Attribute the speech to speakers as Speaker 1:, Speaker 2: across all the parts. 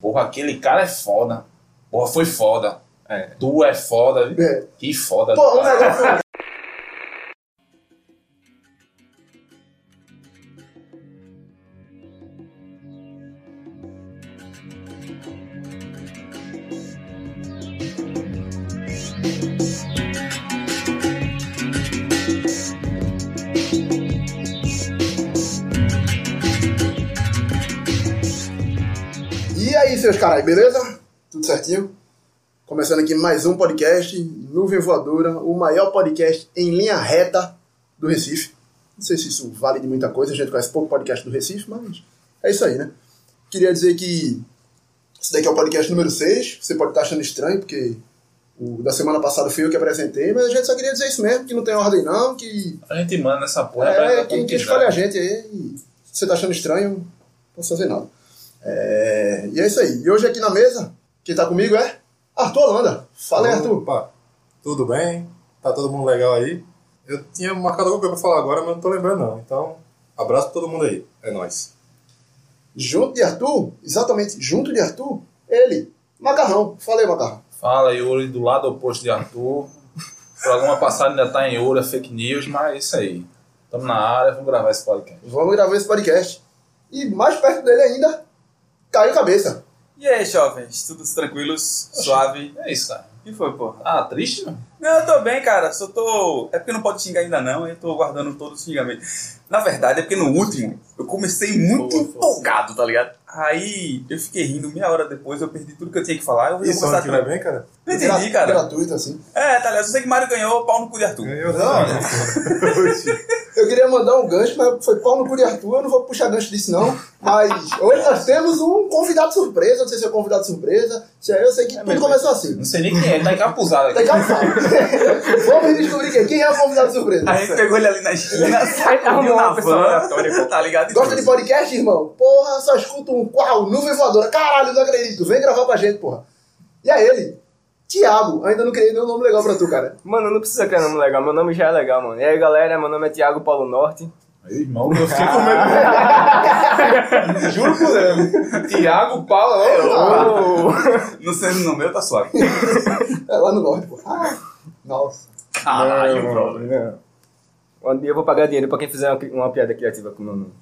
Speaker 1: Porra, aquele cara é foda. Porra, foi foda.
Speaker 2: É.
Speaker 1: Tu é foda.
Speaker 3: É.
Speaker 1: Que foda.
Speaker 3: Pô, um
Speaker 1: cara.
Speaker 3: negócio. E aí, seus caras, beleza? Tudo certinho? Começando aqui mais um podcast, Nuvem Voadora, o maior podcast em linha reta do Recife. Não sei se isso vale de muita coisa, a gente conhece pouco podcast do Recife, mas é isso aí, né? Queria dizer que esse daqui é o podcast número 6, você pode estar achando estranho, porque o da semana passada fui eu que apresentei, mas a gente só queria dizer isso mesmo, que não tem ordem não, que
Speaker 1: A gente manda essa porra
Speaker 4: tá
Speaker 1: pra
Speaker 3: é,
Speaker 1: ela
Speaker 3: quem,
Speaker 1: como
Speaker 3: quem
Speaker 1: quiser.
Speaker 3: escolhe a gente aí, e se você tá achando estranho, não posso fazer nada. É, e é isso aí. E hoje aqui na mesa, quem tá comigo é Arthur Holanda. Fala aí, Arthur.
Speaker 2: Opa, tudo bem? Tá todo mundo legal aí? Eu tinha marcado alguma coisa pra falar agora, mas não tô lembrando não. Então, abraço pra todo mundo aí. É nóis.
Speaker 3: Junto de Arthur, exatamente junto de Arthur, ele, Macarrão. Falei, Macarrão.
Speaker 1: Fala, Yuri, do lado oposto de Arthur. O programa passado ainda tá em ouro, é fake news, mas é isso aí. Tamo na área, vamos gravar esse podcast.
Speaker 3: Vamos gravar esse podcast. E mais perto dele ainda, Caio Cabeça.
Speaker 4: E aí, jovens? Tudo tranquilos? Suave?
Speaker 1: É isso, cara.
Speaker 4: E foi, porra?
Speaker 1: Ah, triste, mano?
Speaker 4: Não, eu tô bem, cara. Só tô. É porque não pode xingar ainda não, eu tô guardando todos os xingamentos. Na verdade, é porque no último eu comecei muito
Speaker 1: Boa, boa.
Speaker 4: empolgado, tá ligado? Aí eu fiquei rindo meia hora depois, eu perdi tudo que eu tinha que falar. Eu vou
Speaker 2: Isso ano
Speaker 4: começar
Speaker 2: que
Speaker 4: a...
Speaker 2: vai tá bem, cara?
Speaker 4: Não entendi,
Speaker 3: Gra-
Speaker 4: cara.
Speaker 3: Gratuito, assim.
Speaker 4: É, tá ligado? Eu sei que Mário ganhou, pau no cu de Arthur.
Speaker 2: Eu não. né? Oxi.
Speaker 3: Eu queria mandar um gancho, mas foi pau no cu de Arthur, eu não vou puxar gancho disso não. Mas hoje nós temos um convidado surpresa, não sei se é convidado surpresa, se é eu, sei que tudo
Speaker 1: mesmo.
Speaker 3: começou assim.
Speaker 1: Não sei nem quem é, tá encapuzado aqui.
Speaker 3: Tem que falar. Vamos descobrir quem, quem é o convidado surpresa.
Speaker 4: A gente pegou ele ali na esquina, sacudiu
Speaker 5: Arrumou
Speaker 4: na
Speaker 5: uma pessoa aleatória,
Speaker 4: van, tá ligado? E
Speaker 3: Gosta
Speaker 4: tudo.
Speaker 3: de podcast, irmão? Porra, só escuta um qual, nuvem voadora. Caralho, não acredito. Vem gravar com a gente, porra. E é ele, Thiago. Ainda não criei nenhum nome legal pra tu, cara.
Speaker 5: Mano, não precisa criar nome legal, meu nome já é legal, mano. E aí, galera, meu nome é Thiago Paulo Norte.
Speaker 1: Meu irmão, eu fiquei com medo. Juro por Deus. Tiago Paula,
Speaker 4: É,
Speaker 1: ó.
Speaker 4: Não sendo no meu, tá suave.
Speaker 3: É lá no norte, porra. Ah, nossa.
Speaker 4: Caralho, brother.
Speaker 5: Um dia eu vou pagar dinheiro pra quem fizer uma, cri- uma piada criativa com o meu nome.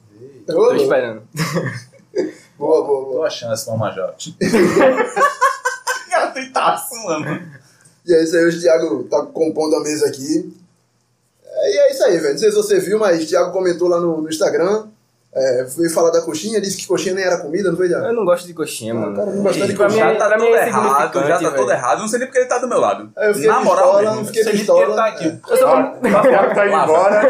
Speaker 3: Ô,
Speaker 5: Tô
Speaker 3: louco.
Speaker 5: esperando.
Speaker 3: Boa, boa, boa.
Speaker 1: Tô achando esse mamajote.
Speaker 4: Cara, tu tá mano.
Speaker 3: E é isso aí, hoje o Thiago tá compondo a mesa aqui. É, E é isso aí, velho. Não sei se você viu, mas o Thiago comentou lá no, no Instagram. É, foi falar da coxinha, disse que coxinha nem era comida, não foi, Thiago?
Speaker 5: Eu não gosto de coxinha,
Speaker 3: Ah,
Speaker 5: mano.
Speaker 3: cara, não gostou de
Speaker 5: Pra mim,
Speaker 3: coxinha.
Speaker 4: Já tá
Speaker 5: pra mim
Speaker 4: todo
Speaker 5: é
Speaker 4: errado, já tá
Speaker 5: insignificante,
Speaker 4: todo
Speaker 5: velho.
Speaker 4: errado. Não sei nem porque ele tá do meu lado.
Speaker 3: Aí eu fiquei
Speaker 4: Na moral
Speaker 3: pistola,
Speaker 4: mesmo.
Speaker 3: fiquei
Speaker 1: Sei nem quem
Speaker 3: pistola. né?
Speaker 1: tá aqui.
Speaker 5: Eu sou...
Speaker 2: O Thiago tá indo
Speaker 4: Lá,
Speaker 2: embora.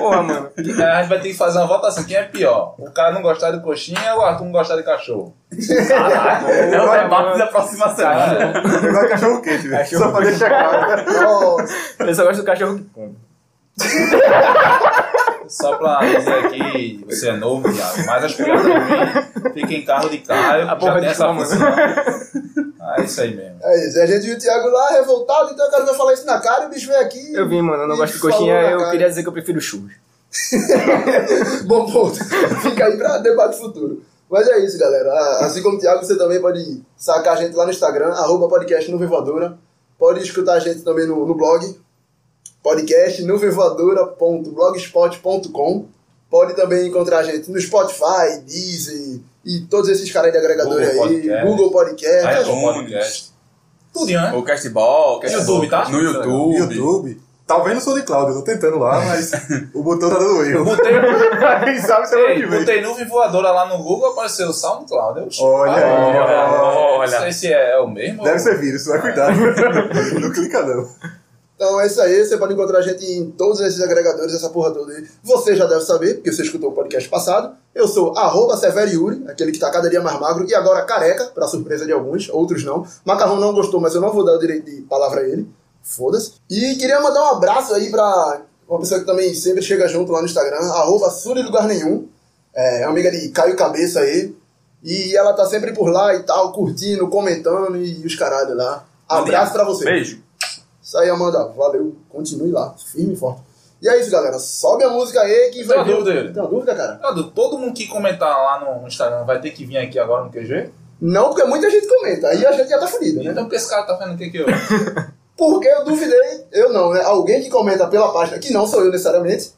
Speaker 5: Porra, mano.
Speaker 1: É, A gente vai ter que fazer uma votação. Quem é pior? O cara não gostar de coxinha ou o Arthur não gostar de cachorro?
Speaker 4: É o debate da próxima semana.
Speaker 2: É Eu gosto de cachorro quente, velho. Só pra deixar claro.
Speaker 3: Nossa.
Speaker 5: Eu só gosto do cachorro que come.
Speaker 1: Só pra dizer aqui, você é novo, Thiago. Mas as piadas ruins fica em carro de Caio.
Speaker 5: A
Speaker 1: já
Speaker 5: porra
Speaker 1: tem
Speaker 5: de
Speaker 1: essa
Speaker 5: cama.
Speaker 1: função. Ah, é isso aí mesmo.
Speaker 3: É isso. A gente viu o Thiago lá revoltado, então o cara vai falar isso na cara e o bicho veio aqui.
Speaker 5: Eu vim, mano, eu não
Speaker 3: e
Speaker 5: gosto de
Speaker 3: falou
Speaker 5: coxinha,
Speaker 3: na
Speaker 5: eu
Speaker 3: cara.
Speaker 5: queria dizer que eu prefiro churros.
Speaker 3: Bom ponto. Fica aí pra debate futuro. Mas é isso, galera. Ah, Assim como o Thiago, você também pode sacar a gente lá no Instagram, arroba podcast Nuvem Voadora. Pode escutar a gente também no, no blog, podcast nuvemvoadora.blogspot.com. Pode também encontrar a gente no Spotify, Deezer e todos esses caras de agregadores
Speaker 1: Google
Speaker 3: aí.
Speaker 1: Podcast. Ah, é
Speaker 3: Google Podcast.
Speaker 1: Aí,
Speaker 4: bom.
Speaker 1: como podcast. Tudo, né?
Speaker 4: O Castball, o Castball.
Speaker 1: YouTube, tá?
Speaker 4: é No YouTube.
Speaker 2: YouTube. Talvez no SoundCloud, eu tô tentando lá, mas o botão tá dando erro.
Speaker 1: Botei,
Speaker 2: Quem sabe semana
Speaker 1: botei,
Speaker 2: que vem.
Speaker 1: botei nuvem voadora lá no Google, apareceu o SoundCloud. Eu
Speaker 2: Olha aí,
Speaker 1: Ah,
Speaker 4: olha.
Speaker 1: Não sei se é o mesmo. ou-
Speaker 2: Deve ser vírus, vai cuidar. Não clica não.
Speaker 3: Então é isso aí, você pode encontrar a gente em todos esses agregadores, essa porra toda aí. Você já deve saber, porque você escutou o podcast passado. Eu sou arroba Severo Yuri, aquele que tá cada dia mais magro e agora careca, pra surpresa de alguns, outros não. Macarrão não gostou, mas eu não vou dar o direito de palavra a ele. Foda-se. E queria mandar um abraço aí pra uma pessoa que também sempre chega junto lá no Instagram, arroba Suri Lugar Nenhum. É amiga de Caio Cabeça aí. E ela tá sempre por lá e tal, curtindo, comentando e os caralho lá. Abraço pra você.
Speaker 4: Beijo.
Speaker 3: Isso aí, Amanda. Valeu. Continue lá. Firme e forte. E é isso, galera. Sobe a música aí que
Speaker 1: Tem
Speaker 3: vai.
Speaker 1: uma
Speaker 3: vir-
Speaker 1: dúvida, né? Yuri?
Speaker 3: Tem uma dúvida, cara?
Speaker 1: Cadu, Todo mundo que comentar lá no Instagram vai ter que vir aqui agora no QG?
Speaker 3: Não porque muita gente comenta, aí a gente já tá fudido, né?
Speaker 1: Então porque esse cara tá fazendo o que que eu.
Speaker 3: Porque eu duvidei, eu não, né? Alguém que comenta pela página, que não sou eu necessariamente,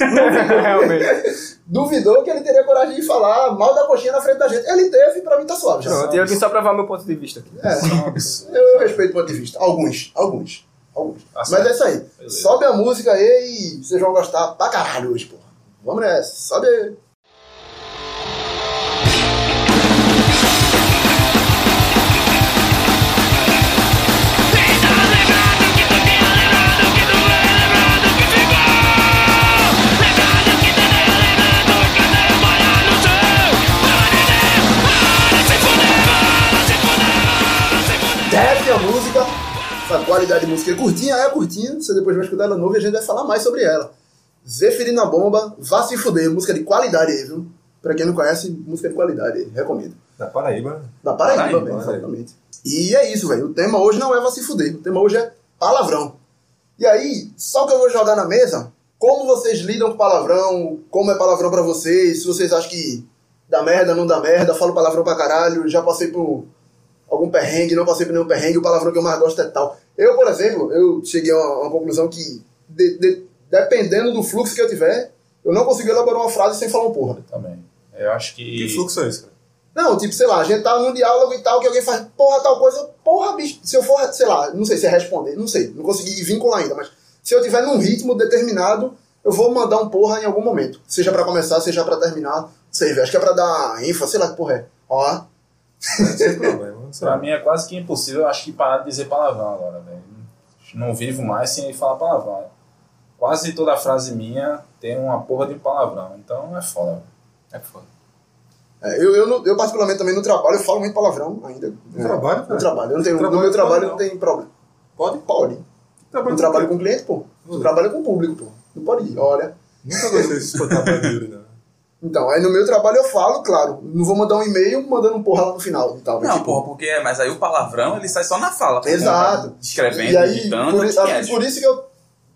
Speaker 5: É, Realmente.
Speaker 3: duvidou que ele teria coragem de falar mal da coxinha na frente da gente. Ele teve, pra mim tá suave. Já.
Speaker 5: Pronto, e eu vim só provar meu ponto de vista aqui.
Speaker 3: É,
Speaker 1: Nossa.
Speaker 3: eu respeito o ponto de vista. Alguns, alguns, alguns.
Speaker 1: Tá certo.
Speaker 3: Mas é isso aí.
Speaker 1: Beleza.
Speaker 3: Sobe a música aí e vocês vão gostar pra caralho hoje, porra. Vamos nessa, sobe aí. Desce é a música. Essa qualidade de música é curtinha, é curtinha. Você depois vai escutar ela novo e a gente vai falar mais sobre ela. Zeferina Bomba, Vá Se Fuder, música de qualidade aí, viu? Pra quem não conhece, música de qualidade, recomendo.
Speaker 2: Da Paraíba.
Speaker 3: Da Paraíba,
Speaker 1: Paraíba,
Speaker 3: velho,
Speaker 1: Paraíba.
Speaker 3: exatamente. E é isso, velho. O tema hoje não é vá se fuder. O tema hoje é palavrão. E aí, só que eu vou jogar na mesa como vocês lidam com palavrão, como é palavrão pra vocês, se vocês acham que dá merda, não dá merda, falo palavrão pra caralho, já passei por algum perrengue, não passei por nenhum perrengue, o palavrão que eu mais gosto é tal. Eu, por exemplo, eu cheguei a uma, uma conclusão que, de- de- dependendo do fluxo que eu tiver, eu não consigo elaborar uma frase sem falar um porra.
Speaker 1: Também. Eu acho que.
Speaker 2: Que fluxo é esse, cara?
Speaker 3: Não, tipo, sei lá, a gente tá num diálogo e tal, que alguém faz porra tal coisa, porra, bicho. Se eu for, sei lá, não sei se é responder, não sei, não consegui vincular ainda, mas se eu tiver num ritmo determinado, eu vou mandar um porra em algum momento. Seja pra começar, seja pra terminar, não sei, velho, acho que é pra dar ênfase, sei lá que porra é. Ó,
Speaker 2: Sem problema. Não sei.
Speaker 1: Pra mim é quase que impossível, eu acho que parar de dizer palavrão agora, velho. Não vivo mais sem falar palavrão. Quase toda frase minha tem uma porra de palavrão, então é foda. velho. É foda.
Speaker 3: é, eu, eu, não- eu particularmente também no trabalho, eu falo muito palavrão ainda.
Speaker 2: No trabalho,
Speaker 3: No
Speaker 2: cara?
Speaker 3: trabalho, eu não tenho,
Speaker 2: Trabalho
Speaker 3: no meu
Speaker 2: não
Speaker 3: trabalho
Speaker 2: pode,
Speaker 3: não
Speaker 2: não.
Speaker 3: tem problema.
Speaker 2: Pode?
Speaker 3: Pode.
Speaker 2: Trabalho
Speaker 3: Eu trabalho com cliente, pô. Eu
Speaker 2: Hum.
Speaker 3: trabalho com público, pô. Não pode ir, olha.
Speaker 2: Nunca gostei de escutar pra Yuri, não.
Speaker 3: Então, aí no meu trabalho eu falo, claro. Não vou mandar um e-mail mandando um porra lá no final e tal. mas,
Speaker 4: Não,
Speaker 3: tipo,
Speaker 4: porra, porque é, mas aí o palavrão ele sai só na fala.
Speaker 3: Exato.
Speaker 4: Como tá Escrevendo,
Speaker 3: E aí,
Speaker 4: editando,
Speaker 3: por, isso-
Speaker 4: quem é?
Speaker 3: acho que por isso que eu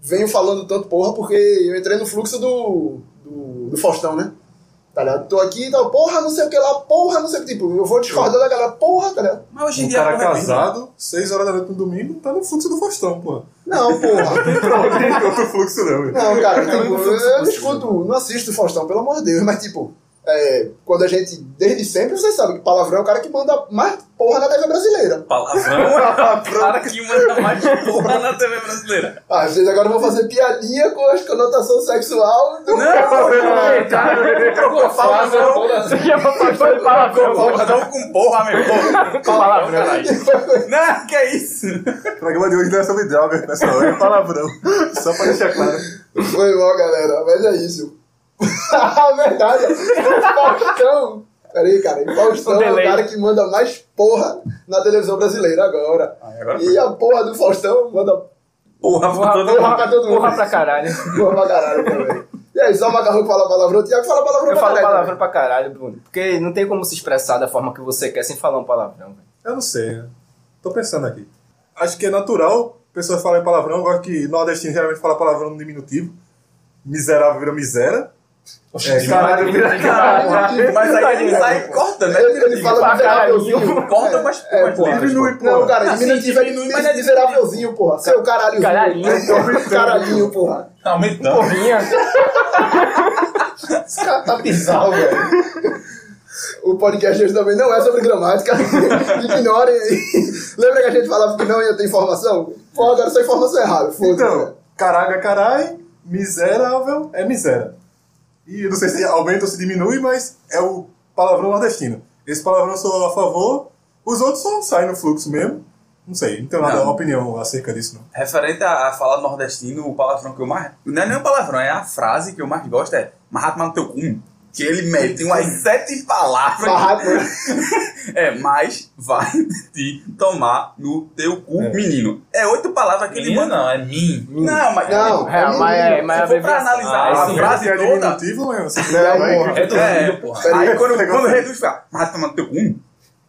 Speaker 3: venho falando tanto porra, porque eu entrei no fluxo do, do, do Faustão, né? Tá ligado? Tô aqui e tal, porra, não sei o que lá, porra, não sei o que. Tipo, eu vou discordar da galera, porra, tá ligado?
Speaker 4: Mas hoje em
Speaker 2: Um
Speaker 4: dia.
Speaker 2: cara
Speaker 4: porra, é mesmo.
Speaker 2: casado, 6 horas da noite no domingo, tá no fluxo do Faustão, pô.
Speaker 3: Não, porra.
Speaker 2: Não tem outro fluxo, não. velho.
Speaker 3: Não, cara, tipo,
Speaker 2: Não,
Speaker 3: eu, eu não escuto, não assisto o Faustão, pelo amor de Deus, mas tipo, é, quando a gente, desde sempre, você sabe que palavrão é o cara que manda mais porra na TV brasileira.
Speaker 4: Palavrão é o cara que manda mais porra na TV brasileira.
Speaker 3: Ah, vocês agora vão fazer piadinha com as conotação sexual do
Speaker 5: Trocou
Speaker 1: Palavrão toda-
Speaker 5: Você já foi palavrão.
Speaker 4: Palavrão com porra, meu porra.
Speaker 5: Palavrão.
Speaker 4: Não, que é isso?
Speaker 2: O programa de hoje não é sobre droga, nessa hora é palavrão. Só pra deixar claro.
Speaker 3: Foi mal, galera, mas é isso. Verdade, é Faustão. Peraí, cara, Faustão
Speaker 5: O
Speaker 3: é o
Speaker 5: delay.
Speaker 3: cara que manda mais porra na televisão brasileira agora.
Speaker 4: agora
Speaker 3: e a porra do Faustão manda
Speaker 4: Porra,
Speaker 5: Porra,
Speaker 4: porra,
Speaker 3: tá todo mundo.
Speaker 5: porra, porra pra caralho.
Speaker 3: porra pra caralho também. E aí, só o Macarrão que fala palavrão, o Thiago fala palavrão
Speaker 5: Eu
Speaker 3: pra
Speaker 5: falo
Speaker 3: caralho
Speaker 5: palavrão pra caralho, Bruno. Porque não tem como se expressar da forma que você quer sem falar um palavrão. velho.
Speaker 2: Eu não sei, né? Tô pensando aqui. Acho que é natural pessoas falarem palavrão, agora que nordestino geralmente fala palavrão no diminutivo. Miserável vira misera. É, caralho vira
Speaker 4: Caralho, mas
Speaker 5: Tá
Speaker 4: aí ele sai e corta, né?
Speaker 3: também. Ele, ele fala
Speaker 5: Pra
Speaker 3: miserávelzinho.
Speaker 5: caralho.
Speaker 4: Corta, mas
Speaker 3: É,
Speaker 4: porra.
Speaker 3: porra.
Speaker 2: Diminui, pô.
Speaker 3: Não, cara,
Speaker 4: Assim,
Speaker 3: diminutivo é
Speaker 4: diminui, mas é
Speaker 3: miserávelzinho, porra. Seu caralhozinho.
Speaker 5: Caralhinho,
Speaker 3: porra. Caralhinho, porra.
Speaker 1: Tá aumentando.
Speaker 5: Porrinha.
Speaker 3: Esse cara tá bizarro, velho. O podcast hoje também não é sobre gramática. Ignorem. Lembra que a gente falava que não ia ter informação? Pô, agora essa informação é errada. Foda-se. velho.
Speaker 2: Então, caraca, carai, miserável é misera. E eu não sei se aumenta ou se diminui, mas é o palavrão nordestino. Esse palavrão eu sou a favor, os outros só saem no fluxo mesmo. Não sei, não tenho nada,
Speaker 4: Não.
Speaker 2: uma opinião acerca disso, não.
Speaker 4: Referente à à fala nordestino, o palavrão que eu mais. Não é nem um palavrão, é a frase que eu mais gosto é Mahatma no teu cu. Que ele mete umas sete palavras.
Speaker 3: Barraco. né?
Speaker 4: É, mas vai te tomar no teu cu,
Speaker 2: É.
Speaker 4: menino. É oito palavras que ele
Speaker 1: Menino
Speaker 4: manda.
Speaker 1: não, é mim.
Speaker 4: Não, mas.
Speaker 3: Não,
Speaker 5: É, mas é. Mas
Speaker 4: Se
Speaker 5: é
Speaker 4: for pra
Speaker 5: abreviação.
Speaker 4: analisar,
Speaker 5: Ah,
Speaker 4: a
Speaker 5: sim.
Speaker 4: frase
Speaker 2: Se é
Speaker 4: toda- é,
Speaker 2: diminutivo, Leandro, se
Speaker 3: E
Speaker 2: quiser,
Speaker 3: aí,
Speaker 2: vai.
Speaker 3: porra.
Speaker 5: É,
Speaker 1: Reduzido, porra.
Speaker 4: Aí quando, quando reduz, fica. Mas tomar no teu cu?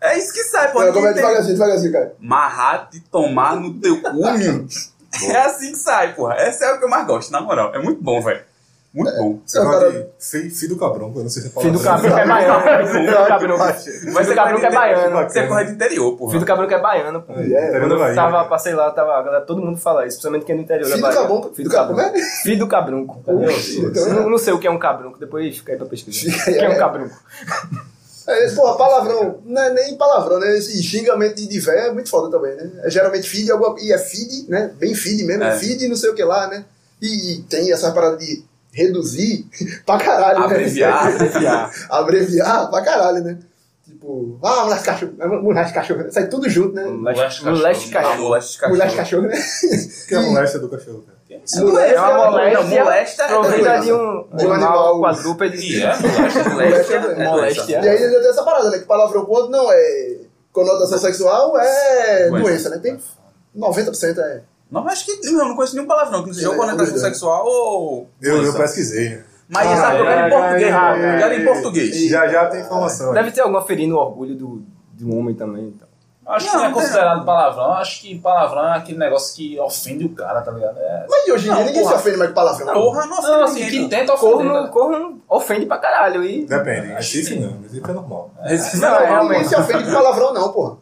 Speaker 4: É isso que sai, pô.
Speaker 3: é Não,
Speaker 4: ninguém
Speaker 3: como é
Speaker 4: tem-
Speaker 3: devagarzinho, devagarzinho, cara.
Speaker 4: Marrar te tomar no teu cu, menino. É assim que sai, porra. Essa é o que eu mais gosto, na moral. É muito bom, velho. Muito bom.
Speaker 3: Você é um cara-
Speaker 2: Filho do cabrão, eu não sei se é
Speaker 5: Filho do
Speaker 2: palavrão.
Speaker 5: cabrão que é baiano. Filho do cabrão que- filho do cabrão que é baiano.
Speaker 4: Você é correto interior, porra.
Speaker 5: Filho do cabrão que é baiano, pô.
Speaker 3: É,
Speaker 2: Tá
Speaker 5: Quando
Speaker 2: vendo
Speaker 5: eu
Speaker 2: aí,
Speaker 5: tava,
Speaker 2: cara?
Speaker 5: passei lá, tava, a galera, todo mundo fala isso, principalmente quem é do interior
Speaker 3: Filho
Speaker 5: da
Speaker 3: do
Speaker 5: Bahia.
Speaker 3: cabronco. Do cabronco, né?
Speaker 5: Filho do cabrunco.
Speaker 3: Oxi, então é.
Speaker 5: não, não sei o que é um cabrunco, depois fica aí pra pesquisar.
Speaker 3: Fica aí,
Speaker 5: O que é
Speaker 3: é.
Speaker 5: um cabrunco?
Speaker 3: É, porra, palavrão. Não é nem palavrão, né? Esse xingamento de, de véia é muito foda também, né? É geralmente feed, alguma, e é feed, né? Bem feed mesmo,
Speaker 4: É.
Speaker 3: feed não sei o que lá, né? E, e tem essa parada de reduzir pra caralho, né?
Speaker 4: Abreviar, abreviar.
Speaker 3: Abreviar pra caralho, né? Tipo, ah, mulher de cachorro, é, mulher de cachorro, sai tudo junto, né?
Speaker 1: Moleste cachorro.
Speaker 5: Moleste
Speaker 4: Ah,
Speaker 5: cachorro.
Speaker 4: moleste cachorro.
Speaker 3: Mulher de cachorro, né?
Speaker 2: Que é a moléstia do cachorro, cara.
Speaker 5: É uma
Speaker 4: Não, molesta
Speaker 5: moléstia
Speaker 4: é
Speaker 5: provida
Speaker 3: doença.
Speaker 5: de um
Speaker 3: De um animal.
Speaker 5: animal quadrúpede.
Speaker 4: E é, moleste, moleste é doença.
Speaker 5: Moleste é.
Speaker 3: E aí ainda tem essa parada, né? Que palavrão quanto não é conotação sexual, é
Speaker 4: Doença.
Speaker 3: doença, né? Tem 90% é.
Speaker 4: Não, acho que não, não conheço nenhum palavrão que não seja
Speaker 3: É,
Speaker 4: ou conotação
Speaker 3: é.
Speaker 4: sexual ou.
Speaker 2: Eu, eu
Speaker 4: Nossa.
Speaker 2: pesquisei. né?
Speaker 4: Mas
Speaker 2: Ah,
Speaker 4: sabe, eu quero
Speaker 5: é,
Speaker 4: em português,
Speaker 2: é,
Speaker 4: mano.
Speaker 2: é,
Speaker 4: Eu quero em
Speaker 2: é.
Speaker 4: português.
Speaker 2: Já já tem informação.
Speaker 5: Deve ter alguma ferida no orgulho do, de um homem também. Então.
Speaker 1: Acho que
Speaker 4: Não,
Speaker 1: não é
Speaker 4: não.
Speaker 1: considerado palavrão. Acho que palavrão é aquele negócio que ofende o cara, tá ligado? É.
Speaker 3: Mas hoje em
Speaker 4: Não,
Speaker 3: dia ninguém
Speaker 4: porra.
Speaker 3: se ofende mais com palavrão.
Speaker 4: Porra,
Speaker 1: Não,
Speaker 4: não ofende
Speaker 1: assim, que
Speaker 4: ninguém.
Speaker 1: tenta ofender.
Speaker 5: Corno,
Speaker 1: né?
Speaker 5: corno ofende pra caralho. E...
Speaker 2: Depende. Recife não. Recife é normal.
Speaker 4: não. Recife
Speaker 5: Não,
Speaker 4: não,
Speaker 5: é,
Speaker 4: não.
Speaker 3: Ninguém se ofende com palavrão, não, porra.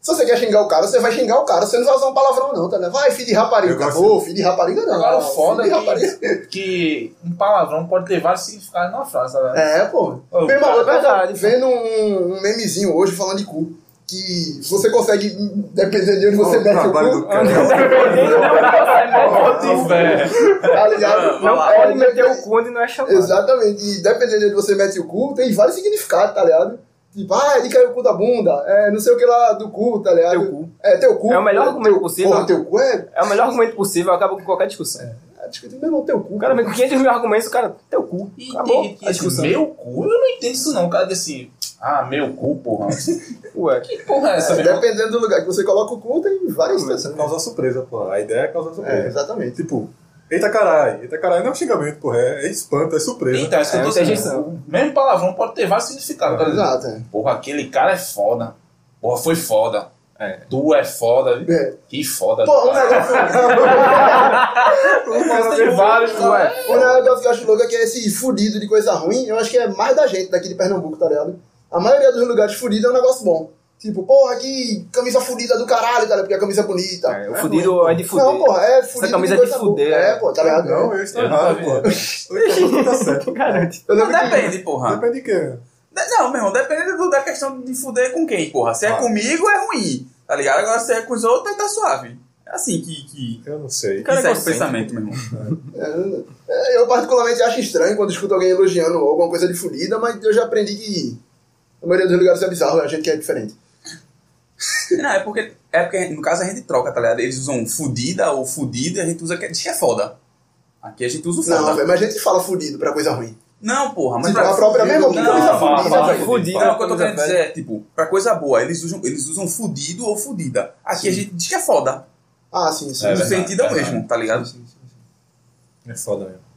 Speaker 3: Se você quer xingar o cara, você vai xingar o cara. Você não vai usar um palavrão, não, tá ligado? Vai, filho de rapariga.
Speaker 2: Eu gosto-
Speaker 3: Acabou, filho de rapariga, não.
Speaker 1: Agora o
Speaker 3: Filho
Speaker 1: foda
Speaker 3: de
Speaker 1: é
Speaker 3: rapariga.
Speaker 1: que, que um palavrão pode ter vários significados numa frase, tá ligado?
Speaker 3: É, pô.
Speaker 1: Ô,
Speaker 3: Meu irmão,
Speaker 5: cara,
Speaker 3: eu tava
Speaker 5: verdade.
Speaker 3: vendo um, um memezinho hoje falando de cu. Que você consegue, dependendo de onde você um
Speaker 2: Olha o
Speaker 3: mete o
Speaker 2: trabalho
Speaker 3: cu, tá
Speaker 2: do cara. é
Speaker 1: Pode, É velho.
Speaker 3: tá ligado?
Speaker 5: Não
Speaker 3: É,
Speaker 5: pode meter o cu onde não é chamado.
Speaker 3: Exatamente. E dependendo de onde você mete o cu, tem vários significados, tá ligado? Tipo, ah, ele caiu o cu da bunda. É, não sei o que lá do cu, tá ligado?
Speaker 5: Teu cu.
Speaker 3: É, teu cu.
Speaker 5: É o melhor argumento
Speaker 3: Teu-
Speaker 5: possível.
Speaker 3: Porra, teu cu é...
Speaker 5: É o melhor argumento possível, acaba com qualquer discussão.
Speaker 3: é discutir, meu irmão, teu cu. né?
Speaker 5: O cara vem com 500 mil argumentos, o cara, teu cu.
Speaker 1: E,
Speaker 5: Acabou.
Speaker 1: e, e
Speaker 5: a
Speaker 1: esse
Speaker 5: discussão.
Speaker 1: meu cu, eu não entendo isso não. O cara desse, ah, meu cu, porra.
Speaker 5: Ué.
Speaker 1: Que porra é essa,
Speaker 3: É,
Speaker 1: meu irmão?
Speaker 3: dependendo do lugar que você coloca o cu, tem várias
Speaker 2: Isso
Speaker 3: situações.
Speaker 2: causar surpresa, pô. A ideia é causar
Speaker 3: É,
Speaker 2: surpresa.
Speaker 3: exatamente.
Speaker 2: Tipo, eita caralho. Eita caralho não é um xingamento, porra. É, é espanto, é surpresa.
Speaker 1: Então, é isso que
Speaker 5: É,
Speaker 1: eu tô
Speaker 5: muita
Speaker 1: dizendo.
Speaker 5: rejeição.
Speaker 1: O Mesmo palavrão pode ter vários significados, tá ligado?
Speaker 3: Exato, é.
Speaker 1: Porra, aquele cara é foda. Porra, foi foda.
Speaker 5: É.
Speaker 1: Tu é foda. viu?
Speaker 3: É.
Speaker 1: Que foda.
Speaker 3: Pô,
Speaker 1: do
Speaker 3: um
Speaker 1: cara.
Speaker 3: negócio,
Speaker 5: Tem vários, ué.
Speaker 3: um negócio que eu acho louco é que esse fudido de coisa ruim, eu acho que é mais da gente daqui de Pernambuco, tá ligado? A maioria dos lugares fudidos é um negócio bom. Tipo, porra, que camisa fudida do caralho, tá ligado? Porque a camisa é bonita.
Speaker 5: É, o fudido é de fuder.
Speaker 3: Não, porra, é fudido
Speaker 5: camisa
Speaker 3: de
Speaker 5: é de
Speaker 3: coisa boa.
Speaker 5: fuder,
Speaker 3: É,
Speaker 5: é.
Speaker 3: pô, tá ligado?
Speaker 2: Não,
Speaker 4: né?
Speaker 2: eu estou
Speaker 1: Eu nunca
Speaker 2: errado,
Speaker 1: vi.
Speaker 2: pô. Eu tá certo.
Speaker 5: Garante.
Speaker 3: Eu
Speaker 4: Não,
Speaker 3: lembro que-
Speaker 4: depende, porra.
Speaker 2: Depende de quê?
Speaker 4: De- Não, meu irmão, depende do- da questão de fuder com quem, porra. Se é
Speaker 2: Ah.
Speaker 4: comigo, é ruim, tá ligado? Agora se é com os outros, tá suave. É assim que, que,
Speaker 2: Eu não sei.
Speaker 5: Cara,
Speaker 4: que segue o
Speaker 5: egocêntrico.
Speaker 4: pensamento, meu irmão.
Speaker 3: É, Eu particularmente acho estranho quando escuto alguém elogiando alguma coisa de fudida, mas eu já aprendi que a maioria dos lugares é bizarro, a gente que é diferente.
Speaker 4: Não, é porque, é porque, no caso, a gente troca, tá ligado? Eles usam fudida ou fudido e a gente usa que diz que é foda. Aqui a gente usa o foda.
Speaker 3: Não, velho, mas a gente fala fudido pra coisa ruim.
Speaker 4: Não, porra, mas
Speaker 3: Se a própria mesma
Speaker 4: não,
Speaker 3: coisa,
Speaker 4: não,
Speaker 3: coisa
Speaker 1: fala,
Speaker 3: fudida,
Speaker 1: fala,
Speaker 3: velho.
Speaker 5: fudido.
Speaker 4: Não, o que eu tô querendo
Speaker 5: Coisa
Speaker 4: dizer é, tipo, pra coisa boa, eles usam, eles usam fudido ou fudida. Aqui a gente diz que é foda.
Speaker 3: Ah, sim, sim.
Speaker 1: É,
Speaker 4: o
Speaker 1: verdade,
Speaker 4: sentido é o
Speaker 1: verdade.
Speaker 4: mesmo, tá ligado?
Speaker 2: É foda mesmo.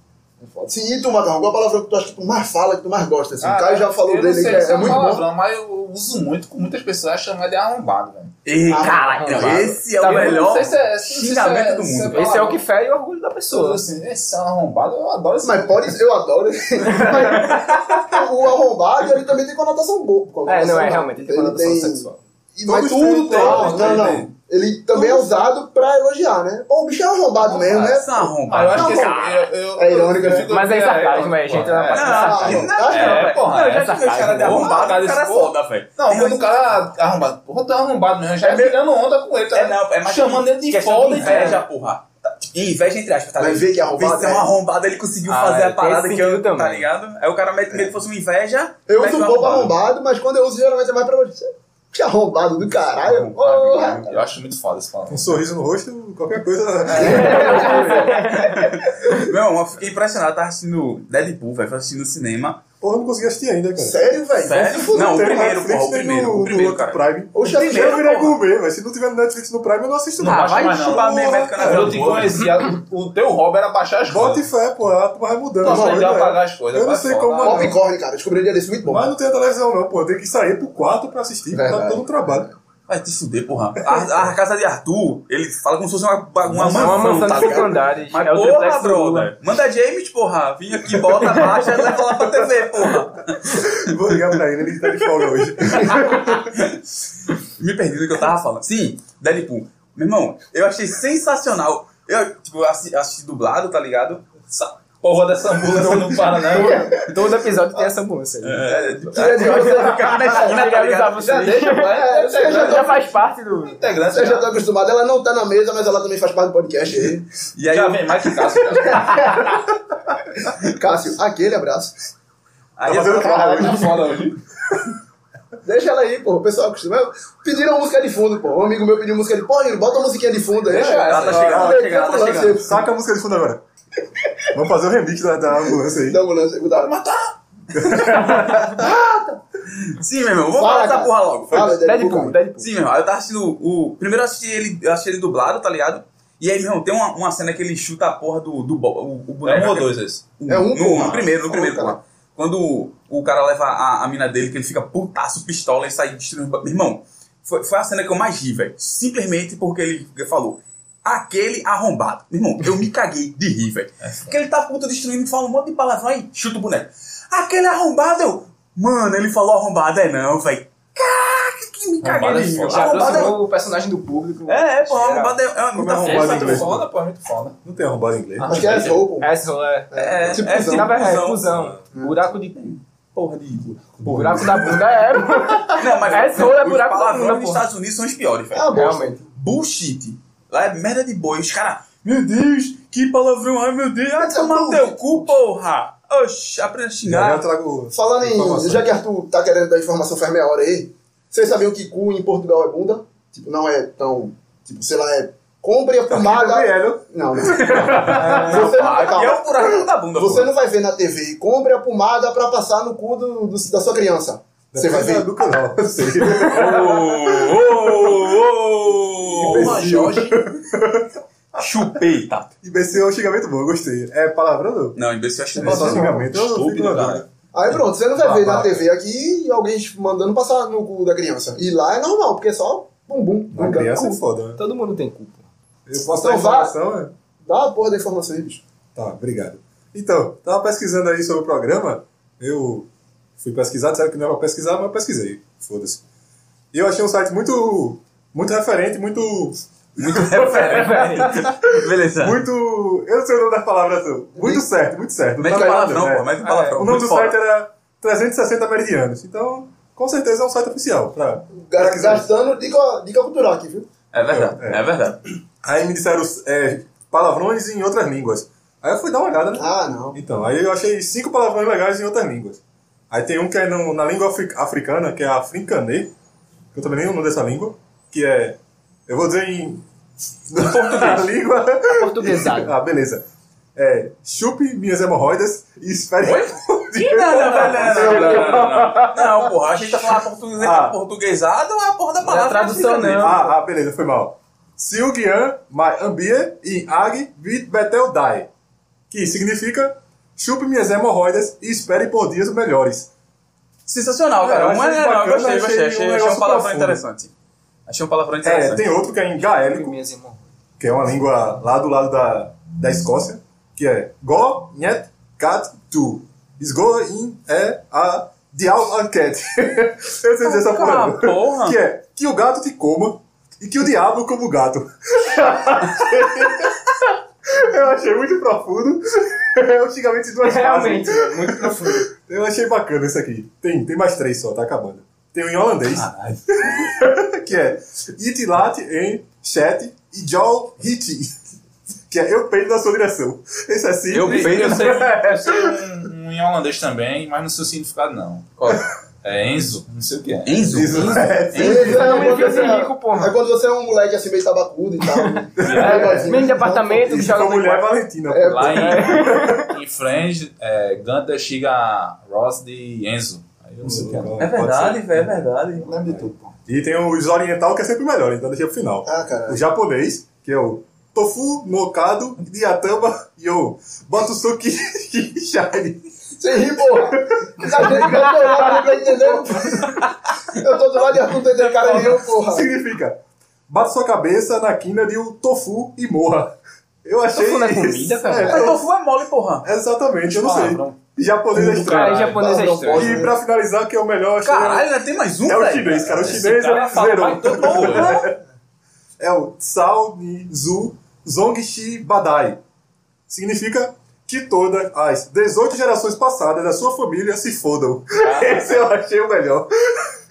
Speaker 3: Sim, e tu, Macarrão, qual a palavra que tu acha que tu mais fala, que tu mais gosta? Assim? o Caio já falou
Speaker 1: Ah, eu
Speaker 3: dele,
Speaker 1: não sei
Speaker 3: que é,
Speaker 1: se um
Speaker 3: é muito bom.
Speaker 1: palavrão, Mas eu uso muito com muitas pessoas chamar de é arrombado, velho.
Speaker 4: Ei,
Speaker 3: Ah,
Speaker 4: caralho,
Speaker 5: arrombado.
Speaker 4: esse é
Speaker 5: Tá
Speaker 4: o
Speaker 5: vendo?
Speaker 1: Eu Não
Speaker 4: melhor.
Speaker 1: sei se é, se- se
Speaker 4: xingamento
Speaker 1: é-
Speaker 4: do
Speaker 1: se
Speaker 4: mundo.
Speaker 5: Esse é o
Speaker 1: palavrão.
Speaker 5: que fere o orgulho da
Speaker 1: Pessoas
Speaker 5: pessoa.
Speaker 1: assim, esse é um arrombado, eu adoro esse
Speaker 3: Mas pode, eu adoro. Mas o arrombado, ele também tem conotação boa.
Speaker 5: É, não, é
Speaker 3: conotação
Speaker 5: realmente, ele tem
Speaker 3: assim, Ele
Speaker 5: conotação
Speaker 3: tem-
Speaker 5: sexual.
Speaker 3: E, mas
Speaker 2: Todos
Speaker 3: tudo tem.
Speaker 2: têm, todos
Speaker 3: Não,
Speaker 2: têm,
Speaker 3: não.
Speaker 2: têm.
Speaker 3: Ele também é usado pra elogiar, né? Pô, o bicho é arrombado mesmo, né?
Speaker 4: Esse é um arrombado.
Speaker 1: Ah, eu acho que esse,
Speaker 4: Não,
Speaker 1: eu, eu,
Speaker 3: É irônico,
Speaker 1: eu
Speaker 3: né?
Speaker 1: fico-
Speaker 5: Mas é sarcasmo, é,
Speaker 1: irônico,
Speaker 5: gente,
Speaker 1: pô.
Speaker 5: é uma parte
Speaker 3: Ah,
Speaker 4: não,
Speaker 5: sarcasmo.
Speaker 4: não, não,
Speaker 1: É,
Speaker 4: velho.
Speaker 1: porra,
Speaker 4: Não, eu
Speaker 5: é
Speaker 4: já tive os caras de
Speaker 5: sarcasmo.
Speaker 4: arrombado,
Speaker 1: Porra,
Speaker 4: os caras
Speaker 1: porra.
Speaker 4: foda, velho.
Speaker 1: Não,
Speaker 4: Tem
Speaker 1: quando
Speaker 4: um-
Speaker 1: o cara arrombado, porra, tu é arrombado mesmo, já é tirando onda com ele, tá
Speaker 4: É,
Speaker 1: ligado?
Speaker 4: não, é mais
Speaker 1: chamando
Speaker 4: que-
Speaker 1: ele de
Speaker 4: questão
Speaker 1: foda e
Speaker 4: inveja, porra. Inveja entre aspas, tá
Speaker 3: Mas
Speaker 4: ligado?
Speaker 3: vê que é arrombado,
Speaker 4: Vê se é um
Speaker 3: né?
Speaker 4: arrombado, ele conseguiu
Speaker 5: Ah,
Speaker 4: fazer
Speaker 5: é,
Speaker 4: a
Speaker 5: tem
Speaker 4: parada
Speaker 5: esse
Speaker 4: que eu,
Speaker 5: sentido também.
Speaker 4: tá ligado? Aí o cara mete medo que fosse uma inveja.
Speaker 3: Eu
Speaker 4: mete
Speaker 3: uso um
Speaker 4: um
Speaker 3: pouco arrombado, mas quando eu uso, geralmente é mais pra elogiar. Bicho é arrombado do caralho. Porra.
Speaker 1: Eu acho muito foda esse palavrão.
Speaker 2: Um sorriso no rosto, qualquer coisa.
Speaker 4: É. Não, eu fiquei impressionado, eu tava assistindo Deadpool, velho, tava assistindo no cinema.
Speaker 2: Porra, eu não consegui assistir ainda, cara.
Speaker 3: Sério, velho?
Speaker 4: Sério?
Speaker 3: Vai se fuder.
Speaker 4: Não, o
Speaker 2: Tem
Speaker 4: primeiro,
Speaker 2: Netflix,
Speaker 4: porra, o
Speaker 2: tem
Speaker 4: primeiro,
Speaker 2: no-
Speaker 4: o primeiro,
Speaker 2: no outro
Speaker 4: cara.
Speaker 2: Prime.
Speaker 3: Oxe, já
Speaker 4: Primeiro,
Speaker 2: eu virei
Speaker 4: porra.
Speaker 2: gourmet, mas se não tiver no Netflix no Prime, eu não assisto
Speaker 1: Ah,
Speaker 2: não.
Speaker 1: vai
Speaker 4: chupar mesmo,
Speaker 2: é
Speaker 4: vai ficar na
Speaker 1: Eu te conhecia, o o teu hobby era baixar as
Speaker 2: Bota
Speaker 1: coisas.
Speaker 2: e fé, pô, a turma vai mudando.
Speaker 1: Não, mas
Speaker 2: Eu
Speaker 1: já
Speaker 2: não- é.
Speaker 1: apagar as coisas, É,
Speaker 2: Eu não
Speaker 1: vai
Speaker 2: sei
Speaker 1: foda.
Speaker 3: é.
Speaker 2: como.
Speaker 1: Bota
Speaker 2: não.
Speaker 3: Popcorn, cara. Descobri um dia desse muito bom.
Speaker 2: Mas não tem a televisão, não, pô. Tem que sair pro quarto pra assistir,
Speaker 3: Verdade.
Speaker 2: tá todo um trabalho.
Speaker 4: Vai te fuder, porra. A, a casa de Arthur, ele fala como se fosse uma, uma, uma
Speaker 5: É uma
Speaker 4: mansão,
Speaker 5: mansão
Speaker 4: tá
Speaker 5: de
Speaker 4: ligado?
Speaker 5: cinco andares.
Speaker 4: Mas
Speaker 5: é o
Speaker 4: porra,
Speaker 5: triplex do
Speaker 4: brother. Manda James, porra. Vim aqui, bota, baixa, e leva lá pra TV, porra.
Speaker 2: Vou ligar pra ele, ele tá de folga hoje.
Speaker 4: Me perdi do que eu tava falando. Sim, Deadpool. Meu irmão, eu achei sensacional. Eu, tipo, assi- assisti dublado, tá ligado? Sa-
Speaker 1: Porra dessa mula não para, né?
Speaker 5: Então, Todo episódio tem essa música.
Speaker 4: É, tipo,
Speaker 3: Tira de você.
Speaker 4: ficar na esquina, tá ligado?
Speaker 3: Já deixa, pô. É, você já
Speaker 5: Já
Speaker 3: tá-
Speaker 5: faz parte do.
Speaker 1: Integrante,
Speaker 3: você já
Speaker 1: já,
Speaker 3: tá acostumado. Ela não tá na mesa, mas ela também faz parte do podcast aí.
Speaker 4: E aí,
Speaker 1: já
Speaker 4: eu-
Speaker 1: vem mais que caso.
Speaker 3: Cássio, aquele abraço.
Speaker 4: aí
Speaker 2: Tá
Speaker 4: eu-
Speaker 2: fazendo carro hoje.
Speaker 1: Tá foda hoje.
Speaker 3: Deixa ela aí, pô. O pessoal acostuma. Pediram música de fundo, pô. Um amigo meu pediu música de. Pô, Yuri, bota uma musiquinha de fundo aí.
Speaker 1: Deixa ela,
Speaker 4: tá chegando, ela tá chegando, ela tá chegando.
Speaker 2: Saca a música de fundo agora. Vamos fazer o remix da, da ambulância aí.
Speaker 3: Da ambulância, cuidado.
Speaker 4: Sim, meu irmão, vou
Speaker 3: Fala,
Speaker 4: falar essa
Speaker 3: cara.
Speaker 4: porra logo. Foi.
Speaker 3: Fala,
Speaker 5: Deadpool,
Speaker 3: cara.
Speaker 5: Deadpool.
Speaker 4: Sim, meu irmão, eu tava assistindo o... Primeiro eu assisti ele, eu achei ele dublado, tá ligado? E aí, meu irmão, tem uma, uma cena que ele chuta a porra do, do bo- o, o
Speaker 1: É
Speaker 4: boneco.
Speaker 1: um ou dois esse?
Speaker 3: É um,
Speaker 4: no,
Speaker 3: porra.
Speaker 4: no primeiro, no primeiro,
Speaker 3: cara.
Speaker 4: porra. Quando o, o cara leva a, a mina dele, que ele fica putaço, pistola e sai destruindo. Meu irmão, foi, foi a cena que eu mais ri, velho. Simplesmente porque ele falou. Aquele arrombado. Meu irmão, eu me caguei de rir, velho. Porque ele tá puto destruindo, fala um monte de palavrão aí, chuta o boneco. Aquele arrombado, eu. Mano, ele falou arrombado, é não, velho. Caraca, que me caguei
Speaker 1: Arrombado
Speaker 4: de
Speaker 1: é
Speaker 4: rir.
Speaker 1: foda.
Speaker 5: Já
Speaker 4: Arrombado é.
Speaker 5: aproximou o personagem do público.
Speaker 4: É, é, pô, arrombado é, é
Speaker 2: Como
Speaker 4: muita
Speaker 2: é arrombado
Speaker 4: força.
Speaker 2: em inglês?
Speaker 1: foda, pô, é muito foda.
Speaker 2: Não tem arrombado em inglês.
Speaker 3: Acho que é show, pô.
Speaker 5: É, isso é.
Speaker 4: É,
Speaker 3: Tipo
Speaker 4: é,
Speaker 3: cuzão.
Speaker 5: Na verdade, é
Speaker 4: cuzão.
Speaker 5: fusão. Buraco de.
Speaker 4: Porra de.
Speaker 5: Buraco da bunda é.
Speaker 4: Não, mas
Speaker 5: É, só é
Speaker 4: os
Speaker 5: buraco da bunda,
Speaker 4: palavrões nos
Speaker 5: porra.
Speaker 4: Estados Unidos são os piores,
Speaker 3: É
Speaker 4: velho.
Speaker 3: uma bosta.
Speaker 5: Realmente.
Speaker 4: Bullshit. Lá é merda de boi. Os caras, meu Deus, que palavrão, ai meu Deus, ai tomar teu cu, porra. Oxi, aprenda a
Speaker 2: Já
Speaker 4: xingar.
Speaker 2: eu trago.
Speaker 3: Falando em.
Speaker 2: informação.
Speaker 3: Já que Arthur tá querendo dar informação faz meia hora aí, vocês sabiam que cu em Portugal é bunda? Tipo, não é tão. Tipo, sei lá, é. Compre a pomada.
Speaker 2: Gabriel.
Speaker 3: Não, não. Você
Speaker 5: Ah,
Speaker 3: não vai.
Speaker 4: Aqui é o
Speaker 3: calma.
Speaker 4: buraco da bunda,
Speaker 3: Você
Speaker 4: porra.
Speaker 3: não vai ver na TV. Compre a pomada pra passar no cu do, do- da sua criança. Você vai ver.
Speaker 2: Do canal. eu sei.
Speaker 4: Ô, ô, ô.
Speaker 2: Porra, Jorge.
Speaker 4: Chupei, tá?
Speaker 2: Imbecil é um xingamento bom, eu gostei. É palavrão não?
Speaker 4: Não, imbecil acho que
Speaker 2: Não, só
Speaker 4: imbecil.
Speaker 2: xingamento. Eu não fico
Speaker 4: Estúpido,
Speaker 2: na
Speaker 4: cara.
Speaker 2: dúvida.
Speaker 3: Aí pronto, você não vai ver na
Speaker 2: Babaca.
Speaker 3: TV aqui alguém mandando passar no cu da criança. E lá é normal, porque é só bum bum.
Speaker 2: Uma
Speaker 3: bum,
Speaker 2: criança é
Speaker 3: bum.
Speaker 2: foda, né?
Speaker 5: Todo mundo tem culpa.
Speaker 2: Eu posso dar
Speaker 3: Então vá.
Speaker 2: informação, né?
Speaker 3: Dá a porra da informação aí, bicho.
Speaker 2: Tá, obrigado. Então, tava pesquisando aí sobre o programa. Eu fui pesquisar, disseram que não era pra pesquisar, mas eu pesquisei. Foda-se. E eu achei um site muito. Muito referente, muito.
Speaker 4: Muito referente. Beleza.
Speaker 2: Muito. Eu não sei o nome da palavra, não. Muito certo, muito certo. Não
Speaker 4: Mete um
Speaker 2: tá
Speaker 4: palavrão,
Speaker 2: errado,
Speaker 4: pô,
Speaker 2: né?
Speaker 4: mete um palavrão.
Speaker 2: O nome do
Speaker 4: Muito foda.
Speaker 2: site era 360 Meridianos. Então, com certeza é um site oficial. Pra...
Speaker 3: Cara,
Speaker 2: pesquisar.
Speaker 3: gastando dica, dica cultural aqui, viu?
Speaker 4: É verdade,
Speaker 2: É.
Speaker 4: é verdade.
Speaker 2: Aí me disseram é, palavrões em outras línguas. Aí eu fui dar uma olhada, né?
Speaker 3: Ah, não.
Speaker 2: Então, aí eu achei cinco palavrões legais em outras línguas. Aí tem um que é no- na língua afri- africana, que é africanê, que eu também nem lembro dessa língua, que é. Eu vou dizer em. Na língua.
Speaker 5: É Portuguesado.
Speaker 2: ah, beleza. É. Chupe minhas hemorroidas e espere.
Speaker 4: Oi? Não, não, não, não, não, não, não, não. Não, porra, a gente tá falando português,
Speaker 2: Ah. é
Speaker 4: portuguesado, a porra da palavra. é assim, né?
Speaker 5: tradução,
Speaker 4: fica-
Speaker 5: não.
Speaker 2: Ah, ah, beleza, foi mal. Silgian, Mai Ambia e Ag Vit Betel Dai. Que significa chupe minhas hemorroidas e espere por dias melhores.
Speaker 4: Sensacional, cara.
Speaker 2: É, eu
Speaker 4: Uma
Speaker 2: achei
Speaker 4: é, não, eu
Speaker 2: bacana,
Speaker 4: gostei,
Speaker 2: achei
Speaker 4: gostei. Achei,
Speaker 2: um
Speaker 4: achei um
Speaker 2: negócio
Speaker 4: palavrão
Speaker 2: profundo.
Speaker 4: interessante. Achei um palavrão
Speaker 2: É,
Speaker 4: interessante.
Speaker 2: tem outro que é em gaélico,
Speaker 5: Minhas irmãs.
Speaker 2: que é uma língua lá do lado da, da Escócia, que é Go Net Cat Tu. Isgo in é a Dial Anquete. Eu sei dizer essa porra. não.
Speaker 4: Ah, porra.
Speaker 2: Que é que o gato te coma e que o diabo coma o gato. Eu achei muito profundo. É um xingamento de duas
Speaker 5: Realmente,
Speaker 2: frases.
Speaker 5: muito profundo.
Speaker 2: Eu achei bacana isso aqui. Tem, tem mais três só, tá acabando. Tem um em holandês que é Itilat em chat e Jol Hiti. Que é eu peido na sua direção. Esse é simples.
Speaker 4: Eu peido, eu sei.
Speaker 1: Eu sei um, um em holandês também, mas não sei o significado, não.
Speaker 4: Qual?
Speaker 1: É Enzo? Não sei o que é.
Speaker 4: Enzo?
Speaker 2: Isso, é.
Speaker 3: Beleza,
Speaker 5: Não,
Speaker 3: é quando
Speaker 5: enfia esse
Speaker 3: você-
Speaker 5: rico, porra.
Speaker 3: É quando você é um moleque assim meio tabacudo e tal. assim,
Speaker 5: É, menino de apartamento que
Speaker 2: E se
Speaker 5: joga
Speaker 2: for
Speaker 5: no
Speaker 2: mulher, é
Speaker 5: quarto.
Speaker 2: Valentina.
Speaker 3: É,
Speaker 2: pô.
Speaker 1: Lá em, em Friends, é, Gunther chega Ross de Enzo. Aí eu não sei o que é.
Speaker 2: Hum.
Speaker 1: não.
Speaker 4: É verdade, velho, é verdade.
Speaker 3: Lembra de tudo, pô.
Speaker 2: E tem os oriental que é sempre melhor, então deixa pro final.
Speaker 3: Ah, cara.
Speaker 2: O japonês, que é o Tofu Mokado Diatamba Yo Botusuki Shine.
Speaker 3: Sem rir, porra. Já tem que eu tô lá, não tô entendendo. Eu tô do lado de Arthur, não tô entendendo, cara, riu, porra.
Speaker 2: Significa, bata sua cabeça na quina de um tofu e morra. Eu achei...
Speaker 5: Tofu não é comida, cara?
Speaker 2: É,
Speaker 4: Mas
Speaker 2: eu-
Speaker 4: tofu é mole, porra.
Speaker 2: Exatamente, eu não
Speaker 1: Palavrão.
Speaker 2: sei. Japonês é
Speaker 5: Cara,
Speaker 2: estranho.
Speaker 5: japonês é
Speaker 3: Não, não
Speaker 5: estranho.
Speaker 2: E pra finalizar, que é o melhor... achei-
Speaker 4: Caralho, ainda tem mais um,
Speaker 2: É o
Speaker 4: velho?
Speaker 2: chinês, cara. O
Speaker 1: Esse
Speaker 2: chinês
Speaker 1: cara
Speaker 2: é
Speaker 1: fala, vai, tô bom,
Speaker 2: zerou. É o Tsao Ni Zu Zongshi Badai. Significa que todas as 18 gerações passadas da sua família se fodam. Esse eu achei o melhor.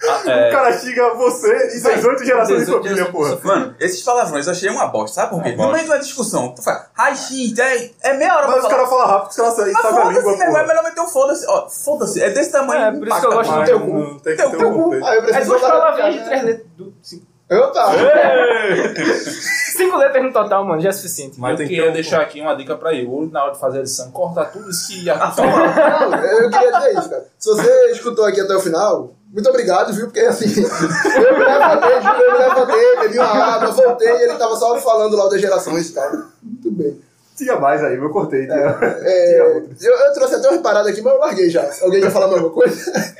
Speaker 1: Ah,
Speaker 2: O
Speaker 1: é,
Speaker 2: cara xinga você e 18 gerações de família, porra.
Speaker 4: Mano, esses palavrões eu achei uma bosta, sabe por quê?
Speaker 1: É
Speaker 4: No
Speaker 1: bosta.
Speaker 4: meio de uma discussão, tu fala, ai, shit, é, é meia hora pra
Speaker 2: Mas os
Speaker 4: falar.
Speaker 2: caras falam rápido, os caras sabem
Speaker 4: Mas
Speaker 2: a
Speaker 4: foda-se,
Speaker 2: língua,
Speaker 4: meu irmão, é
Speaker 2: porra.
Speaker 4: melhor meter um foda-se. Ó, foda-se, é desse tamanho.
Speaker 5: É, por isso que eu
Speaker 4: impacta
Speaker 5: gosto do
Speaker 4: mais.
Speaker 5: teu
Speaker 2: Não,
Speaker 5: cu.
Speaker 2: não Tem que
Speaker 4: Teu
Speaker 2: ter um
Speaker 4: cu.
Speaker 2: contexto.
Speaker 3: Aí eu preciso
Speaker 5: É duas
Speaker 3: botar-
Speaker 5: palavrinhas de três letras. du- Cinco
Speaker 3: Eita!
Speaker 5: cinco letras no total, mano, já é suficiente.
Speaker 2: Mas tem
Speaker 1: eu
Speaker 2: que
Speaker 1: queria
Speaker 2: ter um-
Speaker 1: deixar aqui uma dica pra Yuri na hora de fazer a edição. Corta tudo isso que Arthur falou.
Speaker 3: Não, eu queria dizer isso, cara. Se você escutou aqui até o final, muito obrigado, viu? Porque assim, eu me levantei, juro, eu me levantei, bebi uma água, voltei e ele tava só falando lá das gerações, cara. Muito bem.
Speaker 2: Tinha mais aí, eu cortei. Tinha,
Speaker 3: É,
Speaker 2: tinha
Speaker 3: eu,
Speaker 2: outro.
Speaker 3: eu trouxe até uma parada aqui, mas eu larguei já. Alguém quer falar mais alguma coisa?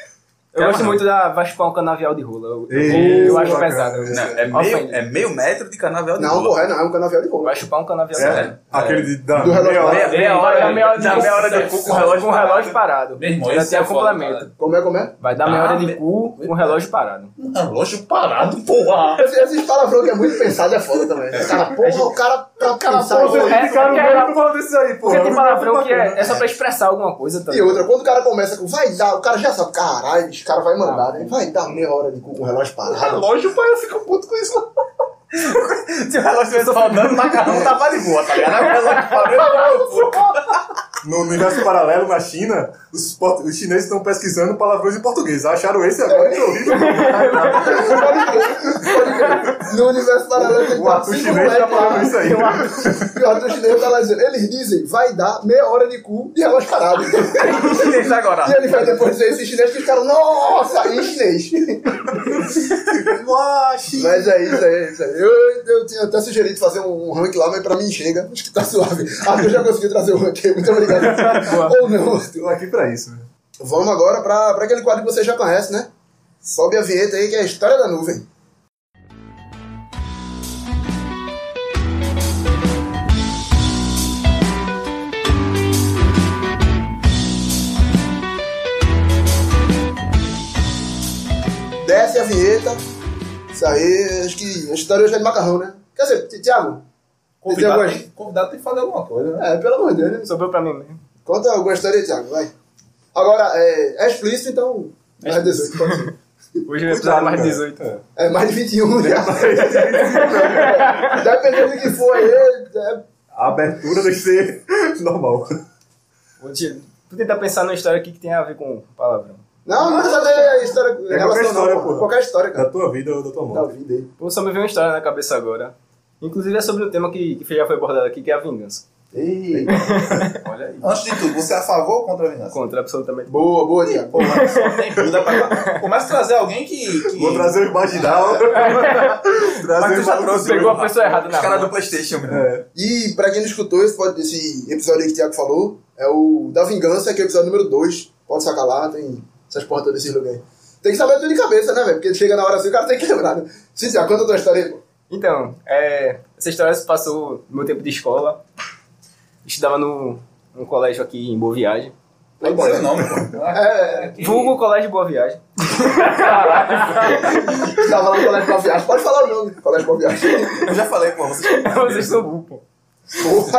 Speaker 5: Eu gosto muito da Vasco com Navial de Rola. Eu, eu-
Speaker 2: Ei,
Speaker 5: eu acho
Speaker 2: bacana.
Speaker 5: pesado.
Speaker 4: Não, é meio,
Speaker 5: Ofende.
Speaker 4: é meio metro de canavial de
Speaker 3: Não,
Speaker 4: rola.
Speaker 3: porra, é não, é um canavial de
Speaker 5: Vai
Speaker 3: rola.
Speaker 5: chupar um canavial de rola.
Speaker 2: É, aquele de, da
Speaker 3: Do relógio.
Speaker 2: meia hora.
Speaker 4: Meia, meia hora,
Speaker 5: Dá meia hora de,
Speaker 4: dá é meia hora de cu com o relógio
Speaker 5: com o
Speaker 4: parado.
Speaker 5: relógio parado.
Speaker 1: Meu irmão,
Speaker 5: Ainda
Speaker 1: esse
Speaker 5: tem
Speaker 1: é
Speaker 5: o complemento.
Speaker 1: foda,
Speaker 3: Como é, como é?
Speaker 5: Vai dar meia
Speaker 1: Ah,
Speaker 5: hora de
Speaker 1: me-
Speaker 5: cu com o relógio parado.
Speaker 1: Um relógio parado, porra.
Speaker 3: Esse- Esses palavrão que é muito pensado é foda também. Cara, porra, o cara pra pensar...
Speaker 2: Vocês
Speaker 5: porra, é,
Speaker 2: ficaram
Speaker 5: porque-
Speaker 2: vendo por causa desses aí, porra.
Speaker 5: Porque tem palavrão que é,
Speaker 2: Bacana.
Speaker 5: é só pra expressar alguma coisa tá
Speaker 3: E
Speaker 5: também.
Speaker 3: outra, quando o cara começa com vai dar, o cara já sabe, caralho, esse cara vai mandar, né? Vai dar meia hora de cu com o relógio parado.
Speaker 1: Relógio, pai, eu fico puto com isso.
Speaker 4: Se o relógio tivesse rodando, o macarrão tava de boa, tá ligado? O relógio parou.
Speaker 2: No universo paralelo, na China, os, port- os chineses estão pesquisando palavrões em português. Acharam esse agora que é eu li.
Speaker 3: Pode crer, pode crer. No universo paralelo tem
Speaker 2: O Arthur
Speaker 3: cinco
Speaker 2: chinês tá
Speaker 3: moleques lá.
Speaker 2: falando isso aí.
Speaker 3: E o Arthur chinês tá lá dizendo, eles dizem, vai dar meia hora de cu e relógio parado. e
Speaker 4: Deixa agora.
Speaker 3: ele vai depois dizer esse chinês que os caras, nossa, em chinês.
Speaker 2: Uá, China.
Speaker 3: Mas é isso, é isso. é isso. Eu, eu tinha até sugerido fazer um rank lá, mas pra mim chega. Acho que tá suave. Arthur já conseguiu trazer o rank aí, muito obrigado. Ou não.
Speaker 2: Tô aqui pra isso. né?
Speaker 3: Vamos agora pra, pra aquele quadro que você já conhece, né? Sobe a vinheta aí que é a história da nuvem. Desce a vinheta. Isso aí, acho que a história hoje é de macarrão, né? Quer dizer, Ti- Thiago, você tem
Speaker 1: Convidado
Speaker 3: alguma...
Speaker 1: tem, convidado tem que fazer alguma coisa, né?
Speaker 3: É, pelo amor de Deus, né?
Speaker 5: Sobrou pra mim mesmo.
Speaker 3: Conta alguma história aí, Thiago, vai. Agora, é, é explícito, então. Mais 18, pode ser.
Speaker 5: Hoje eu episódio mais
Speaker 2: cara.
Speaker 5: 18.
Speaker 2: É.
Speaker 3: É mais de 21, né? Dependendo do que for aí, é,
Speaker 2: A abertura deve ser normal.
Speaker 5: Vou, te, vou tentar pensar numa história aqui que tenha a ver com palavrão.
Speaker 3: Não, não precisa ter É história.
Speaker 2: qualquer
Speaker 3: relação, não, pô.
Speaker 2: história,
Speaker 3: Tá
Speaker 2: porra.
Speaker 3: Qualquer história,
Speaker 2: Da
Speaker 3: cara.
Speaker 2: É tua vida ou da tua
Speaker 3: Da
Speaker 2: morte.
Speaker 3: vida aí.
Speaker 5: Pô, só me veio uma história na cabeça agora. Inclusive é sobre um tema que, que já foi abordado aqui, que é a vingança.
Speaker 3: Ei,
Speaker 1: Olha aí.
Speaker 6: Antes de tudo, você é a favor ou contra a vingança?
Speaker 5: Contra, absolutamente.
Speaker 3: boa, boa, Thiago.
Speaker 1: Pô, mas só tem dúvida pra né? Começa a trazer alguém que. que...
Speaker 2: Vou trazer o marginal.
Speaker 4: Mas
Speaker 2: trazer
Speaker 4: tu
Speaker 2: o
Speaker 4: já
Speaker 2: marginal.
Speaker 4: trouxe.
Speaker 5: Pegou a pessoa errada
Speaker 4: Os
Speaker 5: na
Speaker 4: caras
Speaker 5: rua.
Speaker 4: do Playstation, meu irmão.
Speaker 2: É.
Speaker 3: E pra quem não escutou esse, pod- esse episódio aí que o Thiago falou, é o da Vingança, que é o episódio número 2. Pode sacar lá, tem essas portas todas desses lugares. Tem que saber tudo de cabeça, né, velho? Porque chega na hora assim, o cara tem que lembrar, né? Sim, Thiago, conta a tua história aí, pô.
Speaker 5: Então, é, essa história se passou no meu tempo de escola. Estudava no, num colégio aqui em Boa Viagem.
Speaker 1: Pode dizer o nome, pô.
Speaker 3: É,
Speaker 1: Que-
Speaker 5: Vulgo Colégio Boa Viagem.
Speaker 3: é, tava lá no Colégio Boa Viagem. Pode falar o nome, Colégio Boa Viagem.
Speaker 4: Eu já falei, pô, vocês.
Speaker 5: Vocês são burro, pô.
Speaker 3: Porra.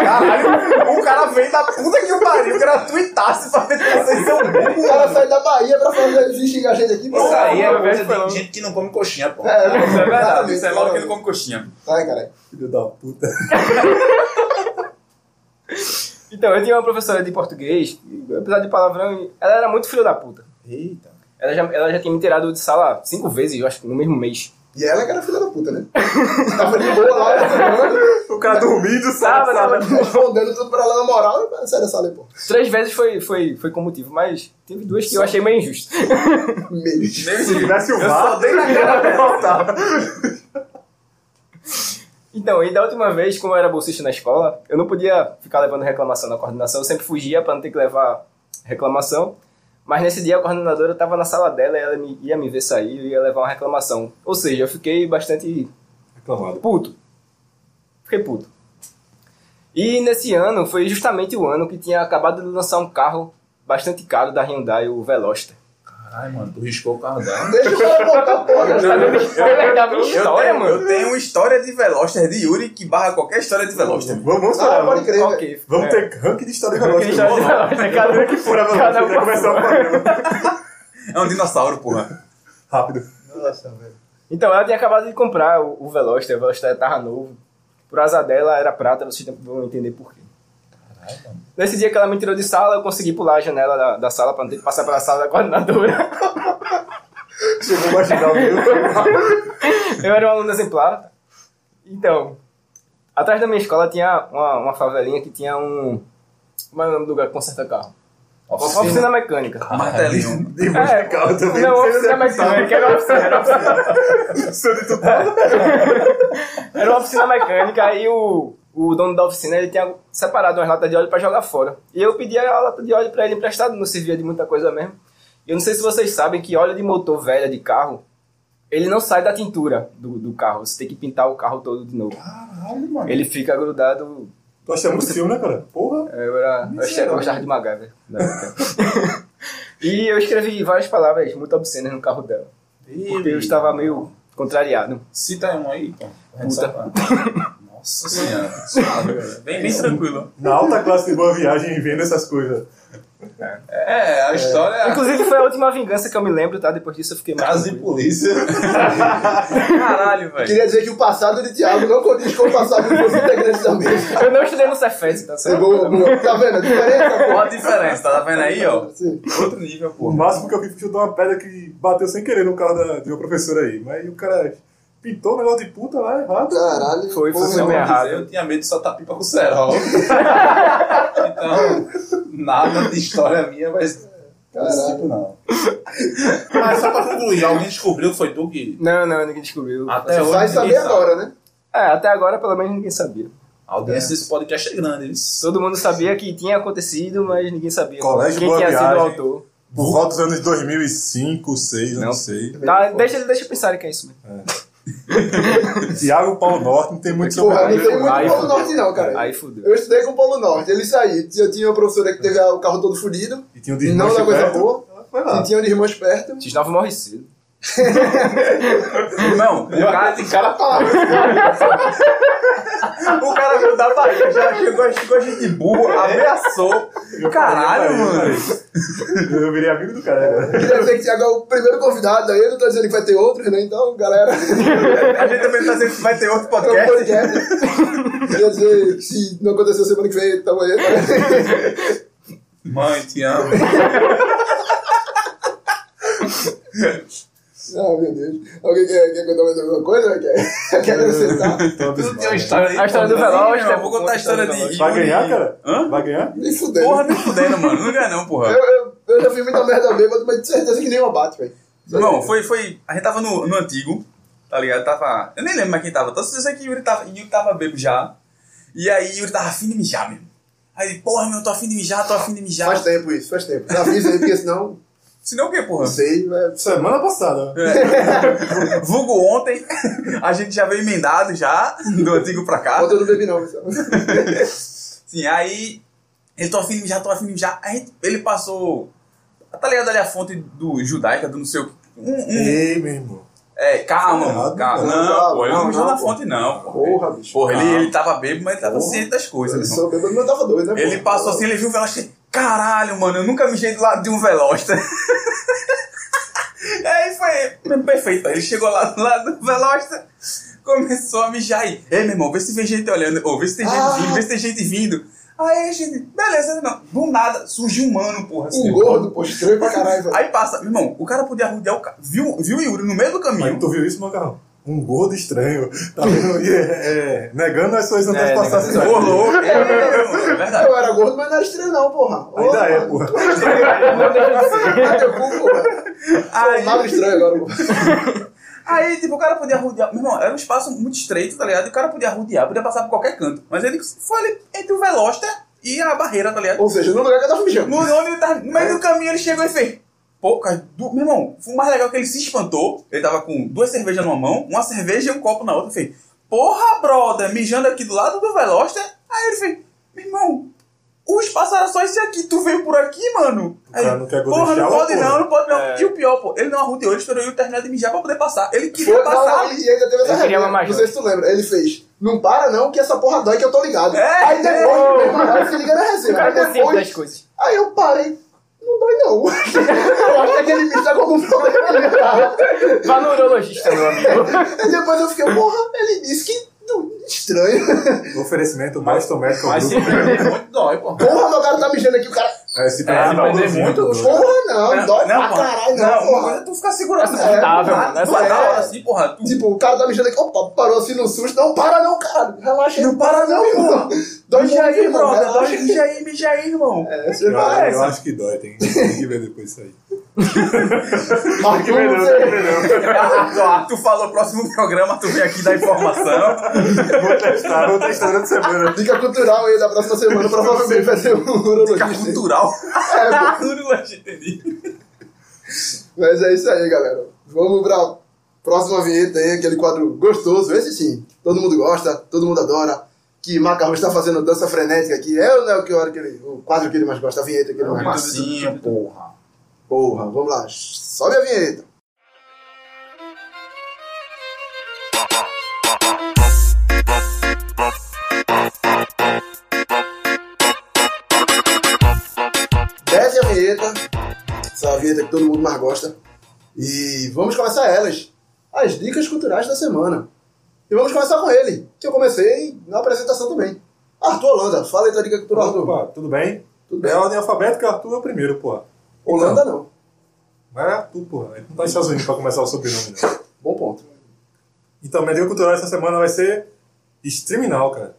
Speaker 4: O cara veio da puta que o pariu, gratuitasse pra ver que vocês são burros.
Speaker 3: O cara sai da Bahia pra fazer um vir xingar a gente aqui. pô.
Speaker 1: Isso aí é
Speaker 5: Não,
Speaker 1: coisa
Speaker 5: não, não.
Speaker 1: de gente que não come coxinha, pô.
Speaker 3: É, não,
Speaker 4: Isso é verdade, isso é mal
Speaker 3: exatamente.
Speaker 4: que ele come coxinha.
Speaker 3: Vai, caralho.
Speaker 2: Filho da puta.
Speaker 5: Então, eu tinha uma professora de português, e, apesar de palavrão, ela era muito filha da puta.
Speaker 1: Eita.
Speaker 5: Ela já, ela já tinha me tirado de sala cinco vezes, eu acho, no mesmo mês.
Speaker 3: E ela que era filha da puta, né? Tava de boa lá, respondendo,
Speaker 2: O cara dormindo, sabe?
Speaker 5: Sábado, sábado.
Speaker 3: respondendo tudo pra ela na moral. e Sai dessa lei, pô.
Speaker 5: Três vezes foi, foi, foi com motivo, mas teve duas que eu achei meio injusto.
Speaker 3: Meio.
Speaker 2: Se tivesse um o
Speaker 4: Eu só
Speaker 2: VAR,
Speaker 4: dei na cara dela.
Speaker 5: Então, e da última vez, como eu era bolsista na escola, eu não podia ficar levando reclamação na coordenação, eu sempre fugia pra não ter que levar reclamação. Mas nesse dia a coordenadora estava na sala dela e ela me- ia me ver sair e ia levar uma reclamação. Ou seja, eu fiquei bastante
Speaker 2: Reclamado.
Speaker 5: puto. Fiquei puto. E nesse ano foi justamente o ano que tinha acabado de lançar um carro bastante caro da Hyundai, o Veloster.
Speaker 1: Caralho, mano, tu riscou o cardápio.
Speaker 3: Deixa eu botar a porra,
Speaker 5: Tá dando spoiler da minha história,
Speaker 4: tenho,
Speaker 5: mano.
Speaker 4: eu tenho história de Veloster de Yuri que barra qualquer história de Veloster.
Speaker 2: Vamos, vamos
Speaker 3: Ah,
Speaker 2: falar.
Speaker 3: pode
Speaker 2: Vamos,
Speaker 3: crer. velho.
Speaker 5: Ok.
Speaker 2: vamos
Speaker 5: é.
Speaker 2: ter ranking de história de
Speaker 5: Ranking de história de
Speaker 2: relógio.
Speaker 5: relógio, cada- um
Speaker 2: que fura
Speaker 5: cada
Speaker 2: relógio. Vai
Speaker 5: uma
Speaker 2: começar o programa.
Speaker 4: É um dinossauro, porra.
Speaker 2: Rápido.
Speaker 3: Nossa, velho.
Speaker 5: Então, ela tinha acabado de comprar o, o Veloster, o Veloster tava novo. Por asa dela, era prata, vocês vão entender porquê. Nesse dia que ela me tirou de sala, eu consegui pular a janela da, da sala pra não ter que passar pela sala da coordenadora.
Speaker 2: Chegou mais final viu?
Speaker 5: Eu era um aluno exemplar. Então, atrás da minha escola tinha uma, uma favelinha que tinha um. Como é o nome do lugar que conserta carro? Uma oficina mecânica.
Speaker 4: Martelinho.
Speaker 2: E vou
Speaker 5: É,
Speaker 2: explicar também.
Speaker 5: Não,
Speaker 2: sei se é
Speaker 5: oficina
Speaker 2: você sabe.
Speaker 5: mecânica, era uma oficina, era uma oficina.
Speaker 2: Isso de tudo.
Speaker 5: Era uma oficina mecânica e o, o dono da oficina ele tinha separado umas latas de óleo pra jogar fora. E eu pedi a lata de óleo pra ele emprestado, não servia de muita coisa mesmo. E eu não sei se vocês sabem que óleo de motor velha de carro, ele não sai da tintura do, do carro. Você tem que pintar o carro todo de novo.
Speaker 2: Caralho, mano.
Speaker 5: Ele fica grudado. é,
Speaker 2: Tu acha muito filme, né, cara? Porra.
Speaker 5: Eu, era, eu, achei,
Speaker 2: Miserável.
Speaker 5: eu gostava de MacGyver. na época. e eu escrevi várias palavras muito obscenas no carro dela. Porque eu estava meio contrariado.
Speaker 1: Cita um aí, pô. A gente
Speaker 5: Puta.
Speaker 1: sabe. Nossa senhora.
Speaker 4: Suave, velho. bem, bem tranquilo.
Speaker 2: Na alta classe de boa viagem, vendo essas coisas.
Speaker 1: É, a história é
Speaker 5: Inclusive foi a última vingança que eu me lembro, tá? Depois disso eu fiquei mais.
Speaker 1: casa de
Speaker 5: tranquilo.
Speaker 1: polícia.
Speaker 4: Caralho, velho.
Speaker 3: Queria dizer que o passado de Thiago não condiz com o passado dos integrantes da mesa.
Speaker 5: Eu não estudei no Cefet, tá certo?
Speaker 3: Boa, boa. Tá vendo a diferença,
Speaker 4: Olha a diferença, tá vendo aí, ó?
Speaker 3: pô? Sim.
Speaker 4: Outro nível,
Speaker 2: O
Speaker 4: porra.
Speaker 2: máximo que eu vi foi chutar uma pedra que bateu sem querer no carro da, de uma professora aí. Mas o cara pintou um negócio de puta lá errado.
Speaker 3: Caralho.
Speaker 5: Foi, foi,
Speaker 1: Se eu
Speaker 5: foi
Speaker 1: vou
Speaker 5: bem
Speaker 1: dizer,
Speaker 5: é errado.
Speaker 1: eu tinha medo de soltar pipa com cerol. então, nada de história minha vai ser desse
Speaker 3: Caralho.
Speaker 1: tipo, não. Mas só pra concluir, alguém descobriu que foi tu que.
Speaker 5: Não, não, ninguém descobriu.
Speaker 1: Até hoje.
Speaker 3: Vai saber
Speaker 1: ninguém sabe.
Speaker 3: agora, né?
Speaker 5: Ah. É, até agora pelo menos ninguém sabia.
Speaker 1: A audiência desse podcast é grande, eles.
Speaker 5: Todo mundo sabia que tinha acontecido, mas ninguém sabia
Speaker 2: Colégio
Speaker 5: quem
Speaker 2: Boa
Speaker 5: tinha sido o
Speaker 2: Viagem.
Speaker 5: autor.
Speaker 2: Por volta dos anos 2005, 2006, eu não,
Speaker 5: Não.
Speaker 2: sei.
Speaker 5: Tá, deixa, deixa eu pensar que é isso mesmo.
Speaker 2: Tiago Paulo Norte, não tem muito sobre
Speaker 3: Porra,
Speaker 2: né?
Speaker 3: não
Speaker 5: aí
Speaker 3: tem
Speaker 5: foi-
Speaker 3: muito
Speaker 5: aí
Speaker 3: Polo
Speaker 5: foi-
Speaker 3: Norte, não, cara.
Speaker 5: Aí fudeu.
Speaker 3: Eu estudei com o Polo Norte, ele saiu. Eu tinha uma professora que teve o carro todo fudido,
Speaker 2: E tinha um
Speaker 3: e não
Speaker 2: desmanche
Speaker 3: era coisa
Speaker 2: perto.
Speaker 3: boa,
Speaker 2: Ela Foi
Speaker 3: e
Speaker 2: lá.
Speaker 3: tinha um de irmãos perto.
Speaker 5: X9 morre cedo.
Speaker 4: Irmão, o cara,
Speaker 1: tem cara pra
Speaker 4: o cara veio da Bahia, já chegou, chegou a gente burro, ameaçou. Caralho, mano.
Speaker 2: Eu virei amigo do cara né? agora.
Speaker 3: Queria dizer que Thiago é o primeiro convidado aí, eu não tô dizendo que vai ter outros, né? Então, galera,
Speaker 4: A gente também tá dizendo que vai ter outro
Speaker 3: é um
Speaker 4: podcast.
Speaker 3: podcast. Queria dizer que se não acontecer semana que vem, tamo aí. né?
Speaker 1: Mãe, te amo.
Speaker 3: Ah, meu Deus. Alguém quer, quer contar mais alguma coisa? Quer, quer acrescentar?
Speaker 2: Então,
Speaker 1: Tu tem uma história aí.
Speaker 5: A história
Speaker 1: pô,
Speaker 5: do
Speaker 1: né?
Speaker 5: Veloster.
Speaker 4: Eu vou contar a história
Speaker 5: um
Speaker 4: de.
Speaker 2: Vai ganhar, cara?
Speaker 4: Hã?
Speaker 2: Vai ganhar?
Speaker 3: Nem fudendo.
Speaker 4: Porra, nem fudendo, mano. Não ganha, não, porra.
Speaker 3: Eu, eu, eu já fiz muita merda bêbado, mas de certeza que nenhuma bate, velho.
Speaker 4: Irmão, foi, foi. A gente tava no, no antigo, tá ligado? Tava. Eu nem lembro mais quem tava. Então eu sei que Yuri tava, Yuri tava bebo já. E aí Yuri tava afim de mijar, meu. Aí ele, porra, meu, tô afim de mijar, tô afim de mijar.
Speaker 3: Faz tempo isso, faz tempo. Avisa aí, porque senão,
Speaker 4: Senão o quê, porra? É.
Speaker 3: não sei, vai.
Speaker 2: Semana passada.
Speaker 4: Vulgo ontem, a gente já veio emendado já, do antigo pra cá.
Speaker 3: Ontem eu não bebi, não, pessoal.
Speaker 4: Sim, aí. Ele tô afim de mijar, tô afim de mijar. Aí ele passou. Tá ligado ali a fonte do judaica, do não sei o que. Um, um,
Speaker 2: Ei, meu irmão.
Speaker 4: é, calma,
Speaker 2: Errado,
Speaker 4: calma.
Speaker 3: Tá não,
Speaker 4: Não,
Speaker 3: calma,
Speaker 4: pô, ele não
Speaker 3: não,
Speaker 4: mijou na
Speaker 3: pô.
Speaker 4: fonte, não, pô.
Speaker 3: Porra, bicho.
Speaker 4: Porra, ele, Calma. ele tava bêbado, mas ele tava
Speaker 2: Porra.
Speaker 4: ciente das coisas,
Speaker 3: Eu
Speaker 4: meu irmão.
Speaker 3: sou bêbado, mas eu tava doido, né?
Speaker 4: Ele
Speaker 3: pô?
Speaker 4: passou assim, ele viu o Veloster. Caralho, mano, eu nunca mijei do lado de um Veloster. E aí foi perfeito. Ele chegou lá do lado do Veloster, começou a mijar aí. Ei, meu irmão, vê se tem gente olhando, ou vê se tem gente
Speaker 3: Ah.
Speaker 4: vindo, vê se tem gente vindo. Aí, gente, beleza, não. Do nada, surgiu um mano, porra.
Speaker 3: Um gordo, pô, estranho pra caralho, velho.
Speaker 4: Aí passa, meu irmão, o cara podia rodear o cara. Viu, viu o Yuri no meio do
Speaker 2: Mas
Speaker 4: caminho.
Speaker 2: tu viu isso, macarrão? Um gordo estranho. Tá vendo? E é, é, negando as suas antepassadas.
Speaker 5: negando
Speaker 4: Ô,
Speaker 5: as
Speaker 4: louco. É, é verdade.
Speaker 3: Eu era gordo, mas não era estranho, não, porra. Ô,
Speaker 2: Ainda é,
Speaker 3: mano,
Speaker 2: porra.
Speaker 5: Não deixa de ser.
Speaker 3: Vai teu cu, porra. Sou
Speaker 4: Aí-
Speaker 3: um magro estranho agora, pô.
Speaker 4: Aí, tipo, o cara podia rodear. Meu irmão, era um espaço muito estreito, tá ligado? E o cara podia rodear, podia passar por qualquer canto. Mas ele foi ali entre o Veloster e a barreira, tá ligado?
Speaker 3: Ou seja, no lugar que eu tava mijando.
Speaker 4: No, onde ele tá, no meio do caminho ele chegou e fez. Pô, cara, do, meu irmão, foi o mais legal é que ele se espantou. Ele tava com duas cervejas numa mão, uma cerveja e um copo na outra. Ele fez, porra, brother, mijando aqui do lado do Veloster. Aí ele fez, meu irmão, o espaço era só esse aqui, tu veio por aqui, mano.
Speaker 2: O cara
Speaker 4: Aí,
Speaker 2: não quer
Speaker 4: porra,
Speaker 2: deixar
Speaker 4: não
Speaker 2: o
Speaker 4: pode
Speaker 2: porra.
Speaker 4: não, não pode não.
Speaker 5: É.
Speaker 4: E o pior, pô, ele não arrudeou, ele esperou eu terminar de mijar pra poder passar. Ele queria
Speaker 3: Foi, não,
Speaker 4: passar.
Speaker 3: não, e ainda teve essa
Speaker 5: Eu queria
Speaker 3: regra.
Speaker 5: uma mais
Speaker 3: Não sei se tu lembra. Ele fez. Não para não, que essa porra dói que eu tô ligado.
Speaker 4: É,
Speaker 3: aí
Speaker 4: é.
Speaker 3: depois, meu irmão, aí se liga na
Speaker 5: O
Speaker 3: resenha.
Speaker 5: cara
Speaker 3: Aí
Speaker 5: tá ciente das
Speaker 3: depois,
Speaker 5: coisas.
Speaker 3: aí eu parei. Não dói não. eu acho que aquele bicho tá com algum problema.
Speaker 5: Vá no urologista, meu amigo.
Speaker 3: e depois eu fiquei, porra, ele disse que não, estranho.
Speaker 2: O oferecimento Boston Medical
Speaker 1: Mas se
Speaker 2: Group.
Speaker 1: perder muito dói, pô.
Speaker 3: Porra, meu cara tá mijando aqui, o cara.
Speaker 2: É, se
Speaker 1: É,
Speaker 2: perder
Speaker 1: se perder muito, os
Speaker 2: Não,
Speaker 3: Porra, não, dói pra
Speaker 4: pô,
Speaker 3: caralho, não,
Speaker 4: não, uma
Speaker 3: porra.
Speaker 4: coisa é tu ficar segurando.
Speaker 3: É,
Speaker 5: confortável, mano, é
Speaker 4: Duas
Speaker 3: confortável.
Speaker 4: horas assim, porra, tu
Speaker 3: Tipo, o cara tá mijando aqui, opa, parou assim no susto. Não, para não, caralho. Relaxa aí.
Speaker 4: Não para não, irmão.
Speaker 3: Dói
Speaker 4: Mija
Speaker 3: muito,
Speaker 4: aí,
Speaker 3: irmão.
Speaker 4: brother.
Speaker 3: Relaxa.
Speaker 4: Dói, mija aí, mija aí, irmão.
Speaker 3: É, você
Speaker 2: Eu,
Speaker 3: vai.
Speaker 2: eu acho que dói, tem, tem que ver depois isso aí.
Speaker 3: Marcou você.
Speaker 4: Ah, tu falou próximo programa, tu vem aqui dar informação.
Speaker 2: Vou testar, vou testar durante a semana.
Speaker 3: Dica cultural aí da próxima semana, provavelmente vai ser um
Speaker 4: Fica
Speaker 3: urologista.
Speaker 4: cultural.
Speaker 3: É,
Speaker 4: Urologia.
Speaker 3: Mas é isso aí, galera. Vamos pra próxima vinheta aí, aquele quadro gostoso. Esse sim, todo mundo gosta, todo mundo adora. Que Macarrão está fazendo dança frenética aqui. É o, né, o, que, o, que ele, o quadro que ele mais gosta, a vinheta que ele mais gosta.
Speaker 2: assim,
Speaker 6: assim,
Speaker 1: Massinho, porra.
Speaker 3: Porra, vamos lá. Sobe a vinheta. Desce a vinheta. Essa é vinheta que todo mundo mais gosta. E vamos começar elas. As dicas culturais da semana. E vamos começar com ele, que eu comecei na apresentação também. Arthur Holanda, fala aí da dica cultural, Arthur.
Speaker 2: Opa, tudo bem?
Speaker 3: Tudo
Speaker 2: É
Speaker 3: bem.
Speaker 2: a ordem alfabética, Arthur é o primeiro, porra.
Speaker 3: Holanda não.
Speaker 2: Mas é Arthur, porra. Ele não tá nos Estados Unidos pra começar o sobrenome, não.
Speaker 3: Bom ponto.
Speaker 2: Então, minha dica cultural essa semana vai ser Streaminal, cara.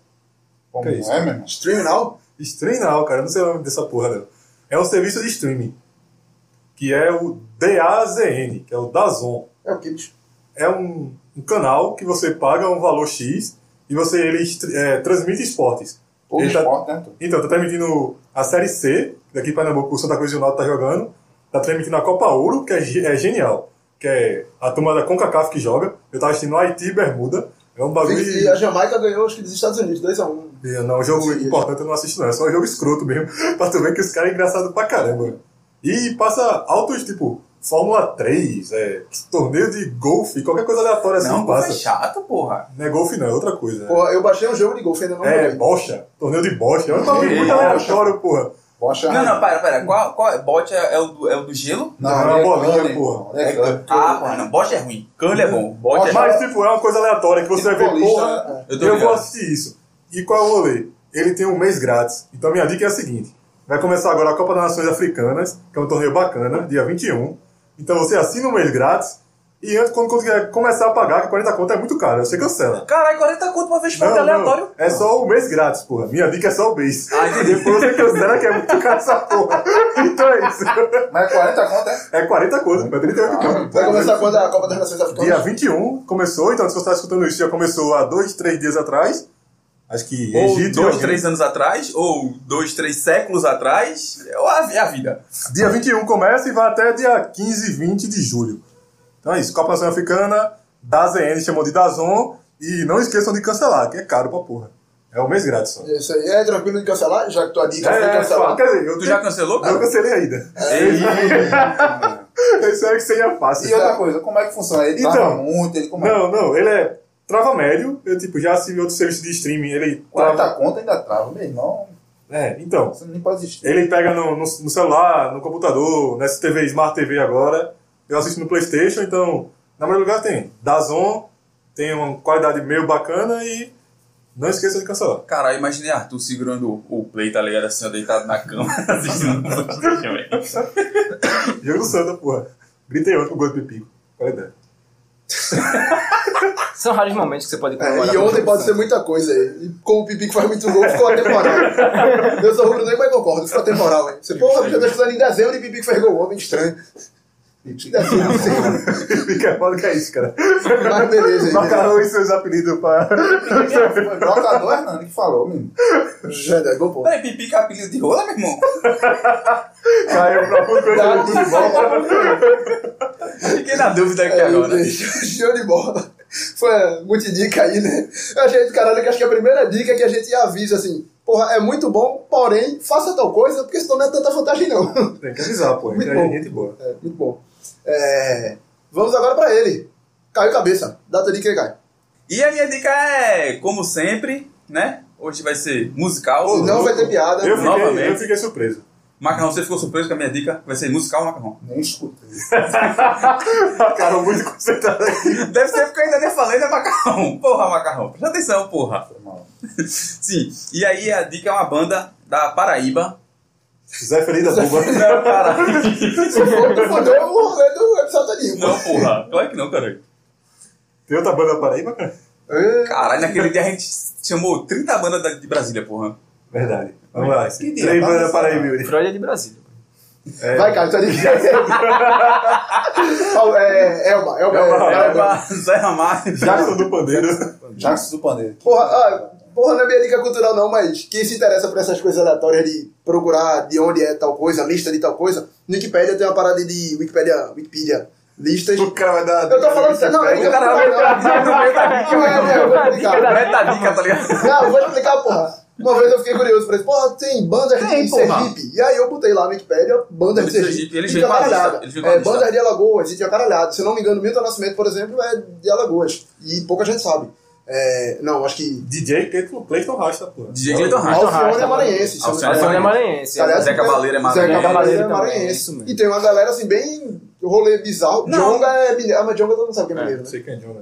Speaker 6: Como
Speaker 2: Que isso?
Speaker 6: é, meu irmão?
Speaker 3: Stream now?
Speaker 2: Streaminal, cara. Não sei o nome dessa porra, não. É um serviço de streaming. Que é o DAZN, que é o Dazon.
Speaker 3: É o que, bicho?
Speaker 2: é um, um canal que você paga um valor X e você ele estre- é, transmite esportes.
Speaker 6: Todo
Speaker 2: Ele tá-
Speaker 6: esporte, né? tu?
Speaker 2: Então, tá transmitindo a Série C, daqui para Pernambuco, o Santa Cruz e o Náutico tá jogando. Tá transmitindo a Copa Ouro, que é, ge- é genial. Que é a turma da CONCACAF que joga. Eu tava assistindo Haiti e Bermuda. É um bagulho...
Speaker 3: E e a Jamaica ganhou, acho que dos Estados Unidos, 2x1.
Speaker 2: Eu Não, é um jogo
Speaker 3: Sim.
Speaker 2: importante eu não assisto não, é só um jogo escroto mesmo, pra tu ver que os caras é engraçado pra caramba. E passa altos, tipo, Fórmula 3, é, torneio de golfe, qualquer coisa aleatória assim
Speaker 4: Não,
Speaker 2: passa.
Speaker 4: passa. chato, porra.
Speaker 2: Não é golfe não, é outra coisa.
Speaker 3: Porra, eu baixei um jogo de golfe ainda não
Speaker 2: é,
Speaker 3: joguei.
Speaker 2: bocha. Torneio de bocha. É um bagulho muito
Speaker 4: Ei,
Speaker 2: aleatório, porra.
Speaker 6: Bocha.
Speaker 4: Não, não, pera, pera. Qual, qual é? Bote é, é o do, é o do gelo?
Speaker 2: Não, é uma
Speaker 6: é
Speaker 2: bolinha,
Speaker 3: né?
Speaker 6: curling,
Speaker 2: porra.
Speaker 6: É curling.
Speaker 4: Ah, porra, não. Bote é ruim. Cano é bom. Bote é
Speaker 2: Mas,
Speaker 4: bom.
Speaker 2: tipo, é uma coisa aleatória que você
Speaker 3: tipo
Speaker 2: vai ver,
Speaker 6: Futebolista,
Speaker 2: porra,
Speaker 6: né?
Speaker 4: Eu tô
Speaker 2: eu vou
Speaker 4: ligado.
Speaker 2: assistir isso. E qual é o rolê? Ele tem um mês grátis. Então, minha dica é a seguinte. Vai começar agora a Copa das Nações Africanas, que é um torneio bacana, dia 21. Então, você assina um mês grátis e antes, quando conseguir começar a pagar, que 40 conto é muito caro, você cancela.
Speaker 4: Caralho, tá 40 conto pra ver
Speaker 2: Não,
Speaker 4: esporte
Speaker 2: não,
Speaker 4: aleatório.
Speaker 2: é só o mês grátis, porra. Minha dica é só o mês.
Speaker 4: Ah, entendi.
Speaker 2: Depois você cancela que é muito caro essa porra. Então é isso.
Speaker 6: Mas 40 conto é?
Speaker 2: É 40 conto, é 38 conto.
Speaker 3: Vai começar quando a Copa das Nações
Speaker 2: Dia
Speaker 3: Africanas?
Speaker 2: 21 começou, então se você está escutando isso, já começou há dois, três dias atrás. Acho que
Speaker 4: Ou
Speaker 2: Egito.
Speaker 4: dois,
Speaker 2: Egito.
Speaker 4: três anos atrás, ou dois, três séculos atrás, ou a, é a vida.
Speaker 2: Dia 21 começa e vai até dia 15, 20 de julho. Então é isso, Copa Nação Africana, DAZN chamou de DAZON e não esqueçam de cancelar, que é caro pra porra. É um mês grátis só.
Speaker 3: Isso aí é tranquilo de cancelar, já que tua dica foi
Speaker 4: É,
Speaker 2: só-
Speaker 3: cancelar.
Speaker 2: quer dizer, eu
Speaker 4: Tu já cancelou,
Speaker 2: Não
Speaker 4: cara?
Speaker 2: cancelei ainda.
Speaker 1: É.
Speaker 2: É
Speaker 4: Ei.
Speaker 2: Eu espero que seja fácil.
Speaker 6: E outra coisa, como é que funciona? Ele trava
Speaker 2: Então.
Speaker 6: muito, ele como é?
Speaker 2: Não, não, ele é trava médio, eu tipo, já assisti outro serviço de streaming, ele
Speaker 6: 40
Speaker 2: trava...
Speaker 6: conto ainda trava, meu irmão.
Speaker 2: É, então,
Speaker 6: Você nem pode existir.
Speaker 2: Ele pega no, no- no celular, no computador, nessa TV, Smart TV agora. Eu assisto no Playstation, então, na maioria lugar tem. Dazon, tem uma qualidade meio bacana e não esqueça de cancelar.
Speaker 4: Cara, eu imaginei Arthur segurando o- o play, tá ligado? Assim, ó, deitado na cama, assistindo um PlayStation, velho.
Speaker 2: Jogo do Santa, porra. Gritei ontem com o gol de Pipico. né? Qualidade.
Speaker 5: São raros momentos que você pode
Speaker 3: É,
Speaker 5: comemorar.
Speaker 3: e
Speaker 2: tá
Speaker 5: com
Speaker 3: ontem
Speaker 5: tudo.
Speaker 3: pode ser muita coisa aí. E como o Pipico faz muito gol, ficou atemporal. Eu sou rubro negro, mas concordo, ficou atemporal. hein? Você, porra, bicho, eu tô estudando em dezembro e Pipico fez gol, homem estranho.
Speaker 2: Fica foda que é isso, cara.
Speaker 3: Mas beleza.
Speaker 2: Macarrão e seus apelidos pra.
Speaker 6: Foi o trocador Hernani que falou, menino.
Speaker 3: Verdade, é, bom ponto.
Speaker 4: Peraí, pipica apelido de rola, meu irmão?
Speaker 2: Caiu pra outra coisa do futebol.
Speaker 4: Fiquei na dúvida aqui
Speaker 3: É,
Speaker 4: agora.
Speaker 3: Show de bola. Foi muita dica aí, né? Eu achei do caralho que acho que a primeira dica é que a gente avisa assim, porra, é muito bom, porém, faça tal coisa, porque senão não é tanta vantagem não.
Speaker 2: Tem que avisar, pô.
Speaker 3: Muito
Speaker 2: Então
Speaker 3: bom.
Speaker 2: é gente boa.
Speaker 3: É, muito bom. É, vamos agora pra ele. Caiu cabeça. Data de quem cai.
Speaker 4: E a minha dica é, como sempre, né? Hoje vai ser musical.
Speaker 3: Não vai ter piada.
Speaker 2: Eu fiquei,
Speaker 4: Novamente.
Speaker 2: eu fiquei surpreso.
Speaker 4: Macarrão, você ficou surpreso com a minha dica? Vai ser musical ou macarrão?
Speaker 6: Nem escutei.
Speaker 2: Ficaram muito concentrados aqui.
Speaker 4: Deve ser porque eu ainda nem falei, né, macarrão? Porra, macarrão. Presta atenção, porra. Sim. E aí a dica é uma banda da Paraíba.
Speaker 2: Zé Feliz da Bomba.
Speaker 4: Não, caralho.
Speaker 3: Se for, tu fodeu o rolê do episódio todinho.
Speaker 4: Não, porra. Claro que não, caralho.
Speaker 2: Tem outra banda da Paraíba, cara?
Speaker 3: É,
Speaker 4: Caralho, né? naquele dia a gente chamou 30 bandas da- de Brasília, porra.
Speaker 2: Verdade. Vamos lá.
Speaker 6: Que dia,
Speaker 2: Três
Speaker 6: tá
Speaker 2: bandas da
Speaker 6: pensando.
Speaker 2: Paraíba, Yuri.
Speaker 5: Freud é de Brasília.
Speaker 2: É.
Speaker 3: Vai, Caio, tá de quem? é, Elba, Elba, Elba.
Speaker 2: Elba.
Speaker 3: Elba.
Speaker 4: Zé Ramalho.
Speaker 2: Jackson do Pandeiro.
Speaker 6: Jackson do Pandeiro.
Speaker 3: Porra, ah, porra, não é minha dica cultural não, mas quem se interessa por essas coisas aleatórias de procurar de onde é tal coisa, lista de tal coisa, no Wikipedia tem uma parada de Wikipedia, Wikipedia listas.
Speaker 2: O cara vai dar.
Speaker 3: Eu tô falando sério, não, é dica
Speaker 4: O cara
Speaker 3: cultural, não.
Speaker 4: vai no meio da dica,
Speaker 3: Não, é,
Speaker 4: meu
Speaker 3: é, eu
Speaker 4: irmão.
Speaker 3: vou explicar.
Speaker 4: Meta dica, tá ligado?
Speaker 3: Não, eu vou explicar, porra. Uma vez eu fiquei curioso, falei, porra, tem bandas
Speaker 4: Tem,
Speaker 3: de
Speaker 4: porra.
Speaker 3: Sergipe. E aí eu botei lá no Wikipedia, bandas de
Speaker 4: Eles-
Speaker 3: Sergipe.
Speaker 4: eles
Speaker 3: e
Speaker 4: vêm com a lista,
Speaker 3: caralhada.
Speaker 4: eles vêm com a
Speaker 3: É,
Speaker 4: lista.
Speaker 3: bandas de Alagoas, e tinha caralhada. Se eu não me engano, Milton Nascimento, por exemplo, é de Alagoas. E pouca gente sabe. É, não, acho que
Speaker 2: DJ Clayton- Clayton Rasta, pô.
Speaker 4: DJ Clayton Rasta.
Speaker 3: Alcione é
Speaker 5: Rasta,
Speaker 3: maranhense. se eu não me
Speaker 4: Alcione é
Speaker 3: engano.
Speaker 5: Alcione é maranhense.
Speaker 3: Aliás,
Speaker 4: Zé Cavaleiro é maranhense.
Speaker 3: Zé Cavaleiro é
Speaker 5: Cavaleiro também,
Speaker 3: maranhense.
Speaker 5: isso mesmo.
Speaker 3: E tem uma galera assim, bem rolê bizarro.
Speaker 4: Não.
Speaker 3: Jonga é mineiro. Ah, mas Jonga todo mundo sabe que é mineiro,
Speaker 2: Não
Speaker 3: né?
Speaker 2: sei quem é John,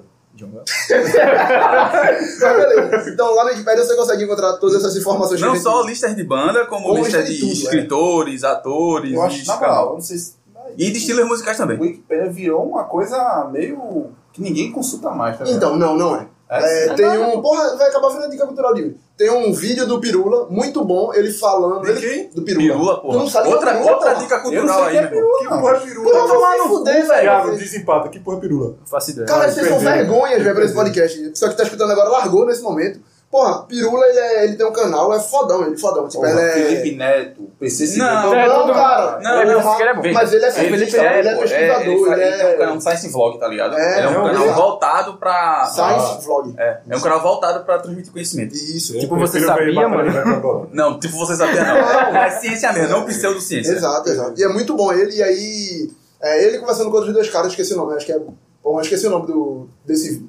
Speaker 2: velho.
Speaker 3: Mas beleza. Então lá no Wikipedia você consegue encontrar todas essas informações. que a
Speaker 4: Não
Speaker 3: gente-
Speaker 4: só listas de banda, como,
Speaker 3: Como
Speaker 4: lista
Speaker 3: lista
Speaker 4: de
Speaker 3: de tudo, é.
Speaker 4: escritores, atores,
Speaker 6: Eu acho,
Speaker 4: e
Speaker 6: na moral, eu não sei se.
Speaker 4: E de estilos musicais também.
Speaker 6: O Wikipedia virou uma coisa meio. que ninguém consulta mais, tá ligado?
Speaker 3: Então, não, não é.
Speaker 6: É,
Speaker 3: É, tem um. Porra, vai acabar virando dica cultural de hoje. Tem um vídeo do Pirula, muito bom, ele falando.
Speaker 2: De
Speaker 3: ele-
Speaker 2: quem?
Speaker 3: Do Pirula.
Speaker 4: Pirula,
Speaker 3: Tu
Speaker 4: porra.
Speaker 3: não sabe
Speaker 4: outra
Speaker 3: que é pirula,
Speaker 4: outra
Speaker 3: porra.
Speaker 4: dica
Speaker 6: eu não
Speaker 4: cultural
Speaker 6: sei
Speaker 4: aí,
Speaker 6: que é
Speaker 4: né?
Speaker 6: pirula,
Speaker 2: Que
Speaker 6: não.
Speaker 2: porra
Speaker 3: Porra,
Speaker 2: pirula?
Speaker 3: vai se fuder,
Speaker 2: Thiago,
Speaker 3: velho.
Speaker 2: desempata. Que porra pirula?
Speaker 5: Não faço ideia.
Speaker 3: Cara, vocês são
Speaker 2: Perdeu.
Speaker 3: vergonhas, velho, pra esse podcast. Só que tá escutando agora, largou nesse momento. Porra, Pirula, ele, é- ele tem um canal, é fodão, ele é fodão. Tipo,
Speaker 6: Porra,
Speaker 3: ele é...
Speaker 6: Felipe Neto, PC
Speaker 4: Não,
Speaker 5: É,
Speaker 3: Não,
Speaker 5: todo-
Speaker 3: cara.
Speaker 4: Não,
Speaker 5: Ele-
Speaker 4: não,
Speaker 5: esse cara é bom.
Speaker 3: Mas ele é
Speaker 4: Ele,
Speaker 3: cientista,
Speaker 4: é,
Speaker 3: ele é
Speaker 4: pô, é,
Speaker 3: pesquisador,
Speaker 4: ele,
Speaker 3: ele,
Speaker 4: faz- ele tem um
Speaker 3: é...
Speaker 4: canal de Science Vlog, tá ligado?
Speaker 3: É,
Speaker 4: ele é um
Speaker 2: é um
Speaker 4: canal
Speaker 3: bizarro.
Speaker 4: voltado pra.
Speaker 3: Science Vlog.
Speaker 4: um É, é um canal voltado pra transmitir conhecimento.
Speaker 3: Isso.
Speaker 5: Tipo,
Speaker 2: Eu
Speaker 5: você
Speaker 2: prefiro
Speaker 5: sabia,
Speaker 2: ver Bacana
Speaker 5: mano?
Speaker 2: Vai pra bola.
Speaker 4: Não, tipo, você sabia não. É ciência mesmo, não pseudociência.
Speaker 3: Exato, exato. E é muito bom ele, e aí... É, ele conversando com outros dois caras, esqueci o nome, acho que é... Bom, eu esqueci o nome do... desse...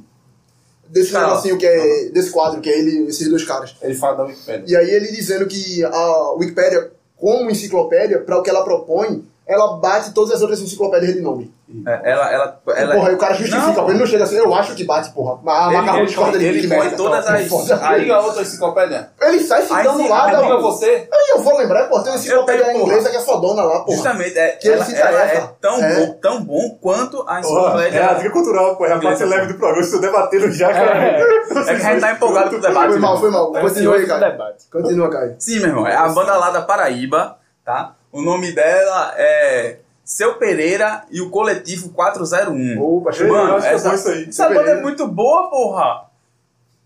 Speaker 3: Desse
Speaker 4: Cara,
Speaker 3: negocinho que é... Desse quadro, que é ele e esses dois caras.
Speaker 6: Ele fala da Wikipedia.
Speaker 3: E aí ele dizendo que a Wikipédia, como enciclopédia, para o que ela propõe, ela bate todas as outras enciclopédias de nome.
Speaker 4: É, ela, ela, ela,
Speaker 3: porra, aí o cara justifica,
Speaker 4: Não.
Speaker 3: pô, ele não chega assim, eu acho que bate, porra. Mas a
Speaker 4: Ele-
Speaker 3: macarrão
Speaker 4: ele-
Speaker 3: discorda de
Speaker 4: ele
Speaker 3: mim, que
Speaker 4: põe
Speaker 3: merda,
Speaker 4: todas
Speaker 3: então,
Speaker 4: as-
Speaker 3: foda.
Speaker 4: Aí-
Speaker 6: Liga a outra enciclopédia.
Speaker 3: Ele sai
Speaker 4: Aí
Speaker 3: citando
Speaker 4: sim,
Speaker 3: lá,
Speaker 4: aí
Speaker 3: da
Speaker 6: Liga
Speaker 4: liga
Speaker 3: Aí
Speaker 6: você.
Speaker 3: eu vou lembrar, pô, tem uma
Speaker 4: Eu
Speaker 3: enciclopédia
Speaker 4: tenho,
Speaker 3: inglesa que é fodona lá, porra.
Speaker 4: Justamente, é,
Speaker 3: Que ele
Speaker 4: ela,
Speaker 3: se
Speaker 4: ela é
Speaker 3: interessa.
Speaker 4: tão
Speaker 3: É.
Speaker 4: Bom, tão bom quanto a
Speaker 2: Porra,
Speaker 4: enciclopédia.
Speaker 2: é a dica cultural, pô. É a parte leve do programa. Estou debatendo já, cara.
Speaker 4: É que a gente tá empolgado com o
Speaker 3: assim, Foi
Speaker 4: debate. meu irmão.
Speaker 3: mal, foi mal. Continua aí,
Speaker 5: Ansioso pro
Speaker 3: Caio.
Speaker 5: debate.
Speaker 3: Continua, Caio.
Speaker 4: Sim, meu irmão. É a banda lá da Paraíba, tá? O nome dela é Seu Pereira e o coletivo 401.
Speaker 3: Opa,
Speaker 2: Ei,
Speaker 3: chegou.
Speaker 2: eu
Speaker 4: Mano,
Speaker 2: acho que é
Speaker 4: essa-
Speaker 2: bom isso aí.
Speaker 4: Essa banda é
Speaker 3: Pereira.
Speaker 4: muito boa, porra!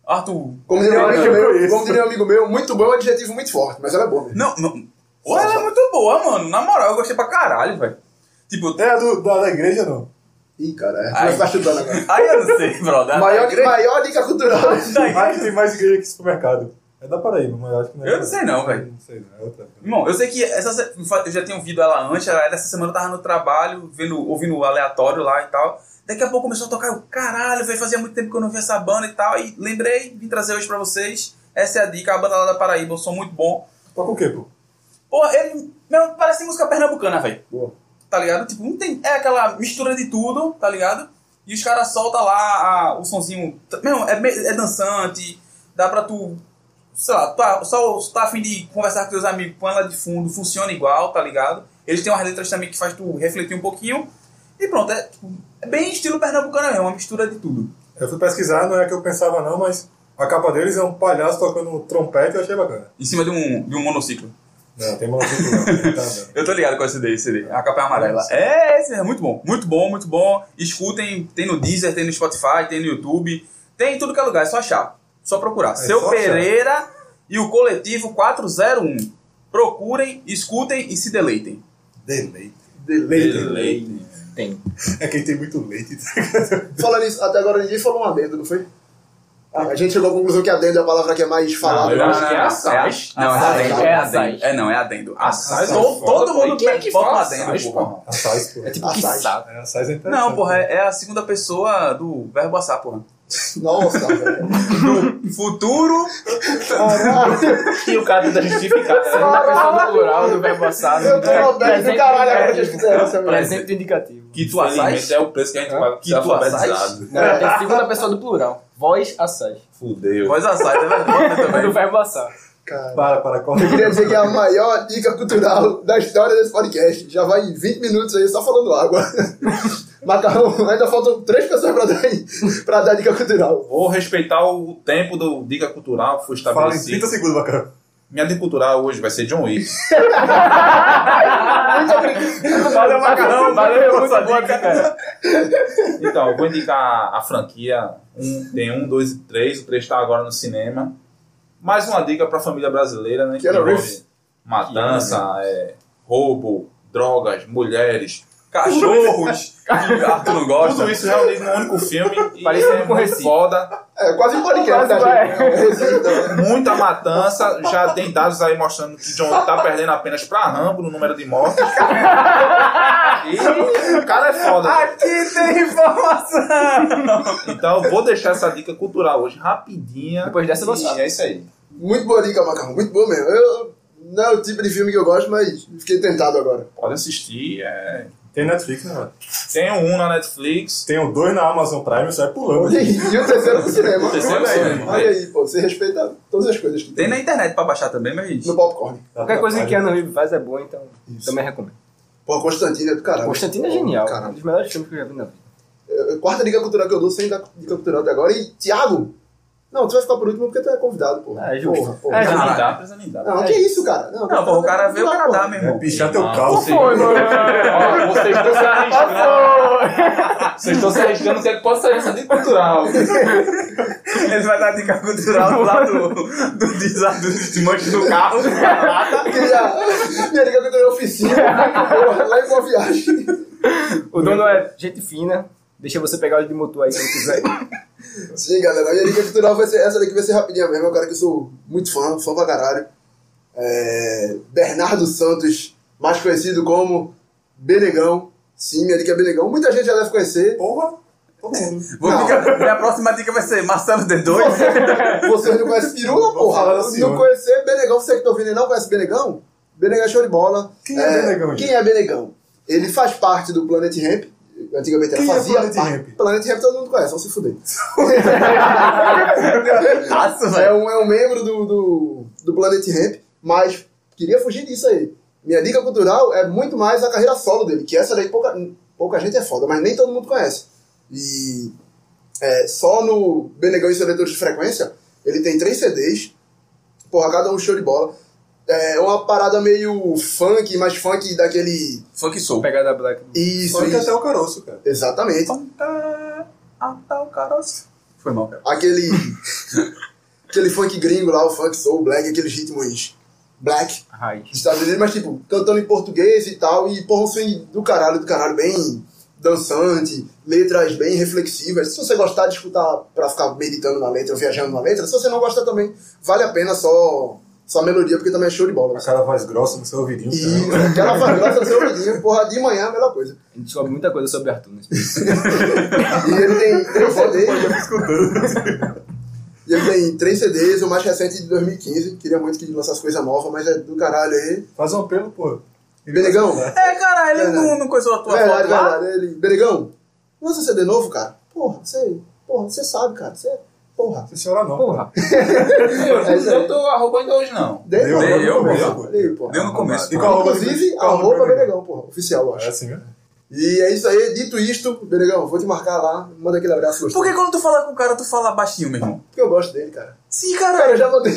Speaker 4: Arthur.
Speaker 3: Como diria um
Speaker 2: Eu
Speaker 3: amigo
Speaker 2: conheço.
Speaker 3: meu, como diria um amigo meu, muito bom é um adjetivo muito forte, mas ela é boa mesmo.
Speaker 4: Não, não. Pô, ela é muito boa, mano. Na moral, eu gostei pra caralho, velho. Tipo,
Speaker 2: É a do, da, da igreja, não?
Speaker 3: Ih, cara, é.
Speaker 4: Ai.
Speaker 3: Vai ficar chutando agora.
Speaker 4: aí Tá eu não sei, brother.
Speaker 3: Maior, maior dica cultural.
Speaker 2: Ah, que tem mais igreja que supermercado. É da Paraíba, mas eu acho que não é.
Speaker 4: Eu não sei não, velho.
Speaker 2: Não sei, não. É outra.
Speaker 4: Irmão, eu sei que essa, se- eu já tinha ouvido ela antes, ela, essa semana eu tava no trabalho, vendo, ouvindo o aleatório lá e tal. Daqui a pouco começou a tocar, eu, caralho, velho, fazia muito tempo que eu não vi essa banda e tal. E lembrei, vim trazer hoje pra vocês. Essa é a dica, a banda lá da Paraíba, um som muito bom.
Speaker 2: Toca o quê, pô?
Speaker 4: Pô, ele, meu, parece música pernambucana, velho.
Speaker 3: Boa.
Speaker 4: Tá ligado? Tipo, não tem, é aquela mistura de tudo, tá ligado? E os caras soltam lá a- o sonzinho, meu, é, me- é dançante, dá pra tu, sei lá, tá, só se tá afim de conversar com teus amigos, põe ela de fundo, funciona igual, tá ligado? Eles têm umas letras também que faz tu refletir um pouquinho. E pronto, é, tipo, é bem estilo pernambucano mesmo, uma mistura de tudo.
Speaker 2: Eu fui pesquisar, não é que eu pensava não, mas a capa deles é um palhaço tocando um trompete, eu achei bacana.
Speaker 4: Em cima de um, de um monociclo.
Speaker 2: Não, tem maluco não. Tá dando.
Speaker 4: Eu tô ligado com esse daí, esse daí. A capa é amarela. É, esse é muito bom. Muito bom, muito bom. Escutem, tem no Deezer, tem no Spotify, tem no YouTube. Tem em tudo que é lugar, é só achar. Só
Speaker 1: É
Speaker 4: procurar. Seu
Speaker 2: só achar.
Speaker 4: Pereira e o Coletivo 401. Procurem, escutem e se deleitem.
Speaker 2: Deleite.
Speaker 4: Deleitem.
Speaker 5: Tem.
Speaker 2: É quem tem muito leite.
Speaker 3: Falando isso, até agora ninguém falou um adendo, não foi? Ah, a gente chegou à conclusão que adendo é a palavra que é mais falada.
Speaker 1: eu
Speaker 3: né?
Speaker 1: acho que é assaz.
Speaker 4: Não, é
Speaker 5: Assais.
Speaker 4: adendo.
Speaker 5: É
Speaker 4: É
Speaker 5: assais.
Speaker 4: adendo. É não, é adendo. Assais.
Speaker 1: Assais é
Speaker 4: Todo,
Speaker 1: foda,
Speaker 4: todo mundo
Speaker 5: Quem é que
Speaker 4: bota um
Speaker 5: fala
Speaker 4: adendo,
Speaker 1: assais,
Speaker 4: porra.
Speaker 1: porra?
Speaker 2: Assaz, pô.
Speaker 5: É tipo
Speaker 3: Assais.
Speaker 5: quiçá.
Speaker 2: É, assaz é interessante.
Speaker 4: Não, porra, é é a segunda pessoa do verbo assar, porra. é.
Speaker 3: Nossa, velho.
Speaker 4: Futuro
Speaker 5: E o cara tenta justificar, tá ligado? Da pessoa do plural, do verbo assado.
Speaker 3: Eu tô rodando do caralho agora que eu escutei essa merda.
Speaker 5: Presente indicativo.
Speaker 4: que tu assais.
Speaker 1: Infelizmente é o preço que a gente paga por
Speaker 4: Que
Speaker 1: ser
Speaker 4: tu assais?
Speaker 1: alfabetizado.
Speaker 5: Não, é a segunda pessoa do plural. Voz assais.
Speaker 1: Fudeu.
Speaker 4: Voz assais, é verdade
Speaker 5: Do
Speaker 4: também.
Speaker 5: verbo assar.
Speaker 3: Cara.
Speaker 2: Para, para, corre.
Speaker 3: Eu queria dizer que é a maior dica cultural da história desse podcast. Já vai 20 minutos aí só falando água. Macarrão, ainda faltam três pessoas pra dar, pra dar dica cultural.
Speaker 1: Vou respeitar o tempo do Dica Cultural que foi
Speaker 2: Fala em
Speaker 1: estabelecido.
Speaker 2: 30 segundos, bacana.
Speaker 1: Minha Dica Cultural hoje vai ser John Wick.
Speaker 5: Valeu, macarrão. Valeu, muito boa dica, cara.
Speaker 1: Então, eu vou indicar a franquia. Um, tem um, dois e três. O três está agora no cinema. Mais uma dica para a família brasileira, né?
Speaker 3: Keanu
Speaker 1: envolve
Speaker 3: Reeves.
Speaker 1: Matança, é, roubo, drogas, mulheres.
Speaker 4: Cachorros que Arthur não gosta.
Speaker 1: Tudo isso reunido num único filme. e
Speaker 5: Parecido
Speaker 1: é
Speaker 5: com
Speaker 1: muito
Speaker 5: Recife.
Speaker 1: foda.
Speaker 3: É quase um podcast,
Speaker 5: Quase
Speaker 3: tá, gente?
Speaker 5: vai.
Speaker 3: É um resumo, né?
Speaker 1: Muita matança. Já tem dados aí mostrando que John Wick tá perdendo apenas para Rambo no número de mortes. E o cara é foda. velho.
Speaker 4: Aqui tem informação.
Speaker 1: Então eu vou deixar essa dica cultural hoje, rapidinha.
Speaker 5: Depois dessa eu vou
Speaker 1: E É isso aí.
Speaker 3: Muito boa dica, Macarrão. Muito boa mesmo. Eu, não é o tipo de filme que eu gosto, mas fiquei tentado agora.
Speaker 1: Pode assistir. é.
Speaker 2: Tem Netflix, né, mano?
Speaker 1: Tem um na Netflix.
Speaker 2: Tem o dois na Amazon Prime, sai pulando.
Speaker 3: E, e o terceiro no cinema.
Speaker 1: O terceiro no
Speaker 3: Olha aí.
Speaker 1: cinema.
Speaker 3: Olha aí, pô. Você respeita todas as coisas que tem.
Speaker 4: Tem na internet pra baixar também, mas.
Speaker 3: No popcorn.
Speaker 5: Qualquer coisa que Keanu Reeves faz é boa, então também recomendo.
Speaker 3: Pô, Constantino é do caralho.
Speaker 5: Constantino é genial. Um
Speaker 3: Caralho.
Speaker 5: dos melhores filmes que eu já vi na vida.
Speaker 3: É, Quarta dica cultural que eu dou, sem dar dica cultural até agora. E, Thiago! Não, tu vai ficar por último porque tu é convidado, pô.
Speaker 5: É, justo.
Speaker 3: Porra, porra.
Speaker 5: É,
Speaker 1: Precisa
Speaker 4: Caralho.
Speaker 1: lindar, precisa lindar.
Speaker 3: Não, que isso, cara?
Speaker 4: Não, pô, o cara veio pra
Speaker 3: porra.
Speaker 4: nadar, meu
Speaker 2: É
Speaker 4: irmão.
Speaker 2: pichar teu
Speaker 1: Não.
Speaker 2: calço.
Speaker 1: Ó, vocês estão se arriscando. Vocês estão se arriscando que é que pode sair essa dica cultural.
Speaker 4: Ele vai dar dica cultural lá do, do desastre dos desmanches do carro.
Speaker 3: Queria... Minha dica cultural é oficina, porra, lá em Boa Viagem.
Speaker 5: O dono é gente fina. Deixa você pegar o de motor aí quando quiser.
Speaker 3: Sim, galera. Minha dica cultural vai ser essa daqui, vai ser rapidinha mesmo. É um cara que eu sou muito fã, fã pra caralho. É, Bernardo Santos, mais conhecido como Benegão. Sim, minha dica é Benegão. Muita gente já deve conhecer.
Speaker 2: Porra. Todo mundo.
Speaker 4: Vou
Speaker 3: Não.
Speaker 4: ficar- minha próxima dica vai ser Marcelo D2.
Speaker 3: Vocês não conhecem Pirula,
Speaker 2: Vou falar
Speaker 3: porra?
Speaker 2: da
Speaker 3: Se
Speaker 2: senhora.
Speaker 3: não conhecer Benegão, você que tá ouvindo e não conhece Benegão, Benegão é show de bola.
Speaker 2: Quem é Benegão, gente?
Speaker 3: Quem é Benegão? Ele faz parte do Planet Ramp. Antigamente era
Speaker 2: Quem é
Speaker 3: fazia.
Speaker 2: Planet
Speaker 3: parte-
Speaker 2: Ramp?
Speaker 3: Planet Ramp todo mundo conhece, vamos se fuder.
Speaker 4: Taço,
Speaker 3: É
Speaker 4: velho.
Speaker 3: um, é um membro do, do, do Planet Ramp, mas queria fugir disso aí. Minha dica cultural é muito mais a carreira solo dele, que essa daí pouca, pouca gente é foda, mas nem todo mundo conhece. E é, só no Benegão e Seletores de Frequência, ele tem três CDs, porra, cada um show de bola. É uma parada meio funk, mas funk daquele.
Speaker 4: Funk soul.
Speaker 5: Pegada black.
Speaker 3: Isso,
Speaker 2: Só que até
Speaker 3: isso.
Speaker 2: é o caroço, cara.
Speaker 3: Exatamente.
Speaker 4: Até o caroço. Foi mal, cara.
Speaker 3: aquele aquele funk gringo lá, o funk soul black, aqueles ritmos black
Speaker 5: Raiz.
Speaker 3: dos Estados Unidos, mas tipo, cantando em português e tal, e porra, um swing do caralho, do caralho, bem dançante, letras bem reflexivas. Se você gostar de escutar pra ficar meditando na letra, viajando na letra, se você não gostar também, vale a pena só só a melodia, porque também é show de bola.
Speaker 2: Aquela voz grossa no seu ouvidinho.
Speaker 3: E
Speaker 2: cara.
Speaker 3: aquela voz grossa do seu ouvidinho, porra, de manhã é a melhor coisa.
Speaker 5: A gente sobe muita coisa sobre Arthur né? nesse vídeo.
Speaker 3: E ele tem três CDs.
Speaker 2: Eu tô escutando.
Speaker 3: E ele tem três CDs, o mais recente de 2015. Queria muito que ele lançasse coisa nova, mas é do caralho aí.
Speaker 2: Faz um apelo, porra.
Speaker 3: Benegão,
Speaker 4: É, cara, ele
Speaker 3: Verdade.
Speaker 4: não, não coisou a tua
Speaker 3: verdade,
Speaker 4: foto lá?
Speaker 3: verdade. Ele, Benegão, lança CD novo, cara. Porra, você, porra, você sabe, cara. Você, porra. É
Speaker 2: Você chora não.
Speaker 5: Porra.
Speaker 1: Eu não tô arrobando hoje, não.
Speaker 3: Deu,
Speaker 2: Deu,
Speaker 3: porra,
Speaker 4: deu,
Speaker 3: porra,
Speaker 2: deu,
Speaker 3: porra. Olha aí, porra.
Speaker 4: Deu no começo.
Speaker 2: E qual-
Speaker 3: Inclusive,
Speaker 2: Qual-
Speaker 3: arroba Benegão, porra. Oficial, eu
Speaker 2: É
Speaker 3: acho.
Speaker 2: assim mesmo?
Speaker 3: E é isso aí, dito isto, Beregão, vou te marcar lá, manda aquele abraço gostoso.
Speaker 4: Por que quando tu fala com o cara, tu fala baixinho, meu irmão?
Speaker 3: Porque eu gosto dele, cara.
Speaker 4: Sim,
Speaker 3: Cara, eu
Speaker 4: caralho.
Speaker 3: já mandei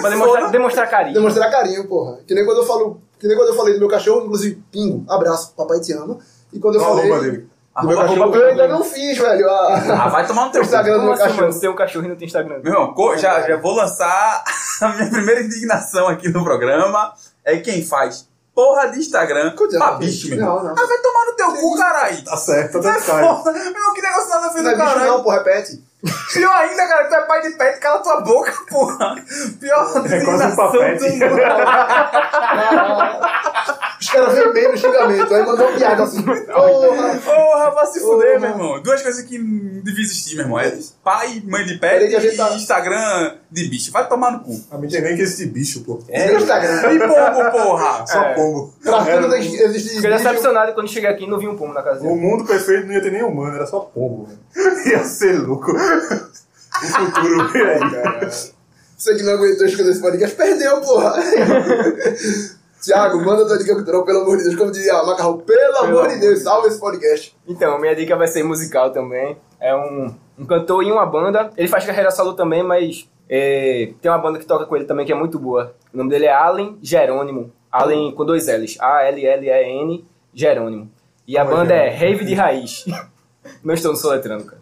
Speaker 5: Pra demonstrar, demonstrar carinho.
Speaker 3: demonstrar carinho, porra. Que nem quando eu falo, que nem quando eu falei do meu cachorro, inclusive, pingo, abraço, papai te ama. E quando eu
Speaker 2: Qual a
Speaker 3: falei
Speaker 2: roupa dele?
Speaker 3: do meu
Speaker 4: Arroba-
Speaker 3: cachorro,
Speaker 4: arroba-
Speaker 3: eu ainda não fiz, velho. a-
Speaker 4: Ah, vai tomar no
Speaker 3: o
Speaker 4: teu cu.
Speaker 3: Instagram do
Speaker 5: Como
Speaker 3: meu
Speaker 5: assim, mano?
Speaker 3: cachorro.
Speaker 5: Você tem um cachorro e não tem Instagram.
Speaker 4: Meu irmão, co- já, já vou lançar a minha primeira indignação aqui no programa. É quem faz porra de Instagram
Speaker 3: Coisa
Speaker 4: pra
Speaker 3: ruim.
Speaker 4: bicho, meu irmão.
Speaker 3: Não, é não.
Speaker 4: Ah, vai tomar no teu cu, caralho.
Speaker 2: Tá certo, tá
Speaker 4: Vai
Speaker 2: certo.
Speaker 4: foda. Meu irmão, que negócio nada a ver
Speaker 3: Não é
Speaker 4: do
Speaker 3: bicho
Speaker 4: caralho.
Speaker 3: não, pô, repete.
Speaker 4: Pior ainda, cara, tu é pai de pet, cala tua boca, porra. Pior
Speaker 2: É quase um
Speaker 4: indignação
Speaker 2: papete.
Speaker 4: do mundo.
Speaker 3: Os caras vêm bem no xingamento, aí mandou uma piada assim. Porra!
Speaker 4: Porra, vai se
Speaker 3: Porra.
Speaker 4: fuder, meu irmão. Duas coisas que não devia existir, meu irmão. É pai, mãe de pet
Speaker 3: Peraí que a gente
Speaker 4: e
Speaker 3: tá-
Speaker 4: Instagram de bicho. Vai tomar no cu.
Speaker 2: A mídia nem que existe bicho, pô.
Speaker 4: É
Speaker 3: E no Instagram.
Speaker 4: E pombo, porra.
Speaker 2: Só
Speaker 5: É.
Speaker 2: pombo.
Speaker 3: Pra
Speaker 2: Era
Speaker 3: tudo tem- existe
Speaker 5: Fiquei
Speaker 3: vídeo.
Speaker 5: decepcionado quando cheguei aqui e não vi um pombo na casa
Speaker 2: O
Speaker 5: dele.
Speaker 2: mundo perfeito não ia ter nem humano, era só pombo, velho. Ia ser louco. O futuro. é, cara.
Speaker 3: Você que não aguentou escutar esse podcast, perdeu, porra! Tiago, manda tua dica cultural, pelo amor de Deus. Como diria Macarrão, pelo amor de Deus, salve esse podcast.
Speaker 5: Então, minha dica vai ser musical também. É um, um cantor e uma banda. Ele faz carreira solo também, mas é, tem uma banda que toca com ele também que é muito boa. O nome dele é Allen Jerônimo. Allen com dois L's. A-L-L-E-N Jerônimo. E a
Speaker 2: Como é
Speaker 5: banda é
Speaker 2: Jerônimo?
Speaker 5: Rave de Raiz. Não estou no soletrando, cara.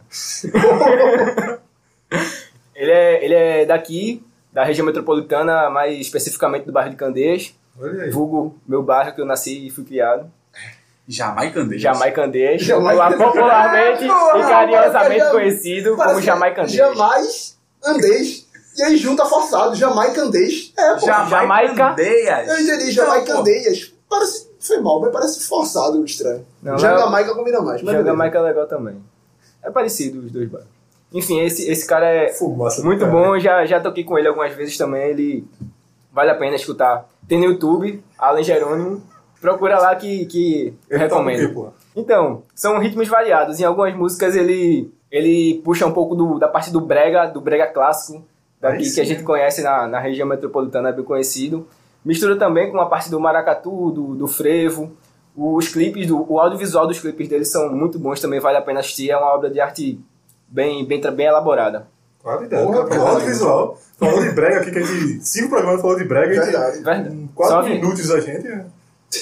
Speaker 5: ele, é, ele é daqui, da região metropolitana, mais especificamente do bairro de Candeias.
Speaker 2: Olha aí.
Speaker 5: Vulgo, meu bairro que eu nasci e fui criado.
Speaker 4: Jamaicandês.
Speaker 5: Jamaicandês,
Speaker 3: Jamaica-
Speaker 5: popularmente
Speaker 3: Porra,
Speaker 5: e carinhosamente
Speaker 3: rapaz,
Speaker 5: conhecido como
Speaker 3: Parece
Speaker 5: jamaicandês.
Speaker 3: Jamais andês. E aí junta forçado, jamaicandês. É, pô.
Speaker 4: Jamaicandeias.
Speaker 3: Eu entendi,
Speaker 4: Não, Então, pô.
Speaker 3: jamaicandeias. Parece, foi mal, mas parece forçado o estranho.
Speaker 5: Não, é
Speaker 3: Jamaica combina mais, mas beleza.
Speaker 5: Jamaica é legal também. É parecido os dois bairros. Enfim, esse, esse cara é
Speaker 2: Fumaça. do
Speaker 5: muito
Speaker 2: cara.
Speaker 5: bom, já, já toquei com ele algumas vezes também, ele vale a pena escutar. Tem no YouTube, Alan Jerônimo, procura lá que, que eu
Speaker 2: Ele toca o quê,
Speaker 5: recomendo.
Speaker 2: porra?
Speaker 5: Então, são ritmos variados. Em algumas músicas ele, ele puxa um pouco do- da parte do brega, do brega clássico, daqui, que a
Speaker 3: né?
Speaker 5: gente conhece na, na região metropolitana, é bem conhecido. Mistura também com a parte do maracatu, do, do frevo. Os clipes, do, o audiovisual dos clipes dele são muito bons também, vale a pena assistir. É uma obra de arte bem, bem, tra- bem elaborada.
Speaker 2: Qualidade.
Speaker 3: Porra,
Speaker 2: cara.
Speaker 3: porra.
Speaker 2: Falou de visual. Falou de brega aqui, que a gente. Cinco programas falou de brega e
Speaker 3: É Verdade.
Speaker 5: Verdade.
Speaker 2: em
Speaker 3: um
Speaker 2: quatro
Speaker 5: Só vi-
Speaker 2: minutos a gente.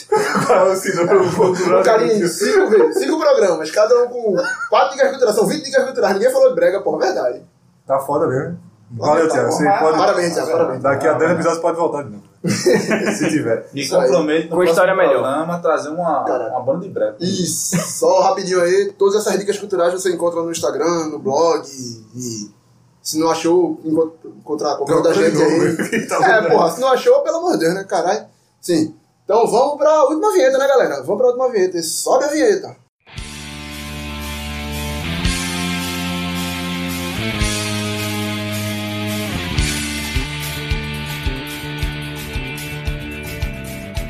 Speaker 2: Qual se não for
Speaker 3: O cara é em cinco, vezes, cinco programas, cada um com quatro dicas culturais, são 20 dicas culturais, ninguém falou de brega, pô, verdade.
Speaker 2: Tá foda mesmo. Valeu, Thiago. Você
Speaker 6: Mas-
Speaker 2: pode.
Speaker 3: Parabéns, Thiago, parabéns.
Speaker 2: Daqui a 10 episódios pode voltar de novo. Se tiver.
Speaker 1: Me
Speaker 3: Isso aí.
Speaker 1: comprometo no
Speaker 5: Com história
Speaker 1: próximo
Speaker 5: melhor.
Speaker 1: programa a trazer uma,
Speaker 3: Caraca.
Speaker 1: uma banda de breve.
Speaker 3: Isso, só rapidinho aí, todas essas dicas culturais você encontra no Instagram, no blog, e se não achou, enco- encontrar qualquer um da
Speaker 2: Procura
Speaker 3: gente
Speaker 2: de novo,
Speaker 3: aí.
Speaker 2: hein? Tá
Speaker 3: É,
Speaker 2: bom,
Speaker 3: porra, se não achou, pelo amor de Deus, né, caralho. Sim, então vamos pra última vinheta, né, galera? Vamos pra última vinheta, e sobe a vinheta.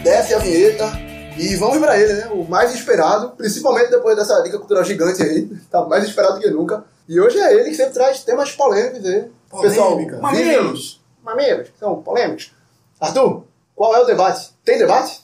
Speaker 3: desce a vinheta e vamos pra ele, né? O mais esperado, principalmente depois dessa dica cultural gigante aí, tá mais esperado que nunca. E hoje é ele que sempre traz temas polêmicos aí.
Speaker 2: Polêmica.
Speaker 3: Pessoal, mamilos. Mamilos, que são polêmicos. Arthur, qual é o debate? Tem debate?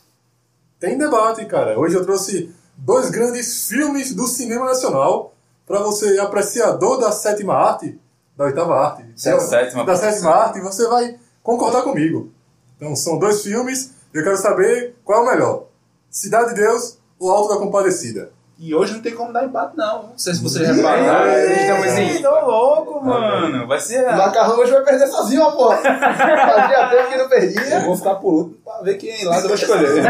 Speaker 2: Tem debate, cara. Hoje eu trouxe dois grandes filmes do cinema nacional para você, apreciador da sétima arte, da oitava arte,
Speaker 4: Sétima, sétima.
Speaker 2: da sétima arte, você vai concordar comigo. Então, são dois filmes e eu quero saber qual é o melhor. Cidade de Deus ou Alto da Compadecida?
Speaker 1: E hoje não tem como dar empate, não. Não sei se vocês
Speaker 4: Caralho,
Speaker 1: repararam.
Speaker 5: estamos em-
Speaker 4: Tô
Speaker 1: Tá
Speaker 4: louco, mano. Vai ser...
Speaker 2: É.
Speaker 3: O macarrão hoje vai perder sozinho, ó, porra. Fazia tempo que não
Speaker 1: Eu
Speaker 3: perdia.
Speaker 1: vou ficar por último pra ver quem lado eu vou escolher.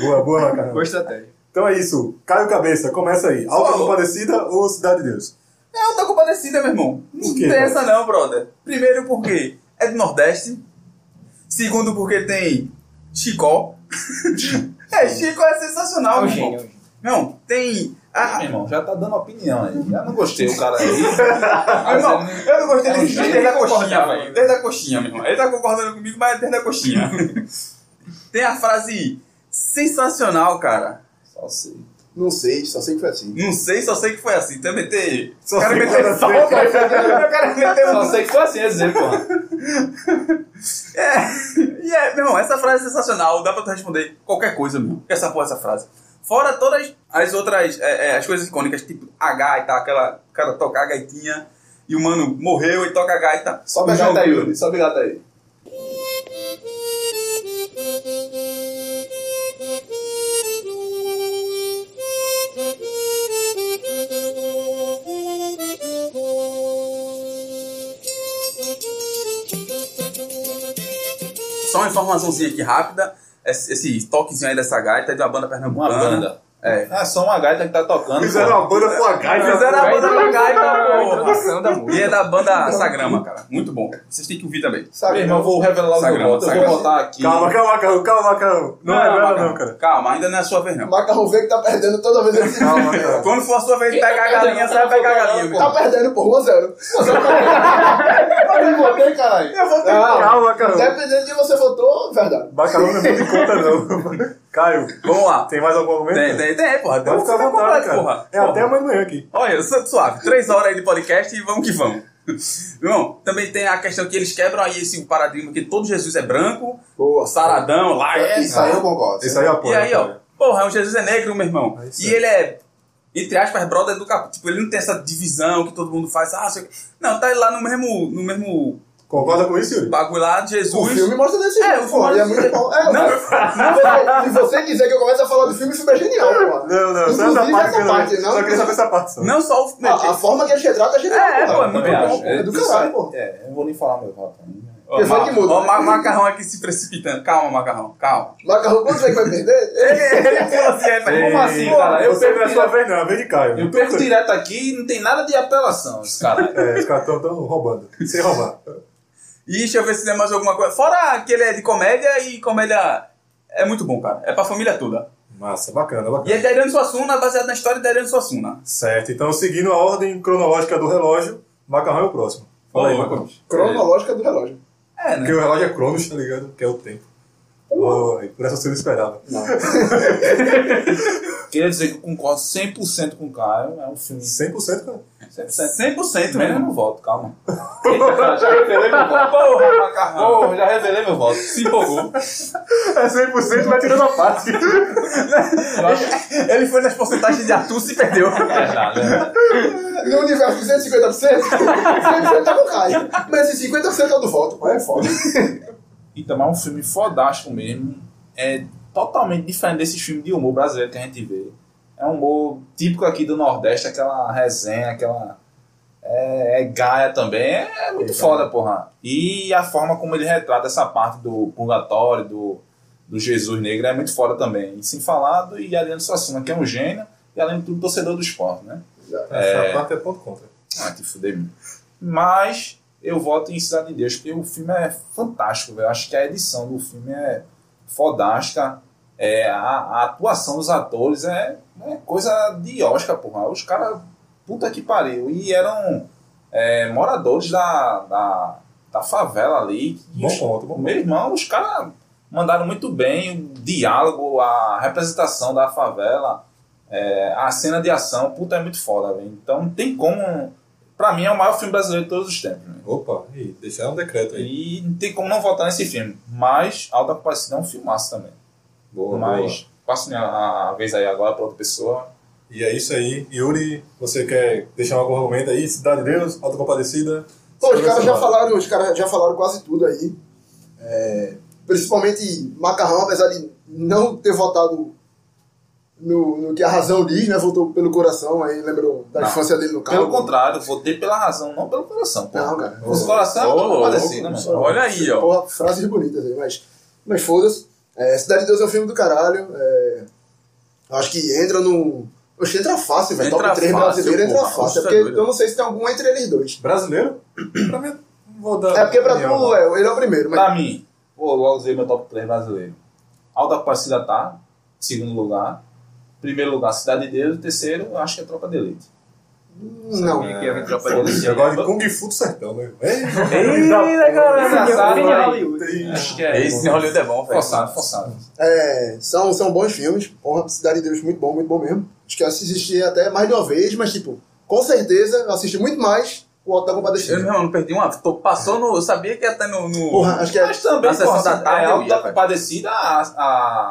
Speaker 2: Boa, boa, Macarrão.
Speaker 5: Boa estratégia.
Speaker 2: Então é isso. Caio Cabeça, começa aí. Alto da Compadecida ou Cidade de Deus?
Speaker 4: É outra compadecida, meu irmão. Não
Speaker 2: Por quê,
Speaker 4: tem essa não, brother. Primeiro porque é do Nordeste. Segundo porque tem Chicó. é, Chicó é sensacional, meu
Speaker 5: gênio, é um
Speaker 4: irmão.
Speaker 5: gênio.
Speaker 4: Não, tem...
Speaker 1: Ah,
Speaker 4: Ah,
Speaker 1: meu irmão, já tá dando opinião aí. Já não gostei o cara aí.
Speaker 4: Ah, meu irmão,
Speaker 1: Mas
Speaker 4: eu não gostei
Speaker 1: tá é um
Speaker 4: desse filme
Speaker 1: gênio
Speaker 4: desde a coxinha,
Speaker 1: concordar,
Speaker 4: velho.
Speaker 1: velho.
Speaker 4: Desde a coxinha, meu irmão. Ele tá concordando comigo, mas desde a coxinha. tem a frase sensacional, cara.
Speaker 1: Só sei.
Speaker 3: Não sei, só sei que foi assim.
Speaker 4: Não sei, só sei que foi assim. Então meter.
Speaker 2: Só
Speaker 4: Só quero
Speaker 2: sei que
Speaker 4: meter
Speaker 2: foi
Speaker 4: só,
Speaker 2: assim.
Speaker 4: meu filho. Eu quero meter
Speaker 1: Só sei que foi assim, é dizer, porra.
Speaker 4: É, e é, meu irmão, essa frase é sensacional, dá pra tu responder qualquer coisa, meu. Essa porra, essa frase. Fora todas as outras é, é, as coisas icônicas, tipo a gaita, aquela o cara tocar a gaitinha e o mano morreu e toca a gaita.
Speaker 6: Sobe a
Speaker 4: Jogo.
Speaker 6: gata aí, Yuri. Sobe a gata aí.
Speaker 4: Só uma informaçãozinha aqui rápida. Esse, esse toquezinho aí dessa gaita é de uma banda
Speaker 1: Uma
Speaker 4: pernambucana.
Speaker 1: banda.
Speaker 4: É.
Speaker 1: É só uma gaita que tá tocando.
Speaker 2: Fizeram
Speaker 1: pô.
Speaker 2: uma banda com a gaita.
Speaker 4: Fizeram a banda da
Speaker 5: A
Speaker 4: gaita, porra.
Speaker 5: introdução da música.
Speaker 4: E é da banda Sagrama, cara. Muito bom. Vocês têm que ouvir também.
Speaker 1: Meu irmão, eu vou revelar o que
Speaker 4: Sagrado,
Speaker 1: eu voto. Eu
Speaker 4: sagrado.
Speaker 1: vou botar aqui.
Speaker 2: Calma, calma, calma, calma, calma. Não, é revela
Speaker 4: Macarrão.
Speaker 2: não, cara.
Speaker 4: Calma, ainda não é a sua vez, não.
Speaker 3: Macarrão vê que tá perdendo toda vez ele se
Speaker 2: Calma, cara.
Speaker 4: Quando for a sua vez de pegar a galinha, você vai pegar a galinha, meu
Speaker 3: Tá
Speaker 4: irmão.
Speaker 3: perdendo, pô, 1x0.
Speaker 6: Eu botei, caralho.
Speaker 2: Eu vou Calma, cara.
Speaker 3: Dependendo de onde você votou, verdade.
Speaker 2: Macarrão não é muito em conta, não. Caio,
Speaker 4: Vamos lá.
Speaker 2: tem mais algum argumento?
Speaker 4: Tem, tem, tem, porra. Tem um
Speaker 2: Pode ficar à vontade, cara.
Speaker 4: porra.
Speaker 2: É
Speaker 4: Porra.
Speaker 2: até um- amanhã aqui.
Speaker 4: Olha, su- suave. Três horas aí de podcast e vamos que vamos. Irmão, também tem a questão que eles quebram aí esse paradigma que todo Jesus é branco,
Speaker 3: Boa.
Speaker 4: saradão, lá, é,
Speaker 6: Isso aí eu concordo.
Speaker 2: Isso aí
Speaker 4: E
Speaker 2: apoia.
Speaker 4: aí, ó, porra, o Jesus é negro, meu irmão.
Speaker 2: É isso
Speaker 4: e
Speaker 2: aí.
Speaker 4: ele é, entre aspas, brother do capô. Tipo, ele não tem essa divisão que todo mundo faz. Ah, sei... o quê. Não, tá lá no mesmo, no mesmo
Speaker 2: Concorda com isso, Yuri?
Speaker 4: bagulho lá de
Speaker 3: O
Speaker 4: Jesus.
Speaker 3: filme mostra desse
Speaker 4: É,
Speaker 3: jeito,
Speaker 4: o
Speaker 3: pô.
Speaker 4: filme
Speaker 3: E é
Speaker 4: mostra-
Speaker 3: muito bom. É,
Speaker 4: Não.
Speaker 3: não. Se você quiser que eu comece a falar do filme, o filme é genial, pô.
Speaker 2: Não, não, só essa
Speaker 3: Inclusive,
Speaker 2: parte. que eu
Speaker 3: essa parte,
Speaker 2: Só queria saber
Speaker 3: não.
Speaker 2: essa parte. Só.
Speaker 4: Então, Não só o.
Speaker 3: A, a forma que eles retratam é genial.
Speaker 4: É, pô,
Speaker 3: pô.
Speaker 4: é muito
Speaker 3: É
Speaker 4: bom.
Speaker 3: bom, É do
Speaker 1: Isso
Speaker 3: caralho,
Speaker 1: aí-
Speaker 3: pô.
Speaker 1: É, eu não vou nem falar meu voto ainda.
Speaker 4: Ó,
Speaker 3: Ele vai
Speaker 4: Ma-
Speaker 3: que muda.
Speaker 4: ó, Ma- macarrão aqui se precipitando. Calma, macarrão, calma.
Speaker 3: Macarrão, quando você vai perder?
Speaker 4: Ele, ele pula assim, aí, faz,
Speaker 1: Como assim, cara? Eu
Speaker 2: Você
Speaker 1: perco,
Speaker 2: não é sua
Speaker 1: direto,
Speaker 2: vez, não, é a vez de Caio.
Speaker 1: eu perco direto aqui e não tem nada de apelação, esse cara.
Speaker 2: É, os caras estão roubando. Sem roubar.
Speaker 4: E deixa eu ver se tem mais alguma coisa. Fora que ele é de comédia e comédia é muito bom, cara. É pra família toda.
Speaker 2: Massa, bacana, bacana.
Speaker 4: E é de Ariano Suassuna, baseado na história de Ariano Suassuna.
Speaker 2: Certo, então seguindo a ordem cronológica do relógio, macarrão é o próximo. Fala aí,
Speaker 4: Ô,
Speaker 2: macarrão.
Speaker 3: Cronológica do relógio.
Speaker 4: É, né?
Speaker 2: Porque o relógio é cronos, tá ligado? Que é o tempo. Oi, por essa você não esperava.
Speaker 1: Queria dizer que eu concordo 100% com o Caio. É um filme
Speaker 2: 100%, cara.
Speaker 1: 100%.
Speaker 4: 100%
Speaker 1: Mesmo eu
Speaker 4: mesmo.
Speaker 1: não voto, calma.
Speaker 5: Já revelei meu voto.
Speaker 4: Porra, macarrão.
Speaker 1: Pô, já revelei meu voto.
Speaker 4: Se empolgou.
Speaker 2: É 100%, vai tirando a parte.
Speaker 1: Eu acho que
Speaker 4: Ele foi nas porcentagens de Arthur se perdeu.
Speaker 1: é nada, né?
Speaker 3: No universo de 150%, 100% tá com o Caio. Mas esse 50% é o do voto. pô, É foda.
Speaker 1: Então, mas é um filme fodástico mesmo. É totalmente diferente desses filmes de humor brasileiro que a gente vê. É um humor típico aqui do Nordeste, aquela resenha, aquela. É, é gaia também. É muito foda, porra. E a forma como ele retrata essa parte do purgatório, do, do Jesus Negro, é muito foda também. E sem falar do e Adriano Suassuna, que é um gênio, e além de tudo, torcedor do esporte, né?
Speaker 2: Essa parte é ponto contra.
Speaker 1: Ah, te fudei mesmo. Mas eu voto em Cidade de Deus, porque o filme é fantástico, velho. Acho que a edição do filme é fodástica. É, a, a atuação dos atores é, é coisa de Oscar, porra. Os caras, puta que pariu. E eram é, moradores da, da, da favela ali. E
Speaker 2: Bom
Speaker 1: os-
Speaker 2: ponto, bom ponto.
Speaker 1: meu irmão, os caras mandaram muito bem o diálogo, a representação da favela, é, a cena de ação, puta, é muito foda, velho. Então não tem como. Pra mim é o maior filme brasileiro de todos os tempos, velho.
Speaker 2: Opa, e deixaram um decreto aí.
Speaker 1: E não tem como não votar nesse filme. Mas Alta Compadecida é um filmaço também.
Speaker 2: Boa, boa.
Speaker 1: Mas passo a, a vez aí agora pra outra pessoa.
Speaker 2: E é isso aí. Yuri, você quer deixar algum argumento aí? Cidade de Deus, autocompadecida.
Speaker 3: Pô, os
Speaker 2: Sobre
Speaker 3: caras
Speaker 2: essa
Speaker 3: já
Speaker 2: base.
Speaker 3: falaram, os caras já falaram quase tudo aí. É, principalmente Macarrão, apesar de não ter votado no, no que a razão diz, né? Votou pelo coração, aí lembrou da
Speaker 1: Não.
Speaker 3: infância dele no carro.
Speaker 1: Pelo contrário, votei pela razão, não pelo coração, pô.
Speaker 3: Não, cara.
Speaker 1: Os coração é
Speaker 4: Ô,
Speaker 1: Alta
Speaker 4: louco.
Speaker 1: Compadecida, mano.
Speaker 4: Olha aí, ó.
Speaker 3: Porra, frases bonitas aí, mas, mas foda-se. É, Cidade de Deus é um filme do caralho. é, acho que entra no. Oxe, entra fácil, velho.
Speaker 4: Entra
Speaker 3: Top 3
Speaker 4: fácil,
Speaker 3: brasileiro entra
Speaker 4: porra,
Speaker 3: fácil. É
Speaker 4: você é
Speaker 3: porque
Speaker 4: doido.
Speaker 3: eu não sei se tem algum entre eles dois.
Speaker 2: Brasileiro? pra mim, não vou dar.
Speaker 3: É porque pra
Speaker 2: opinião, não.
Speaker 3: tu, é, ele é o primeiro, mas.
Speaker 1: Pra mim, vou logo dizer meu é top 3 brasileiro. Alta Compadecida tá, segundo lugar. Primeiro lugar, Cidade de Deus. Terceiro, acho que é Tropa de Elite.
Speaker 3: Não.
Speaker 5: Que é tropa de elite.
Speaker 2: Eu gosto de Kung Fu do Sertão, né? Ei,
Speaker 4: Eita,
Speaker 1: Engraçado,
Speaker 5: Vini
Speaker 1: né?
Speaker 5: é Hollywood.
Speaker 1: Acho que
Speaker 4: Esse Hollywood é bom, velho.
Speaker 1: Forçado, forçado.
Speaker 3: É, são, são bons filmes. Honra Cidade de Deus, muito bom, muito bom mesmo. Acho que eu assisti até mais de uma vez, mas, tipo, com certeza eu assisti muito mais o Alto da
Speaker 4: Eu, meu
Speaker 3: Compadecida.
Speaker 4: irmão, não perdi uma. Tô- passou no. Eu sabia que ia até no. no-
Speaker 3: Porra, acho que é.
Speaker 1: Mas também,
Speaker 4: Na sessão
Speaker 1: porra,
Speaker 4: da tarde
Speaker 1: é
Speaker 4: eu
Speaker 1: alta
Speaker 4: ia, velho.
Speaker 1: compadecida, a,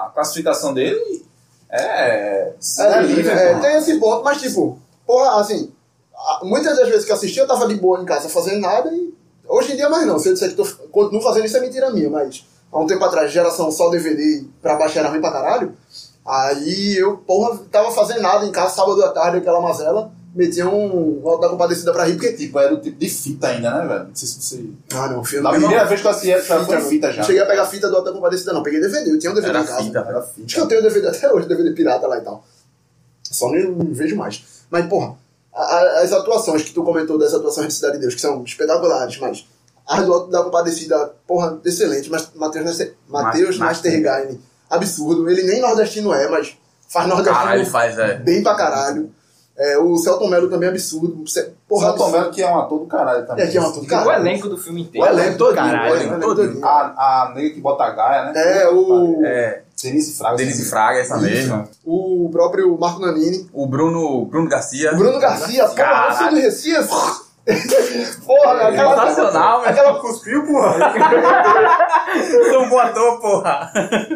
Speaker 1: a classificação dele É.
Speaker 3: É,
Speaker 1: é livre,
Speaker 3: é,
Speaker 1: pô.
Speaker 3: tem esse ponto, mas tipo, porra, assim, a- muitas das vezes que eu assisti eu tava de boa em casa fazendo nada e. Hoje em dia mais não, se eu disser que tô, continuo fazendo isso é mentira minha, mas há um tempo atrás, geração só DVD pra baixar era ruim pra caralho, aí eu, porra, tava fazendo nada em casa, sábado à tarde, aquela mazela, metia um Auto da Compadecida pra rir, porque.
Speaker 1: é
Speaker 6: Tipo, era o tipo de fita ainda, né, velho? Não sei se você.
Speaker 3: Ah, não, filho,
Speaker 6: Na
Speaker 3: não,
Speaker 6: primeira vez que eu assisti, era
Speaker 3: Fita,
Speaker 1: né?
Speaker 6: fita,
Speaker 3: não.
Speaker 6: fita já.
Speaker 3: não cheguei a pegar fita do Auto da Compadecida, não, peguei DVD, eu tinha um DVD
Speaker 4: Era
Speaker 3: em casa.
Speaker 4: fita,
Speaker 6: Era
Speaker 3: Acho que
Speaker 6: fita.
Speaker 3: eu tenho DVD até hoje, DVD pirata lá e tal. Só nem vejo mais. Mas, porra, a- a- as atuações que tu comentou das atuações de Cidade de Deus, que são espetaculares, mas a do Auto da Compadecida, porra, excelente, mas Matheus Nasce- Matheus
Speaker 4: Ma-
Speaker 3: Mastergain, absurdo. Ele nem nordestino é, mas faz nordestino
Speaker 4: Caralho, ele faz, é.
Speaker 3: bem pra caralho. É, o Celton Mello também é absurdo. Cé- Porra,
Speaker 6: Só
Speaker 3: absurdo.
Speaker 6: Tomelo, que é um ator do caralho também.
Speaker 3: É, que é um ator do
Speaker 5: O
Speaker 3: caralho.
Speaker 5: elenco do filme
Speaker 3: O
Speaker 5: inteiro.
Speaker 3: elenco todinho,
Speaker 5: Caralho.
Speaker 3: o elenco
Speaker 4: todinho.
Speaker 3: todinho.
Speaker 6: A, a nega que bota a gaia, né?
Speaker 3: É, o,
Speaker 4: É,
Speaker 6: Denise Fraga.
Speaker 4: Denise Fraga, essa mesma.
Speaker 3: o próprio Marco Nanini,
Speaker 4: O Bruno, Bruno Garcia.
Speaker 3: O Bruno Garcia, porra,
Speaker 4: Caralho.
Speaker 3: você do Recife?
Speaker 4: É,
Speaker 3: porra,
Speaker 4: tá
Speaker 3: aquela,
Speaker 4: Sensacional, velho.
Speaker 3: aquela
Speaker 2: Cuspiu, porra.
Speaker 4: Tão bom ator, porra.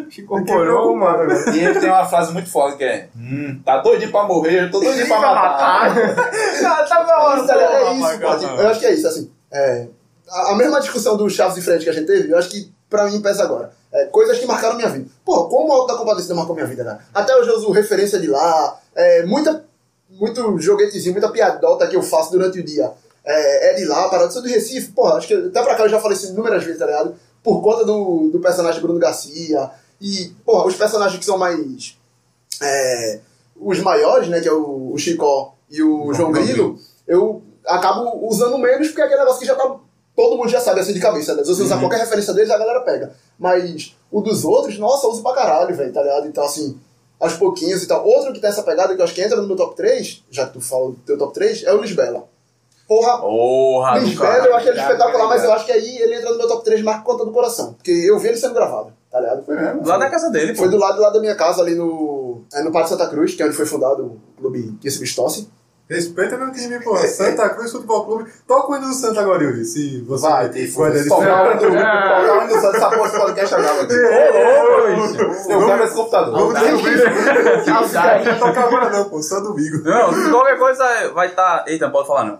Speaker 5: Ficou coroa, mano.
Speaker 3: né?
Speaker 6: E ele tem uma frase muito forte que é: Hum, tá doidinho pra morrer, eu tô doidinho pra matar.
Speaker 5: Tá, tá bom,
Speaker 3: Mas, olha, é
Speaker 5: tá
Speaker 3: isso, pô, tipo, eu acho que é isso, assim. é, a, a mesma discussão do Chaves e Fred que a gente teve, eu acho que pra mim pesa agora. É, coisas que marcaram minha vida. Pô, como o Alto da Compadecida marcou minha vida, cara? Até hoje eu uso referência de lá, é, muita, muito joguetezinho, muita piadota que eu faço durante o dia. É, é de lá, parado, sou do Recife, pô, acho que até pra cá eu já falei isso inúmeras vezes, tá ligado? Por conta do, do personagem Bruno Garcia. E, porra, os personagens que são mais é, os maiores, né, que é o, o Chicó e o João Grilo, eu acabo usando menos porque é aquele negócio que já tá. Todo mundo já sabe assim de cabeça, né? Se você usar qualquer referência deles, a galera pega. Mas o dos outros, nossa, eu uso pra caralho, velho, tá ligado? Então, assim, aos pouquinhos e tal. Outro que tem essa pegada que eu acho que entra no meu top 3, já que tu fala do teu top 3, é o Lisbela. Porra,
Speaker 4: Porra, do
Speaker 3: Lisbela, eu
Speaker 4: cara.
Speaker 3: acho ele
Speaker 6: Obrigado,
Speaker 3: espetacular, mas
Speaker 6: obrigado.
Speaker 3: eu acho que aí ele entra no meu top 3, marca conta do coração. Porque eu vi ele sendo gravado, tá ligado? Foi mesmo.
Speaker 4: Lá da casa dele, pô.
Speaker 3: Foi do lado lá da minha casa, ali no. É no Pátio Santa Cruz, que é onde foi fundado o clube que se vistosse.
Speaker 2: Respeita meu time, porra. Santa Cruz Futebol Clube. Toca o hino do Santa agora, Yuri. Se você
Speaker 6: Vai, tem
Speaker 2: for
Speaker 6: foda-se.
Speaker 2: dele.
Speaker 6: Tocar o do essa porra esse podcast agora. Eu quero esse computador.
Speaker 2: Vamos descobrir.
Speaker 5: Saudade.
Speaker 2: Não toca agora não, pô. Só domingo.
Speaker 4: Não, qualquer coisa vai estar. Eita, não pode falar não.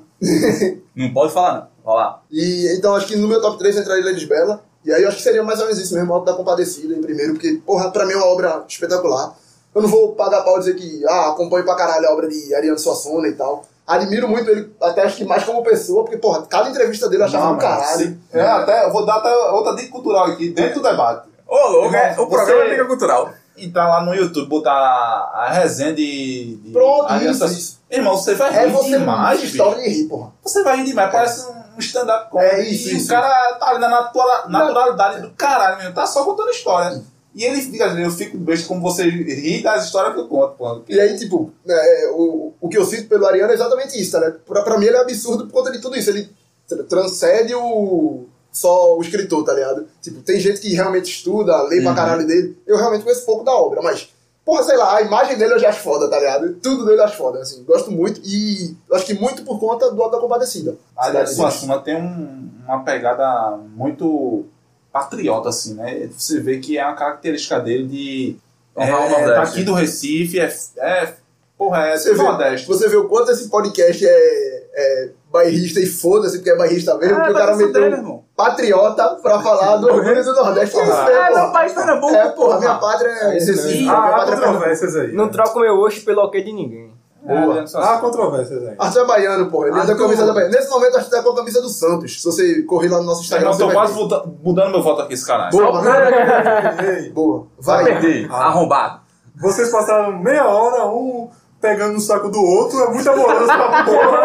Speaker 4: Não pode falar não. Vai lá.
Speaker 3: E então acho que no meu top 3 entraria Lady Bela. E aí eu acho que seria mais ou menos isso mesmo, Alto da Compadecida em primeiro, porque, porra, pra mim é uma obra espetacular. Eu não vou pagar pau e dizer que, ah, acompanho pra caralho a obra de Ariano Suassuna e tal. Admiro muito ele, até acho que mais como pessoa, porque, porra, cada entrevista dele eu achava
Speaker 6: Não,
Speaker 3: do
Speaker 6: mas
Speaker 3: caralho.
Speaker 6: se- É, até, eu vou dar até outra dica cultural aqui, dentro do debate.
Speaker 4: Ô, louco, é- o
Speaker 6: Você-
Speaker 4: programa é Liga Cultural.
Speaker 1: Entrar tá lá no YouTube, botar a, a resenha de. de
Speaker 3: Pronto,
Speaker 1: aí
Speaker 3: isso,
Speaker 1: essas-
Speaker 3: isso.
Speaker 1: Irmão, você vai
Speaker 3: É
Speaker 1: rir
Speaker 3: você
Speaker 1: demais,
Speaker 3: mais
Speaker 1: bicho.
Speaker 3: história de rir, porra.
Speaker 1: Você vai rir demais, parece um stand-up comedy.
Speaker 3: É isso,
Speaker 1: e
Speaker 3: isso.
Speaker 1: o cara tá ali na natura- naturalidade do caralho mesmo, tá só contando história. E ele fica, eu fico besta como você ri das histórias que eu conto, pô.
Speaker 3: E aí, tipo, né, é, o, o que eu sinto pelo Ariano é exatamente isso, tá, né? Pra, pra mim ele é absurdo por conta de tudo isso. Ele tra- transcende o. só o escritor, tá ligado? Tipo, tem gente que realmente estuda, lê pra caralho dele. Eu realmente conheço pouco da obra, mas. Porra, sei lá, a imagem dele eu já acho foda, tá ligado? Tudo dele eu acho foda, assim. Gosto muito e eu acho que muito por conta do Auto da Compadecida.
Speaker 1: A
Speaker 3: Cidade
Speaker 1: Ilha
Speaker 3: de
Speaker 1: Sua
Speaker 3: Deus.
Speaker 1: Suma tem um- uma pegada muito patriota, assim, né? Você vê que é uma característica dele de.
Speaker 4: Honrar o
Speaker 1: é,
Speaker 4: Nordeste.
Speaker 1: tá aqui do Recife, é. é porra, é
Speaker 3: Você
Speaker 1: do
Speaker 3: vê,
Speaker 1: Nordeste.
Speaker 3: você vê o quanto esse podcast é, é bairrista e foda-se, porque é bairrista mesmo, porque o cara meteu um
Speaker 4: irmão.
Speaker 3: patriota pra falar do orgulho do Nordeste. Que isso,
Speaker 4: É,
Speaker 3: é,
Speaker 4: meu
Speaker 3: porra.
Speaker 4: pai está na
Speaker 3: É, porra, minha pátria é
Speaker 5: É isso mesmo.
Speaker 3: excessiva.
Speaker 2: Ah,
Speaker 3: minha
Speaker 2: há
Speaker 3: pátria é Pernambuco.
Speaker 2: controvérsias aí. né?
Speaker 5: Não troco meu oxe pelo ok de ninguém.
Speaker 1: Boa.
Speaker 2: Há controvérsias aí.
Speaker 3: Arthur é baiano, porra. Ele anda com a camisa da Bahia. Nesse momento, Arthur tá com a camisa do Santos. Se você correr lá no nosso Instagram,
Speaker 1: Eu
Speaker 3: você
Speaker 1: tô
Speaker 3: vai
Speaker 1: Então, quase
Speaker 3: ver.
Speaker 1: volta- mudando meu voto aqui, esse caralho.
Speaker 3: Boa, né? mano.
Speaker 2: Ei, Ah,
Speaker 3: Boa.
Speaker 4: Vai
Speaker 3: Vai.
Speaker 4: perder.
Speaker 1: Ah.
Speaker 4: Arrombado.
Speaker 2: Vocês passaram meia hora, um pegando no saco do outro, é muito amoroso essa porra.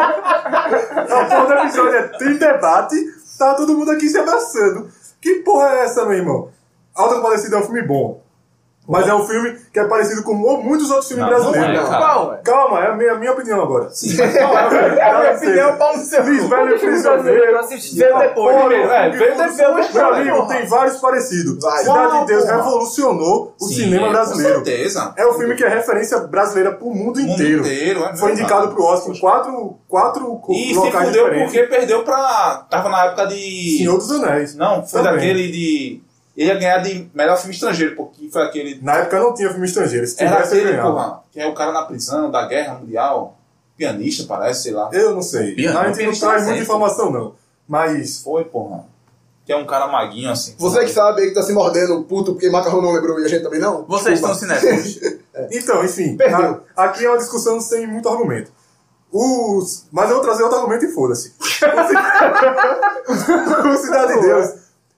Speaker 2: A porra do episódio é tem debate, tá todo mundo aqui se abraçando. Que porra é essa, meu irmão? Alta Compadecida é um filme bom. Mas é um filme que é parecido com muitos outros filmes
Speaker 1: Não, não
Speaker 2: brasileiros.
Speaker 1: é, cara.
Speaker 5: Qual, velho?
Speaker 2: Calma, é a minha, minha opinião agora. Sim,
Speaker 5: É A minha opinião, pau no seu
Speaker 2: Luiz
Speaker 5: cu.
Speaker 2: Velho
Speaker 5: Por que que os
Speaker 2: Luiz
Speaker 5: brasileiros
Speaker 2: Velho.
Speaker 5: não assistiram?
Speaker 2: depois,
Speaker 1: é, veio depois,
Speaker 2: Meu
Speaker 1: cara.
Speaker 2: amigo, tem vários parecidos.
Speaker 3: Vai.
Speaker 2: Cidade de Deus
Speaker 1: Porra.
Speaker 2: revolucionou o
Speaker 1: Sim, é,
Speaker 2: cinema brasileiro.
Speaker 1: Com certeza.
Speaker 2: É o filme que é referência brasileira pro mundo
Speaker 1: O mundo
Speaker 2: inteiro.
Speaker 1: inteiro, é
Speaker 2: Foi
Speaker 1: verdade.
Speaker 2: indicado pro Oscar em quatro, quatro co-
Speaker 1: E se
Speaker 2: locais
Speaker 1: fudeu
Speaker 2: diferentes.
Speaker 1: porque perdeu pra. Tava na época de.
Speaker 2: Senhor dos Anéis.
Speaker 1: Não, foi
Speaker 2: Também.
Speaker 1: daquele de. Ele ia ganhar de melhor filme estrangeiro, porque foi aquele.
Speaker 2: Na época não tinha filme estrangeiro, se
Speaker 1: Era
Speaker 2: tivesse eu
Speaker 1: aquele,
Speaker 2: ganhava.
Speaker 1: porra, que é o cara na prisão da guerra mundial, pianista, parece, sei lá.
Speaker 2: Eu não sei.
Speaker 4: Piano,
Speaker 2: a gente não
Speaker 4: piano
Speaker 2: traz
Speaker 4: tá
Speaker 2: muita
Speaker 4: certo.
Speaker 2: informação, não. Mas.
Speaker 1: Foi, porra. Que é um cara maguinho assim.
Speaker 3: Você que sabe aí que tá se mordendo, puto, porque macarrão não lembrou e a gente também não?
Speaker 4: Vocês estão cinéfilos.
Speaker 2: Então, enfim.
Speaker 3: Perdeu.
Speaker 2: na- aqui é uma discussão sem muito argumento. Os... Mas eu vou trazer outro argumento e foda-se. O Cidade- o Cidade de Deus,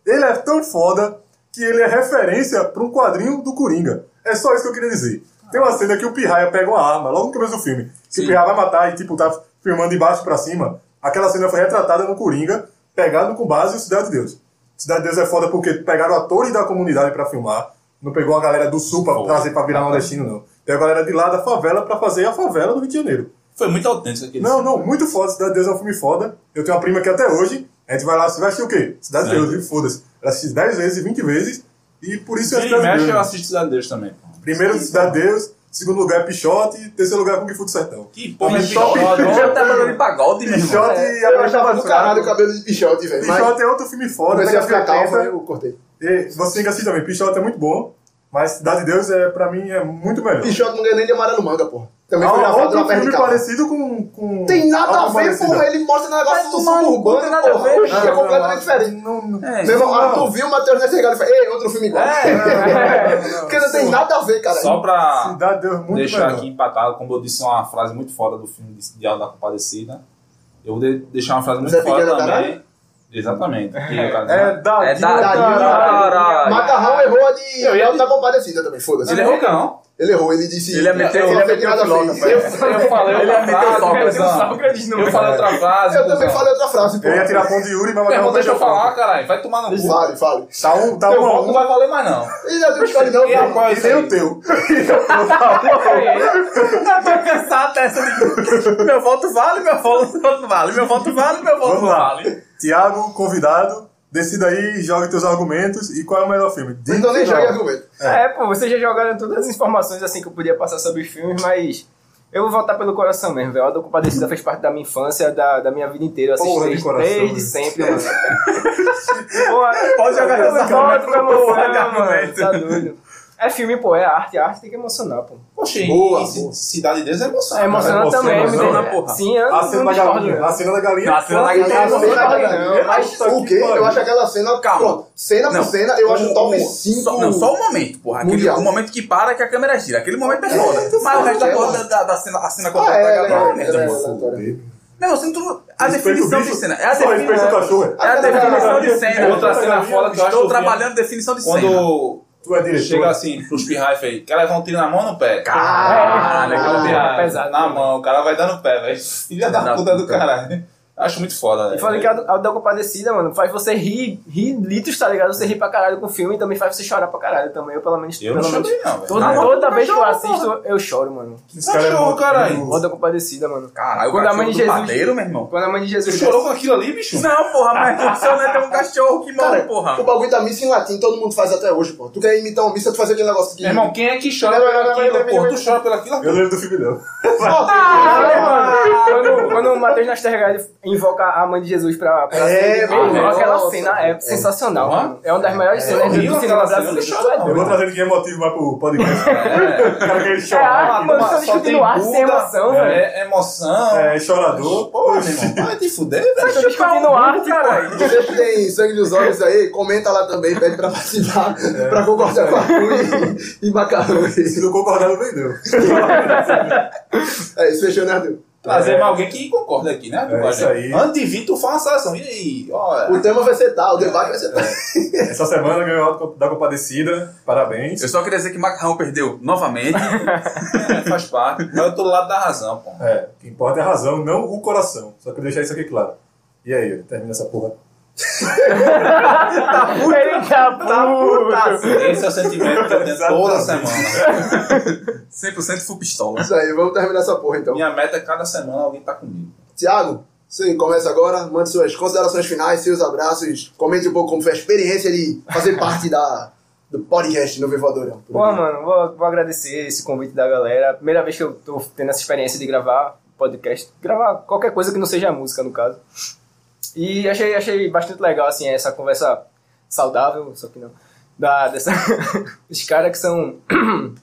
Speaker 2: ele é tão foda que ele é referência para um quadrinho do Coringa. É só isso que eu queria dizer. Tem uma cena que o Pirraia pega uma arma logo no começo do filme. Que o
Speaker 4: Sim.
Speaker 2: Pirraia vai matar e, tipo, tá filmando de baixo pra cima. Aquela cena foi retratada no Coringa, pegado com base no Cidade de Deus. Cidade de Deus é foda porque pegaram atores da comunidade pra filmar. Não pegou a galera do sul pra trazer pra virar nordestino, não. Pegou a galera de lá da favela pra fazer a favela do Rio de Janeiro.
Speaker 1: Foi muito autêntico aquele
Speaker 2: Não, não, muito foda. Cidade de Deus é um filme foda. Eu tenho uma prima que até hoje, a gente vai lá, você vai assistir o quê? Cidade de
Speaker 1: Cidade
Speaker 2: Deus, e foda-se. Ela assiste 10 vezes, 20 vezes, e por isso é
Speaker 1: filme. Ele
Speaker 2: Cidade de
Speaker 1: mexe,
Speaker 2: Deus.
Speaker 1: eu assisto Cidade Deus também. porra.
Speaker 2: Primeiro Cidade de Deus, segundo lugar é Pichote, terceiro lugar é Kung Fu do Sertão.
Speaker 1: Que porra,
Speaker 2: Pichote-
Speaker 1: de Jordan.
Speaker 4: Já tá mandando de pagode, meu irmão.
Speaker 2: Pichote e
Speaker 3: É, Eu achava
Speaker 2: Apaixonado.
Speaker 3: do caralho o cabelo de pichote, velho. Mas
Speaker 2: Pichote é outro filme foda,
Speaker 3: comecei a
Speaker 2: década
Speaker 3: ficar
Speaker 2: de 80.
Speaker 3: calmo, eu cortei.
Speaker 2: E você tem que assistir também. Pichote é muito bom, mas Cidade de Deus, é, pra mim, é muito melhor.
Speaker 3: Pichote é não ganha nem de amarelo manga, porra. Também foi
Speaker 2: Há
Speaker 3: gravado
Speaker 2: Ah, outro
Speaker 3: na perna
Speaker 2: filme
Speaker 3: de cabra.
Speaker 2: parecido com, com...
Speaker 3: Tem nada a
Speaker 2: algo
Speaker 3: ver,
Speaker 2: parecido.
Speaker 3: porra. Ele mostra um negócio do
Speaker 4: tomar no cu,
Speaker 3: suburbano,
Speaker 4: tem nada a
Speaker 3: porra.
Speaker 4: ver.
Speaker 3: Hoje
Speaker 2: Não,
Speaker 3: é
Speaker 2: não,
Speaker 3: completamente
Speaker 2: não,
Speaker 3: diferente.
Speaker 2: Não, não.
Speaker 4: É,
Speaker 3: Meu irmão,
Speaker 2: não.
Speaker 3: ah, tu viu o Matheus nesse regalo e fala, ei, outro filme igual.
Speaker 2: É,
Speaker 3: Porque não tem nada a ver, cara.
Speaker 1: Só
Speaker 4: Ah,
Speaker 1: pra
Speaker 2: Cidade de Deus, muito
Speaker 1: deixar
Speaker 2: melhor.
Speaker 1: aqui empatado, como eu disse, é uma frase muito foda do filme de Diário da Compadecida. Eu vou de- deixar uma frase muito
Speaker 3: Zé
Speaker 1: foda
Speaker 3: Pequeno
Speaker 1: também.
Speaker 3: Caralho?
Speaker 1: Exatamente. Que o cara-
Speaker 2: É da
Speaker 4: É da-
Speaker 3: Tá,
Speaker 2: caralho.
Speaker 4: Caralho.
Speaker 3: Macarrão errou a de Léo da Compadecida também, foda-se.
Speaker 1: Ele é ricão.
Speaker 3: Ele errou, ele disse.
Speaker 4: Ele ia meter-
Speaker 3: eu
Speaker 4: ele é
Speaker 3: não
Speaker 4: ia
Speaker 3: sei
Speaker 4: meter
Speaker 3: nada
Speaker 4: o piloto,
Speaker 3: fez.
Speaker 4: pai.
Speaker 3: Eu-
Speaker 1: Eu falei
Speaker 4: Ele
Speaker 1: outra
Speaker 4: ia meter o
Speaker 1: frase,
Speaker 4: Sócrates,
Speaker 1: cuzão.
Speaker 5: Sócrates não
Speaker 1: Eu falei outra frase,
Speaker 3: Eu também
Speaker 1: cuzão.
Speaker 3: falei outra frase, pô.
Speaker 2: Eu ia tirar ponto de Yuri, mas
Speaker 1: Meu irmão,
Speaker 2: Macarrão
Speaker 1: deixa eu
Speaker 2: deixou
Speaker 1: falar, caralho. Vai tomar no cu.
Speaker 3: Fale, fale.
Speaker 2: Tá um, tá
Speaker 1: Meu
Speaker 2: um a
Speaker 1: voto não
Speaker 2: um.
Speaker 1: vai valer mais, não.
Speaker 3: Ele não escolhe não,
Speaker 4: é
Speaker 1: E
Speaker 3: pô.
Speaker 1: após
Speaker 2: E nem é o
Speaker 1: aí,
Speaker 2: teu.
Speaker 4: Eu tô cansado dessa. Meu voto vale, meu voto vale. Meu voto vale, meu voto
Speaker 2: Vamos lá.
Speaker 4: vale.
Speaker 2: Tiago, convidado, decida aí, jogue teus argumentos e qual é o melhor filme. Diz
Speaker 3: Então nem
Speaker 2: que não.
Speaker 3: joga argumento.
Speaker 5: É, pô, vocês já jogaram todas as informações assim que eu podia passar sobre os filmes, mas eu vou voltar pelo coração mesmo, velho. A do Compadecida fez parte da minha infância, da, da minha vida inteira. Eu assisti
Speaker 2: Porra de
Speaker 5: desde,
Speaker 2: coração,
Speaker 5: desde
Speaker 2: velho.
Speaker 5: sempre, mano. Porra,
Speaker 4: Pode jogar
Speaker 5: eu
Speaker 4: essa
Speaker 5: volto com emoção,
Speaker 4: Porra de
Speaker 5: mano.
Speaker 4: argumento.
Speaker 5: Tá doido. É filme, pô, é arte. A arte tem que emocionar, pô.
Speaker 1: Poxa, e
Speaker 3: Boa,
Speaker 1: ci-
Speaker 3: boa.
Speaker 1: Cidade de Deus é emoção.
Speaker 5: É emocionante
Speaker 2: emoção,
Speaker 5: também,
Speaker 2: emoção,
Speaker 5: me
Speaker 4: né,
Speaker 5: deu-
Speaker 4: porra?
Speaker 5: Sim, eu
Speaker 2: A
Speaker 5: não-
Speaker 2: cena
Speaker 5: não
Speaker 2: da
Speaker 5: discordo, né?
Speaker 2: galinha. A
Speaker 5: não.
Speaker 2: cena da galinha.
Speaker 4: A cena da
Speaker 2: Puta
Speaker 4: galinha.
Speaker 2: que
Speaker 3: Não,
Speaker 5: sei,
Speaker 3: cena,
Speaker 5: não,
Speaker 3: não,
Speaker 5: não,
Speaker 3: mas
Speaker 2: pariu.
Speaker 3: o quê? Eu acho aquela cena.
Speaker 4: Calma.
Speaker 3: Pronto, cena por cena, eu acho
Speaker 4: o-
Speaker 3: top
Speaker 4: o-
Speaker 3: 5.
Speaker 4: Só, não, só o momento, porra. Aquele,
Speaker 3: Mundial.
Speaker 4: o momento que para é que a câmera gira. Aquele momento é foda.
Speaker 3: É, tu
Speaker 4: Mas o resto da
Speaker 3: fala,
Speaker 4: porra
Speaker 3: é.
Speaker 4: da, da, da cena, a cena
Speaker 3: Ah,
Speaker 4: completa
Speaker 3: é,
Speaker 4: da câmera é merda,
Speaker 3: é,
Speaker 4: porra.
Speaker 3: é, é,
Speaker 4: Não, eu sinto a
Speaker 2: Respeita o
Speaker 4: definição de
Speaker 2: bicho.
Speaker 4: cena. É a
Speaker 2: Só respeita o
Speaker 4: definição.
Speaker 2: cachorro.
Speaker 4: É a definição de cena.
Speaker 1: Outra cena foda que eu acho
Speaker 4: Estou
Speaker 1: do filme
Speaker 4: trabalhando definição de cena.
Speaker 1: Quando
Speaker 2: Tu é
Speaker 1: chega
Speaker 2: diretor.
Speaker 1: assim pros pirraifas aí, quer levar um tiro na mão ou no pé?
Speaker 4: Caralho, aquela
Speaker 1: Caralho,
Speaker 5: Ah,
Speaker 4: piada.
Speaker 5: é pesado.
Speaker 1: Na mão, o cara vai dar no pé, velho. Filha da,
Speaker 4: Da
Speaker 1: puta, do
Speaker 4: puta.
Speaker 1: caralho. Acho muito foda,
Speaker 5: E
Speaker 1: velho.
Speaker 5: falando que a do- a da Compadecida, mano, faz você rir, rir litros, tá ligado? Você rir pra caralho com o filme e também faz você chorar pra caralho também. Eu, pelo menos,
Speaker 1: Eu não
Speaker 5: pelo menos
Speaker 1: chorei, não, velho.
Speaker 5: Toda,
Speaker 4: Não,
Speaker 5: toda
Speaker 4: não
Speaker 5: vez que eu
Speaker 4: chora,
Speaker 5: assisto, eu choro, mano.
Speaker 2: Esse cara é
Speaker 1: Cachorro,
Speaker 2: muito-
Speaker 1: caralho.
Speaker 5: Roda Compadecida, mano.
Speaker 4: Caralho, o
Speaker 5: Quando a
Speaker 4: cachorro
Speaker 5: mãe de
Speaker 4: do
Speaker 5: Jesus-
Speaker 4: padeiro, meu irmão.
Speaker 5: Quando a mãe de
Speaker 1: Você
Speaker 5: Jesus...
Speaker 1: chorou com aquilo ali, bicho?
Speaker 4: Não, porra, mas funciona tem um cachorro que morre,
Speaker 3: Cara,
Speaker 4: porra.
Speaker 3: o bagulho da missa em latim todo mundo faz até hoje, pô. Tu quer imitar uma missa, tu faz aquele negócio que.
Speaker 1: Meu irmão, quem é que chora
Speaker 3: Não, não, não,
Speaker 1: pelo
Speaker 3: não, não,
Speaker 1: aquilo,
Speaker 3: não,
Speaker 1: porra?
Speaker 3: não.
Speaker 1: Tu chora pelo aquilo?
Speaker 2: Eu lembro do filme dele.
Speaker 5: Ah, mano, quando, quando o Matheus Nastergalli invoca a mãe de Jesus pra... pra
Speaker 3: É,
Speaker 5: ser-
Speaker 3: mano,
Speaker 5: Mano, aquela
Speaker 3: nossa.
Speaker 5: cena é, sensacional,
Speaker 1: Porra.
Speaker 5: mano. É uma das melhores
Speaker 1: É
Speaker 5: cenas
Speaker 1: horrível
Speaker 5: do cinema
Speaker 1: aquela cena,
Speaker 5: brasileiro.
Speaker 1: não
Speaker 5: Tu é
Speaker 1: chora,
Speaker 2: Eu
Speaker 5: doido.
Speaker 2: vou trazer ninguém emotivo mais pro
Speaker 4: É.
Speaker 2: podcast. O cara que ele
Speaker 5: É
Speaker 4: ah,
Speaker 2: chora.
Speaker 5: arte, mano,
Speaker 1: Só
Speaker 5: só discutindo arte sem
Speaker 1: Buda,
Speaker 5: emoção,
Speaker 1: é,
Speaker 5: velho.
Speaker 1: É emoção.
Speaker 2: É, chorador.
Speaker 1: Porra, meu irmão, vai te fuder, velho.
Speaker 5: Só discutindo arte, caralho.
Speaker 3: Você que tem sangue nos olhos aí, comenta lá também, pede pra participar, pra concordar com a Rui e, e macarrão.
Speaker 2: Se não concordar, não vendeu.
Speaker 3: É isso, fechou, né, Arthur?
Speaker 1: Trazer
Speaker 2: É.
Speaker 1: mais alguém que concorde aqui, né?
Speaker 2: É, isso aí.
Speaker 1: Antes de vir, tu faz uma seleção. E aí? Ó,
Speaker 3: O tema vai ser tal, o debate vai ser tal. É
Speaker 2: Essa semana ganhou a da Compadecida. Parabéns.
Speaker 4: Eu só queria dizer que Macarrão perdeu novamente.
Speaker 1: é, faz parte. Mas eu tô do lado da razão, pô.
Speaker 2: É, o que importa é a razão, não o coração. Só queria deixar isso aqui claro. E aí, termina essa porra.
Speaker 5: Ele tá puto.
Speaker 1: Esse é o sentimento que eu tenho toda semana.
Speaker 4: 100% full pistola.
Speaker 3: Isso aí, vamos terminar essa porra então.
Speaker 1: Minha meta é cada semana alguém tá comigo.
Speaker 3: Tiago, você começa agora, mande suas considerações finais, seus abraços, comente um pouco como foi a experiência de fazer parte da, do podcast no Vivadorão.
Speaker 5: Pô, mano, vou, vou agradecer esse convite da galera. Primeira vez que eu tô tendo essa experiência de gravar podcast, gravar qualquer coisa que não seja música, no caso. E achei, achei bastante legal, assim, essa conversa saudável, só que não. Da, dessa... Os caras que são.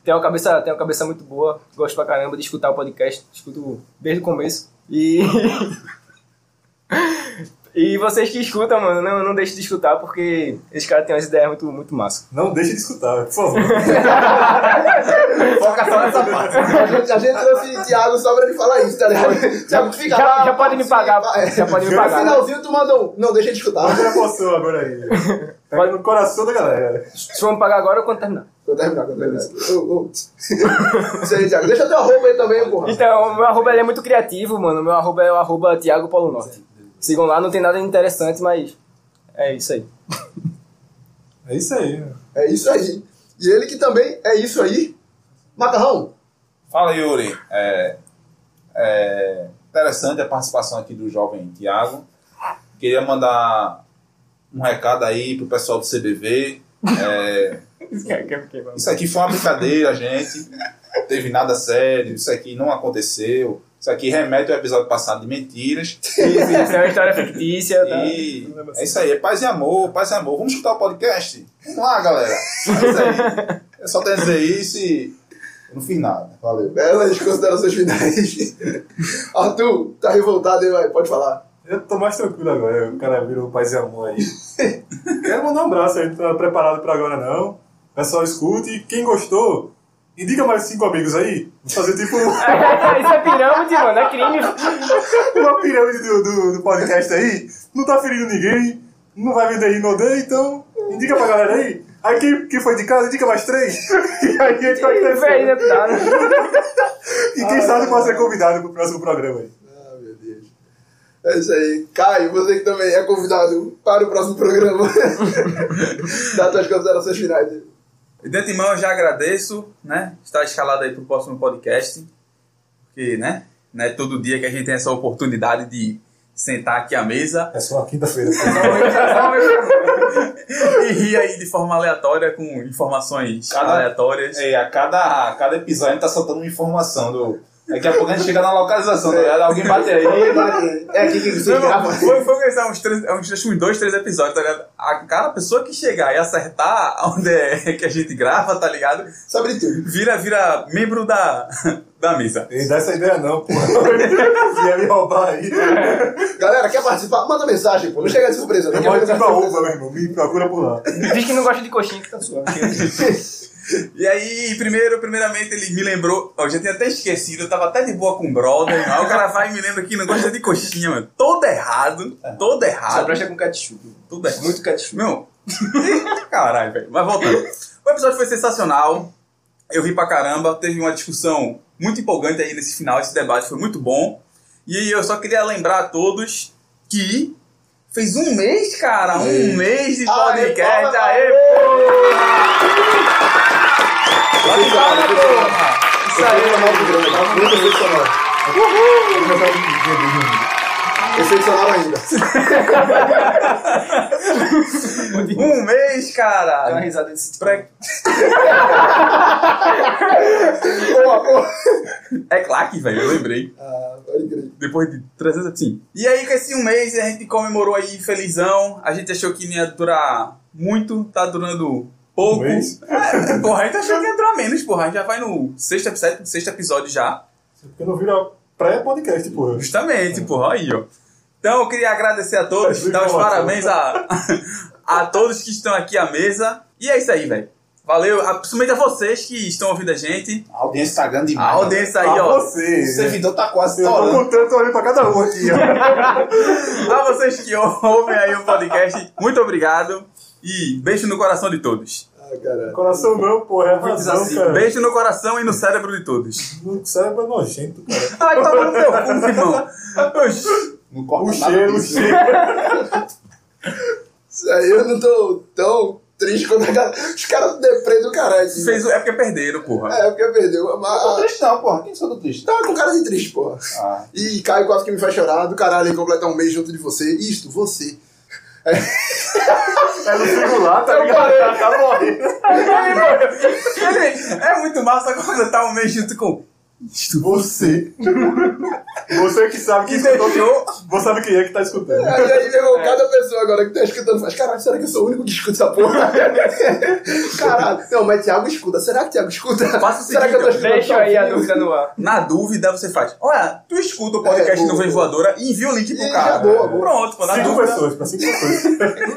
Speaker 5: tem, uma cabeça, tem uma cabeça muito boa, gosto pra caramba de escutar o podcast, escuto desde o começo. E. e vocês que escutam, mano, não, não deixem de escutar, porque esses caras têm umas ideias muito, muito massa.
Speaker 2: Não deixe de escutar, por favor.
Speaker 6: Foca só nessa parte.
Speaker 3: A gente, a gente trouxe Thiago só pra ele falar isso, tá ligado? Thiago, tu fica lá.
Speaker 5: Já, já pode me pagar,
Speaker 3: É.
Speaker 5: já pode me
Speaker 3: No
Speaker 5: pagar. né?
Speaker 3: finalzinho tu manda um. Não, deixa de escutar.
Speaker 2: Olha a emoção agora aí. Tá
Speaker 5: Pode-
Speaker 2: no coração da galera.
Speaker 5: Vocês vão pagar agora ou quando terminar?
Speaker 3: Vou terminar, vou terminar. Ô, ô. Isso aí, Thiago. Deixa teu arroba aí também, porra.
Speaker 5: Então, o meu arroba ele é muito criativo, mano. Meu arroba é o arroba Thiago Paulo Norte. Sigam lá, não tem nada de interessante, mas é isso aí.
Speaker 2: É isso aí.
Speaker 3: É isso aí. E ele que também é isso aí. Macarrão,
Speaker 1: Fala, Yuri. É, é interessante a participação aqui do jovem Tiago. Queria mandar um recado aí pro pessoal do CBV. É, isso aqui foi uma brincadeira, gente. Não teve nada sério. Isso aqui não aconteceu. Isso aqui remete ao episódio passado de mentiras.
Speaker 5: Isso é uma história fictícia, tá?
Speaker 1: E é isso aí, é paz e amor, paz e amor. Vamos escutar o podcast? Vamos lá, galera. É isso aí. Eu só tenho a dizer isso e eu não fiz nada. Valeu.
Speaker 3: belas considerações finais. Arthur, tá revoltado aí, vai. Pode falar.
Speaker 2: Eu tô mais tranquilo agora, o cara virou paz e amor aí. Quero mandar um abraço aí, não tá preparado pra agora não. Pessoal, escute. E Quem gostou, indica mais cinco amigos aí. Vamos fazer tipo
Speaker 5: Isso é pirâmide, mano, é crime.
Speaker 2: uma pirâmide do, do, do podcast aí. Não tá ferindo ninguém, não vai vender inodê, então indica pra galera aí. Aí quem, quem foi de casa, indica mais três. E aí a gente vai
Speaker 5: Velho,
Speaker 2: crescendo.
Speaker 5: deputado.
Speaker 2: E quem sabe pode ser convidado pro próximo programa aí.
Speaker 3: Ah, meu Deus. É isso aí. Caio, você que também é convidado para o próximo programa. Dá tuas considerações finais. aí.
Speaker 4: E de antemão eu já agradeço, né? Estar escalado aí pro próximo podcast. Porque, né? Não é todo dia que a gente tem essa oportunidade de sentar aqui à mesa
Speaker 2: É só uma quinta-feira.
Speaker 4: e rir aí de forma aleatória com informações
Speaker 1: Cada-
Speaker 4: aleatórias.
Speaker 1: É, a cada, a cada episódio a gente tá soltando uma informação do. Daqui a pouco a gente chega na localização, tá ligado? Alguém bate aí.
Speaker 6: É aqui que você
Speaker 4: Não, não,
Speaker 6: grava.
Speaker 4: foi, foi pensar é uns, três, uns, acho que uns dois, três episódios, tá ligado? A cada pessoa que chegar e acertar onde é que a gente grava, tá ligado?
Speaker 3: Sabe de tudo.
Speaker 4: Vira, vira membro da, da mesa.
Speaker 2: Ele dá essa ideia não, porra. Ia me roubar aí.
Speaker 3: Galera, quer participar? Manda mensagem, pô. Não chega de surpresa. Não
Speaker 2: Eu
Speaker 3: quer
Speaker 2: vou
Speaker 3: ficar
Speaker 2: pra
Speaker 3: surpresa.
Speaker 2: Uva, meu irmão. Me procura por lá.
Speaker 5: Diz que não gosta de coxinha, que tá suave.
Speaker 4: E aí, primeiro, primeiramente, ele me lembrou. ó, Eu já tinha até esquecido, eu tava até de boa com o brother. Aí o cara vai e me lembra que não gosta de coxinha, mano. Todo errado, todo
Speaker 5: Só
Speaker 4: errado.
Speaker 5: presta com ketchup.
Speaker 4: Tudo errado.
Speaker 5: Muito ketchup.
Speaker 4: Meu, caralho, velho. Mas voltando. O episódio foi sensacional. Eu ri pra caramba. Teve uma discussão muito empolgante aí nesse final. Esse debate foi muito bom. E eu só queria lembrar a todos que fez um mês, cara. Um mês de podcast. Aê, Bate palma, porra!
Speaker 3: Isso aí, é mal programa. Muito excepcional. Excepcional é ainda.
Speaker 4: Um mês,
Speaker 5: Dá uma
Speaker 4: cara!
Speaker 5: risada desse tipo.
Speaker 4: Pra-
Speaker 3: Boa, boa.
Speaker 4: É claque, velho, eu lembrei.
Speaker 3: Ah, pode crer.
Speaker 4: Depois de 300, assim. E aí, com esse um mês, a gente comemorou aí felizão. A gente achou que não ia durar muito, tá durando pouco.
Speaker 2: Um mês?
Speaker 4: É, porra, a gente achou que ia durar menos, porra. A gente já vai no sexto episódio, sexto episódio já.
Speaker 2: Porque não vira pré-podcast, porra.
Speaker 4: Justamente, porra, aí, ó. Então eu queria agradecer a todos,
Speaker 2: É,
Speaker 4: dar os
Speaker 2: muito bom,
Speaker 4: parabéns a, a todos que estão aqui à mesa. E é isso aí, velho. Valeu, a- principalmente a vocês que estão ouvindo a gente.
Speaker 1: A audiência tá grande demais.
Speaker 4: A audiência aí,
Speaker 2: Ah,
Speaker 4: ó.
Speaker 1: O
Speaker 2: você.
Speaker 1: servidor tá quase
Speaker 2: Eu tô
Speaker 1: estourando.
Speaker 2: contando, tô olhando pra cada um aqui, ó.
Speaker 4: A vocês que ouvem aí o podcast, muito obrigado. E beijo no coração de todos.
Speaker 3: Ah, caralho.
Speaker 2: Coração não, porra. É a razão,
Speaker 5: assim,
Speaker 2: cara.
Speaker 4: Beijo no coração e no cérebro de todos.
Speaker 2: O cérebro é nojento, cara.
Speaker 4: Ai, toma no teu cu, meu irmão. Oxi.
Speaker 1: Não corta
Speaker 2: O
Speaker 1: nada
Speaker 2: cheiro, o
Speaker 1: disso.
Speaker 2: cheiro.
Speaker 3: Isso aí eu não tô tão triste quanto a galera. Os caras do deprê do caralho. assim.
Speaker 4: Fez o- É porque perderam, porra.
Speaker 3: É, porque perdeu.
Speaker 1: Não tô
Speaker 3: Mas...
Speaker 1: triste, não, porra. Quem sou do triste?
Speaker 3: Tá com cara de triste, porra.
Speaker 1: Ah,
Speaker 3: E Caio quase que me faz chorar do caralho em completar um mês junto de você. Isto, você.
Speaker 2: É no singular, tá ligado? Tá, tá morrendo.
Speaker 4: Ele- É muito massa quando tá um mês junto com.
Speaker 2: Você. Você que sabe que
Speaker 4: E
Speaker 2: escutou.
Speaker 4: deixou
Speaker 2: Você sabe quem é que tá escutando.
Speaker 4: É.
Speaker 3: Aí, aí meu irmão, cada pessoa agora que tá escutando faz, caralho, será que eu sou o único que escuta essa porra? caralho, não, mas Thiago escuta. Será que Thiago escuta?
Speaker 4: Faça o
Speaker 3: será que eu tô escutando?
Speaker 4: seguinte,
Speaker 5: Deixa aí a dúvida no ar.
Speaker 4: Na dúvida, você faz. Olha, tu escuta o
Speaker 3: É,
Speaker 4: podcast
Speaker 3: boa,
Speaker 4: do Vem
Speaker 3: boa.
Speaker 4: Voadora e envia o link pro
Speaker 3: Ih,
Speaker 4: cara.
Speaker 3: já, boa, boa.
Speaker 4: Pronto, pô, na
Speaker 2: Cinco
Speaker 3: né?
Speaker 4: dúvida.
Speaker 2: pessoas, pra cinco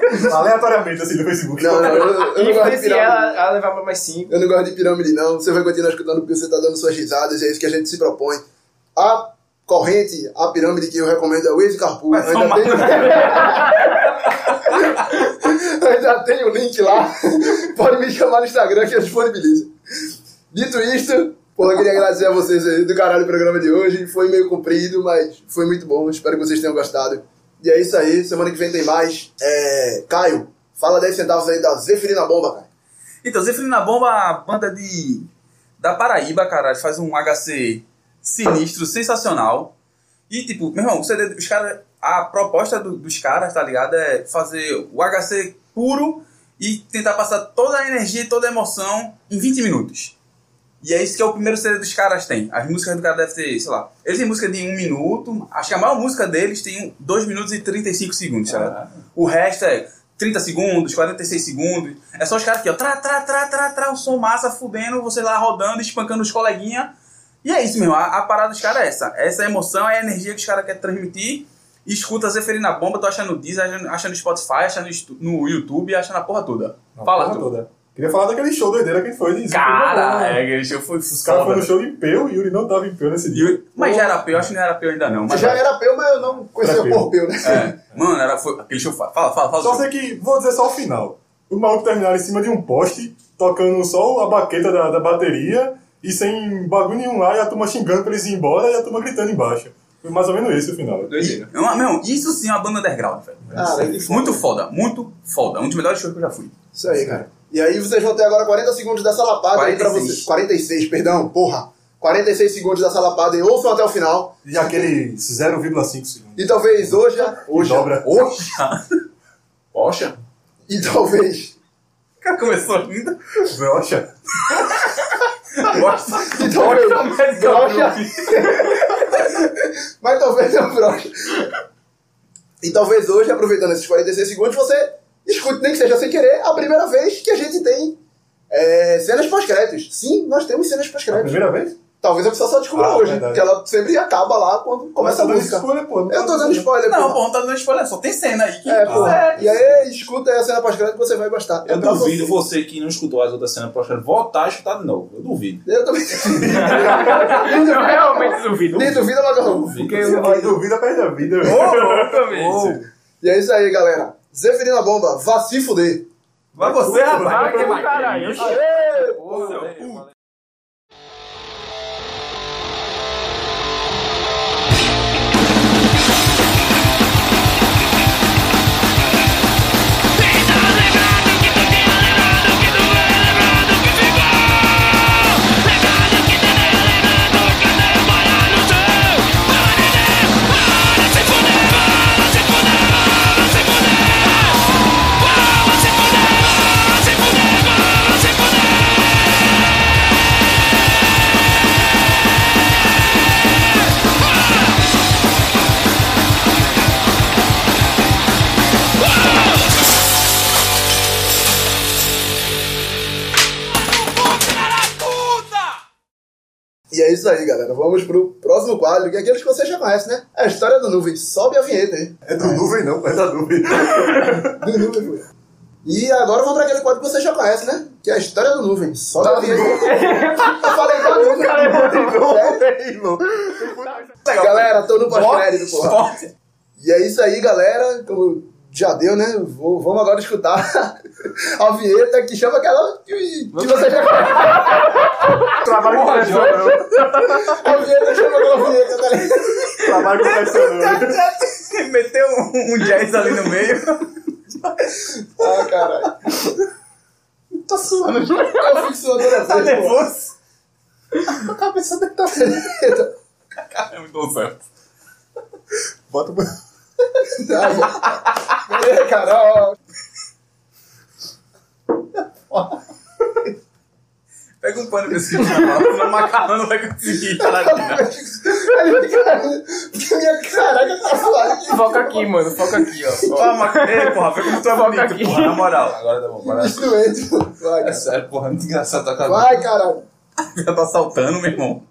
Speaker 2: pessoas. Aleatoriamente, assim, do Facebook.
Speaker 3: Não, não, eu, eu não gosto de
Speaker 5: Influenciar
Speaker 3: pirâmide.
Speaker 5: ela a levar pra mais cinco.
Speaker 3: Eu não gosto de pirâmide, não. Você vai continuar escutando porque você tá dando suas risadas e é isso que a gente se propõe. A corrente, a pirâmide que eu recomendo é o Waze Carpool.
Speaker 4: Vai
Speaker 3: Ainda
Speaker 4: tomar.
Speaker 3: tem... Ainda tem o link lá. Pode me chamar no Instagram que eu disponibilizo. Dito isto, porra, queria agradecer a vocês aí do caralho o programa de hoje. Foi meio comprido, mas foi muito bom. Espero que vocês tenham gostado. E é isso aí. Semana que vem tem mais. É... Caio, fala 10 centavos aí da Zeferina Bomba, cara.
Speaker 4: Então, Zefrina Bomba, a banda de da Paraíba, caralho, faz um HC sinistro, sensacional. E, tipo, meu irmão, o CD os caras, a proposta do- dos caras, tá ligado? É fazer o HC puro e tentar passar toda a energia e toda a emoção em 20 minutos. E é isso que é o primeiro CD dos caras tem. As músicas do cara devem ter, sei lá. Eles têm música de um minuto, acho que a maior música deles tem 2 minutos e 35 segundos, tá
Speaker 2: Ah.
Speaker 4: ligado? O resto é 30 segundos, 46 segundos. É só os caras aqui, ó. Tra, tra, tra, tra, tra, o som massa, fudendo, você lá rodando, espancando os coleguinha. E é isso mesmo, a, a parada dos caras é essa. Essa emoção é a energia que os caras querem transmitir. E escuta Zeferina Bomba, tô achando no Deezer, achando, achando no Spotify, achando no estu- no YouTube, achando a porra toda.
Speaker 2: Não,
Speaker 4: Fala
Speaker 2: porra
Speaker 4: tu.
Speaker 2: toda. Queria falar daquele show doideira que foi de né?
Speaker 4: Cara, é, aquele show foi
Speaker 2: Os caras foram no show em Peu e o Yuri não tava em Peu nesse dia.
Speaker 4: Mas já era peu, acho que não era peu ainda não. Mas
Speaker 3: Já era peu, mas eu não conhecia
Speaker 2: Era peu.
Speaker 3: por peu, né?
Speaker 4: É, mano, era, foi, aquele show. Fala, fala, fala.
Speaker 2: Só
Speaker 4: do show.
Speaker 2: sei que, vou dizer só o final. O maluco terminaram em cima de um poste, tocando só a baqueta da, da bateria e sem bagulho nenhum lá, e a turma xingando pra eles ir embora e a turma gritando embaixo. Foi mais ou menos esse o final.
Speaker 1: Doideira.
Speaker 4: É uma- Meu, isso sim é uma banda underground, velho.
Speaker 3: Cara, ele foi.
Speaker 4: Muito foda, muito foda. Um dos melhores shows que eu já fui.
Speaker 3: Isso aí, cara. E aí vocês vão ter agora 40 segundos dessa lapada aí pra
Speaker 4: 46.
Speaker 3: vocês. 46, perdão, porra. 46 segundos dessa lapada e ouçam até o final.
Speaker 2: E aquele 0,5 segundos.
Speaker 3: E talvez hoje. Hoje.
Speaker 2: Dobra.
Speaker 4: Oxa!
Speaker 1: Poxa.
Speaker 3: E talvez.
Speaker 4: O cara começou ainda.
Speaker 2: Brocha.
Speaker 4: Gosta.
Speaker 3: E talvez. brocha. Mas talvez não brocha. E talvez hoje, aproveitando esses 46 segundos, você escute, nem que seja sem querer, a primeira vez que a gente tem é, cenas pós-créditos. Sim, nós temos cenas
Speaker 2: A
Speaker 3: pós-créditos.
Speaker 2: primeira vez?
Speaker 3: Talvez a pessoa só descubra
Speaker 2: Ah,
Speaker 3: hoje,
Speaker 2: verdade.
Speaker 3: que ela sempre acaba lá quando começa a
Speaker 2: Mas tá dando
Speaker 3: música.
Speaker 2: Spoiler, pô.
Speaker 3: Eu tô dando spoiler,
Speaker 4: Não,
Speaker 3: porra.
Speaker 4: pô, não tá dando spoiler, só tem cena aí. Que...
Speaker 3: É, pô.
Speaker 2: Ah.
Speaker 3: E aí, escuta aí a cena pós-crédito que você vai gostar.
Speaker 1: Eu
Speaker 3: pra
Speaker 1: duvido você que não escutou as outras cenas pós voltar a escutar de novo. Eu duvido.
Speaker 3: Você. Eu também.
Speaker 5: Eu realmente duvido.
Speaker 3: Nem duvido, mas eu não.
Speaker 5: Porque eu
Speaker 2: Se
Speaker 5: não
Speaker 2: alguém
Speaker 5: vou.
Speaker 2: duvida, perde a vida.
Speaker 4: Exatamente.
Speaker 3: E é isso aí, galera. Zeferina Bomba, vá se fuder.
Speaker 4: Vai você,
Speaker 5: Ah,
Speaker 4: rapaz.
Speaker 5: que caralho.
Speaker 4: Seu puto.
Speaker 3: E é isso aí, galera. Vamos pro próximo quadro, que é aqueles que você já conhece, né? É a história do Nuvem. Sobe a vinheta aí.
Speaker 2: É do nuvem, não, é da nuvem.
Speaker 3: Do Nuvem, pô. E agora vamos pra aquele quadro que você já conhece, né? Que é a história do Nuvem. Sobe a vinheta aí. Eu falei tá né? da Nuvem.
Speaker 5: é
Speaker 3: Galera, tô no
Speaker 4: é
Speaker 3: pós-crédito, porra.
Speaker 4: Forte.
Speaker 3: E é isso aí, galera. Como já deu, né? Vou- vamos agora escutar a vinheta que chama aquela que, que você já conhece.
Speaker 2: Trabalho com pressão,
Speaker 3: A vinheta chama aquela vinheta, tá ligado?
Speaker 2: Trabalho com pressão,
Speaker 4: Meteu um, um jazz ali no meio.
Speaker 3: Ah, caralho. Tá suando. Eu fico suando toda
Speaker 4: Tá
Speaker 3: vez, pô.
Speaker 4: nervoso?
Speaker 3: A cabeça deve tá fedendo.
Speaker 4: Caramba, tô É certo.
Speaker 2: Bota o...
Speaker 3: E aí, Carol?
Speaker 4: Pega um pano pra esse cara. O macarrão não vai conseguir. Caralho,
Speaker 3: Aí, cara, Minha careca tá suada aqui.
Speaker 5: Foca aqui, mano. Foca aqui, ó.
Speaker 4: Ah, mas, ei, porra, vê como tu é
Speaker 5: Foca
Speaker 4: bonito,
Speaker 5: aqui.
Speaker 4: porra, na moral.
Speaker 1: Agora tá bom, parece.
Speaker 3: Instrumento. Vai,
Speaker 1: É
Speaker 3: cara.
Speaker 1: sério, porra, muito engraçado tá acabando.
Speaker 3: Vai, caralho.
Speaker 4: Já tá saltando, meu irmão.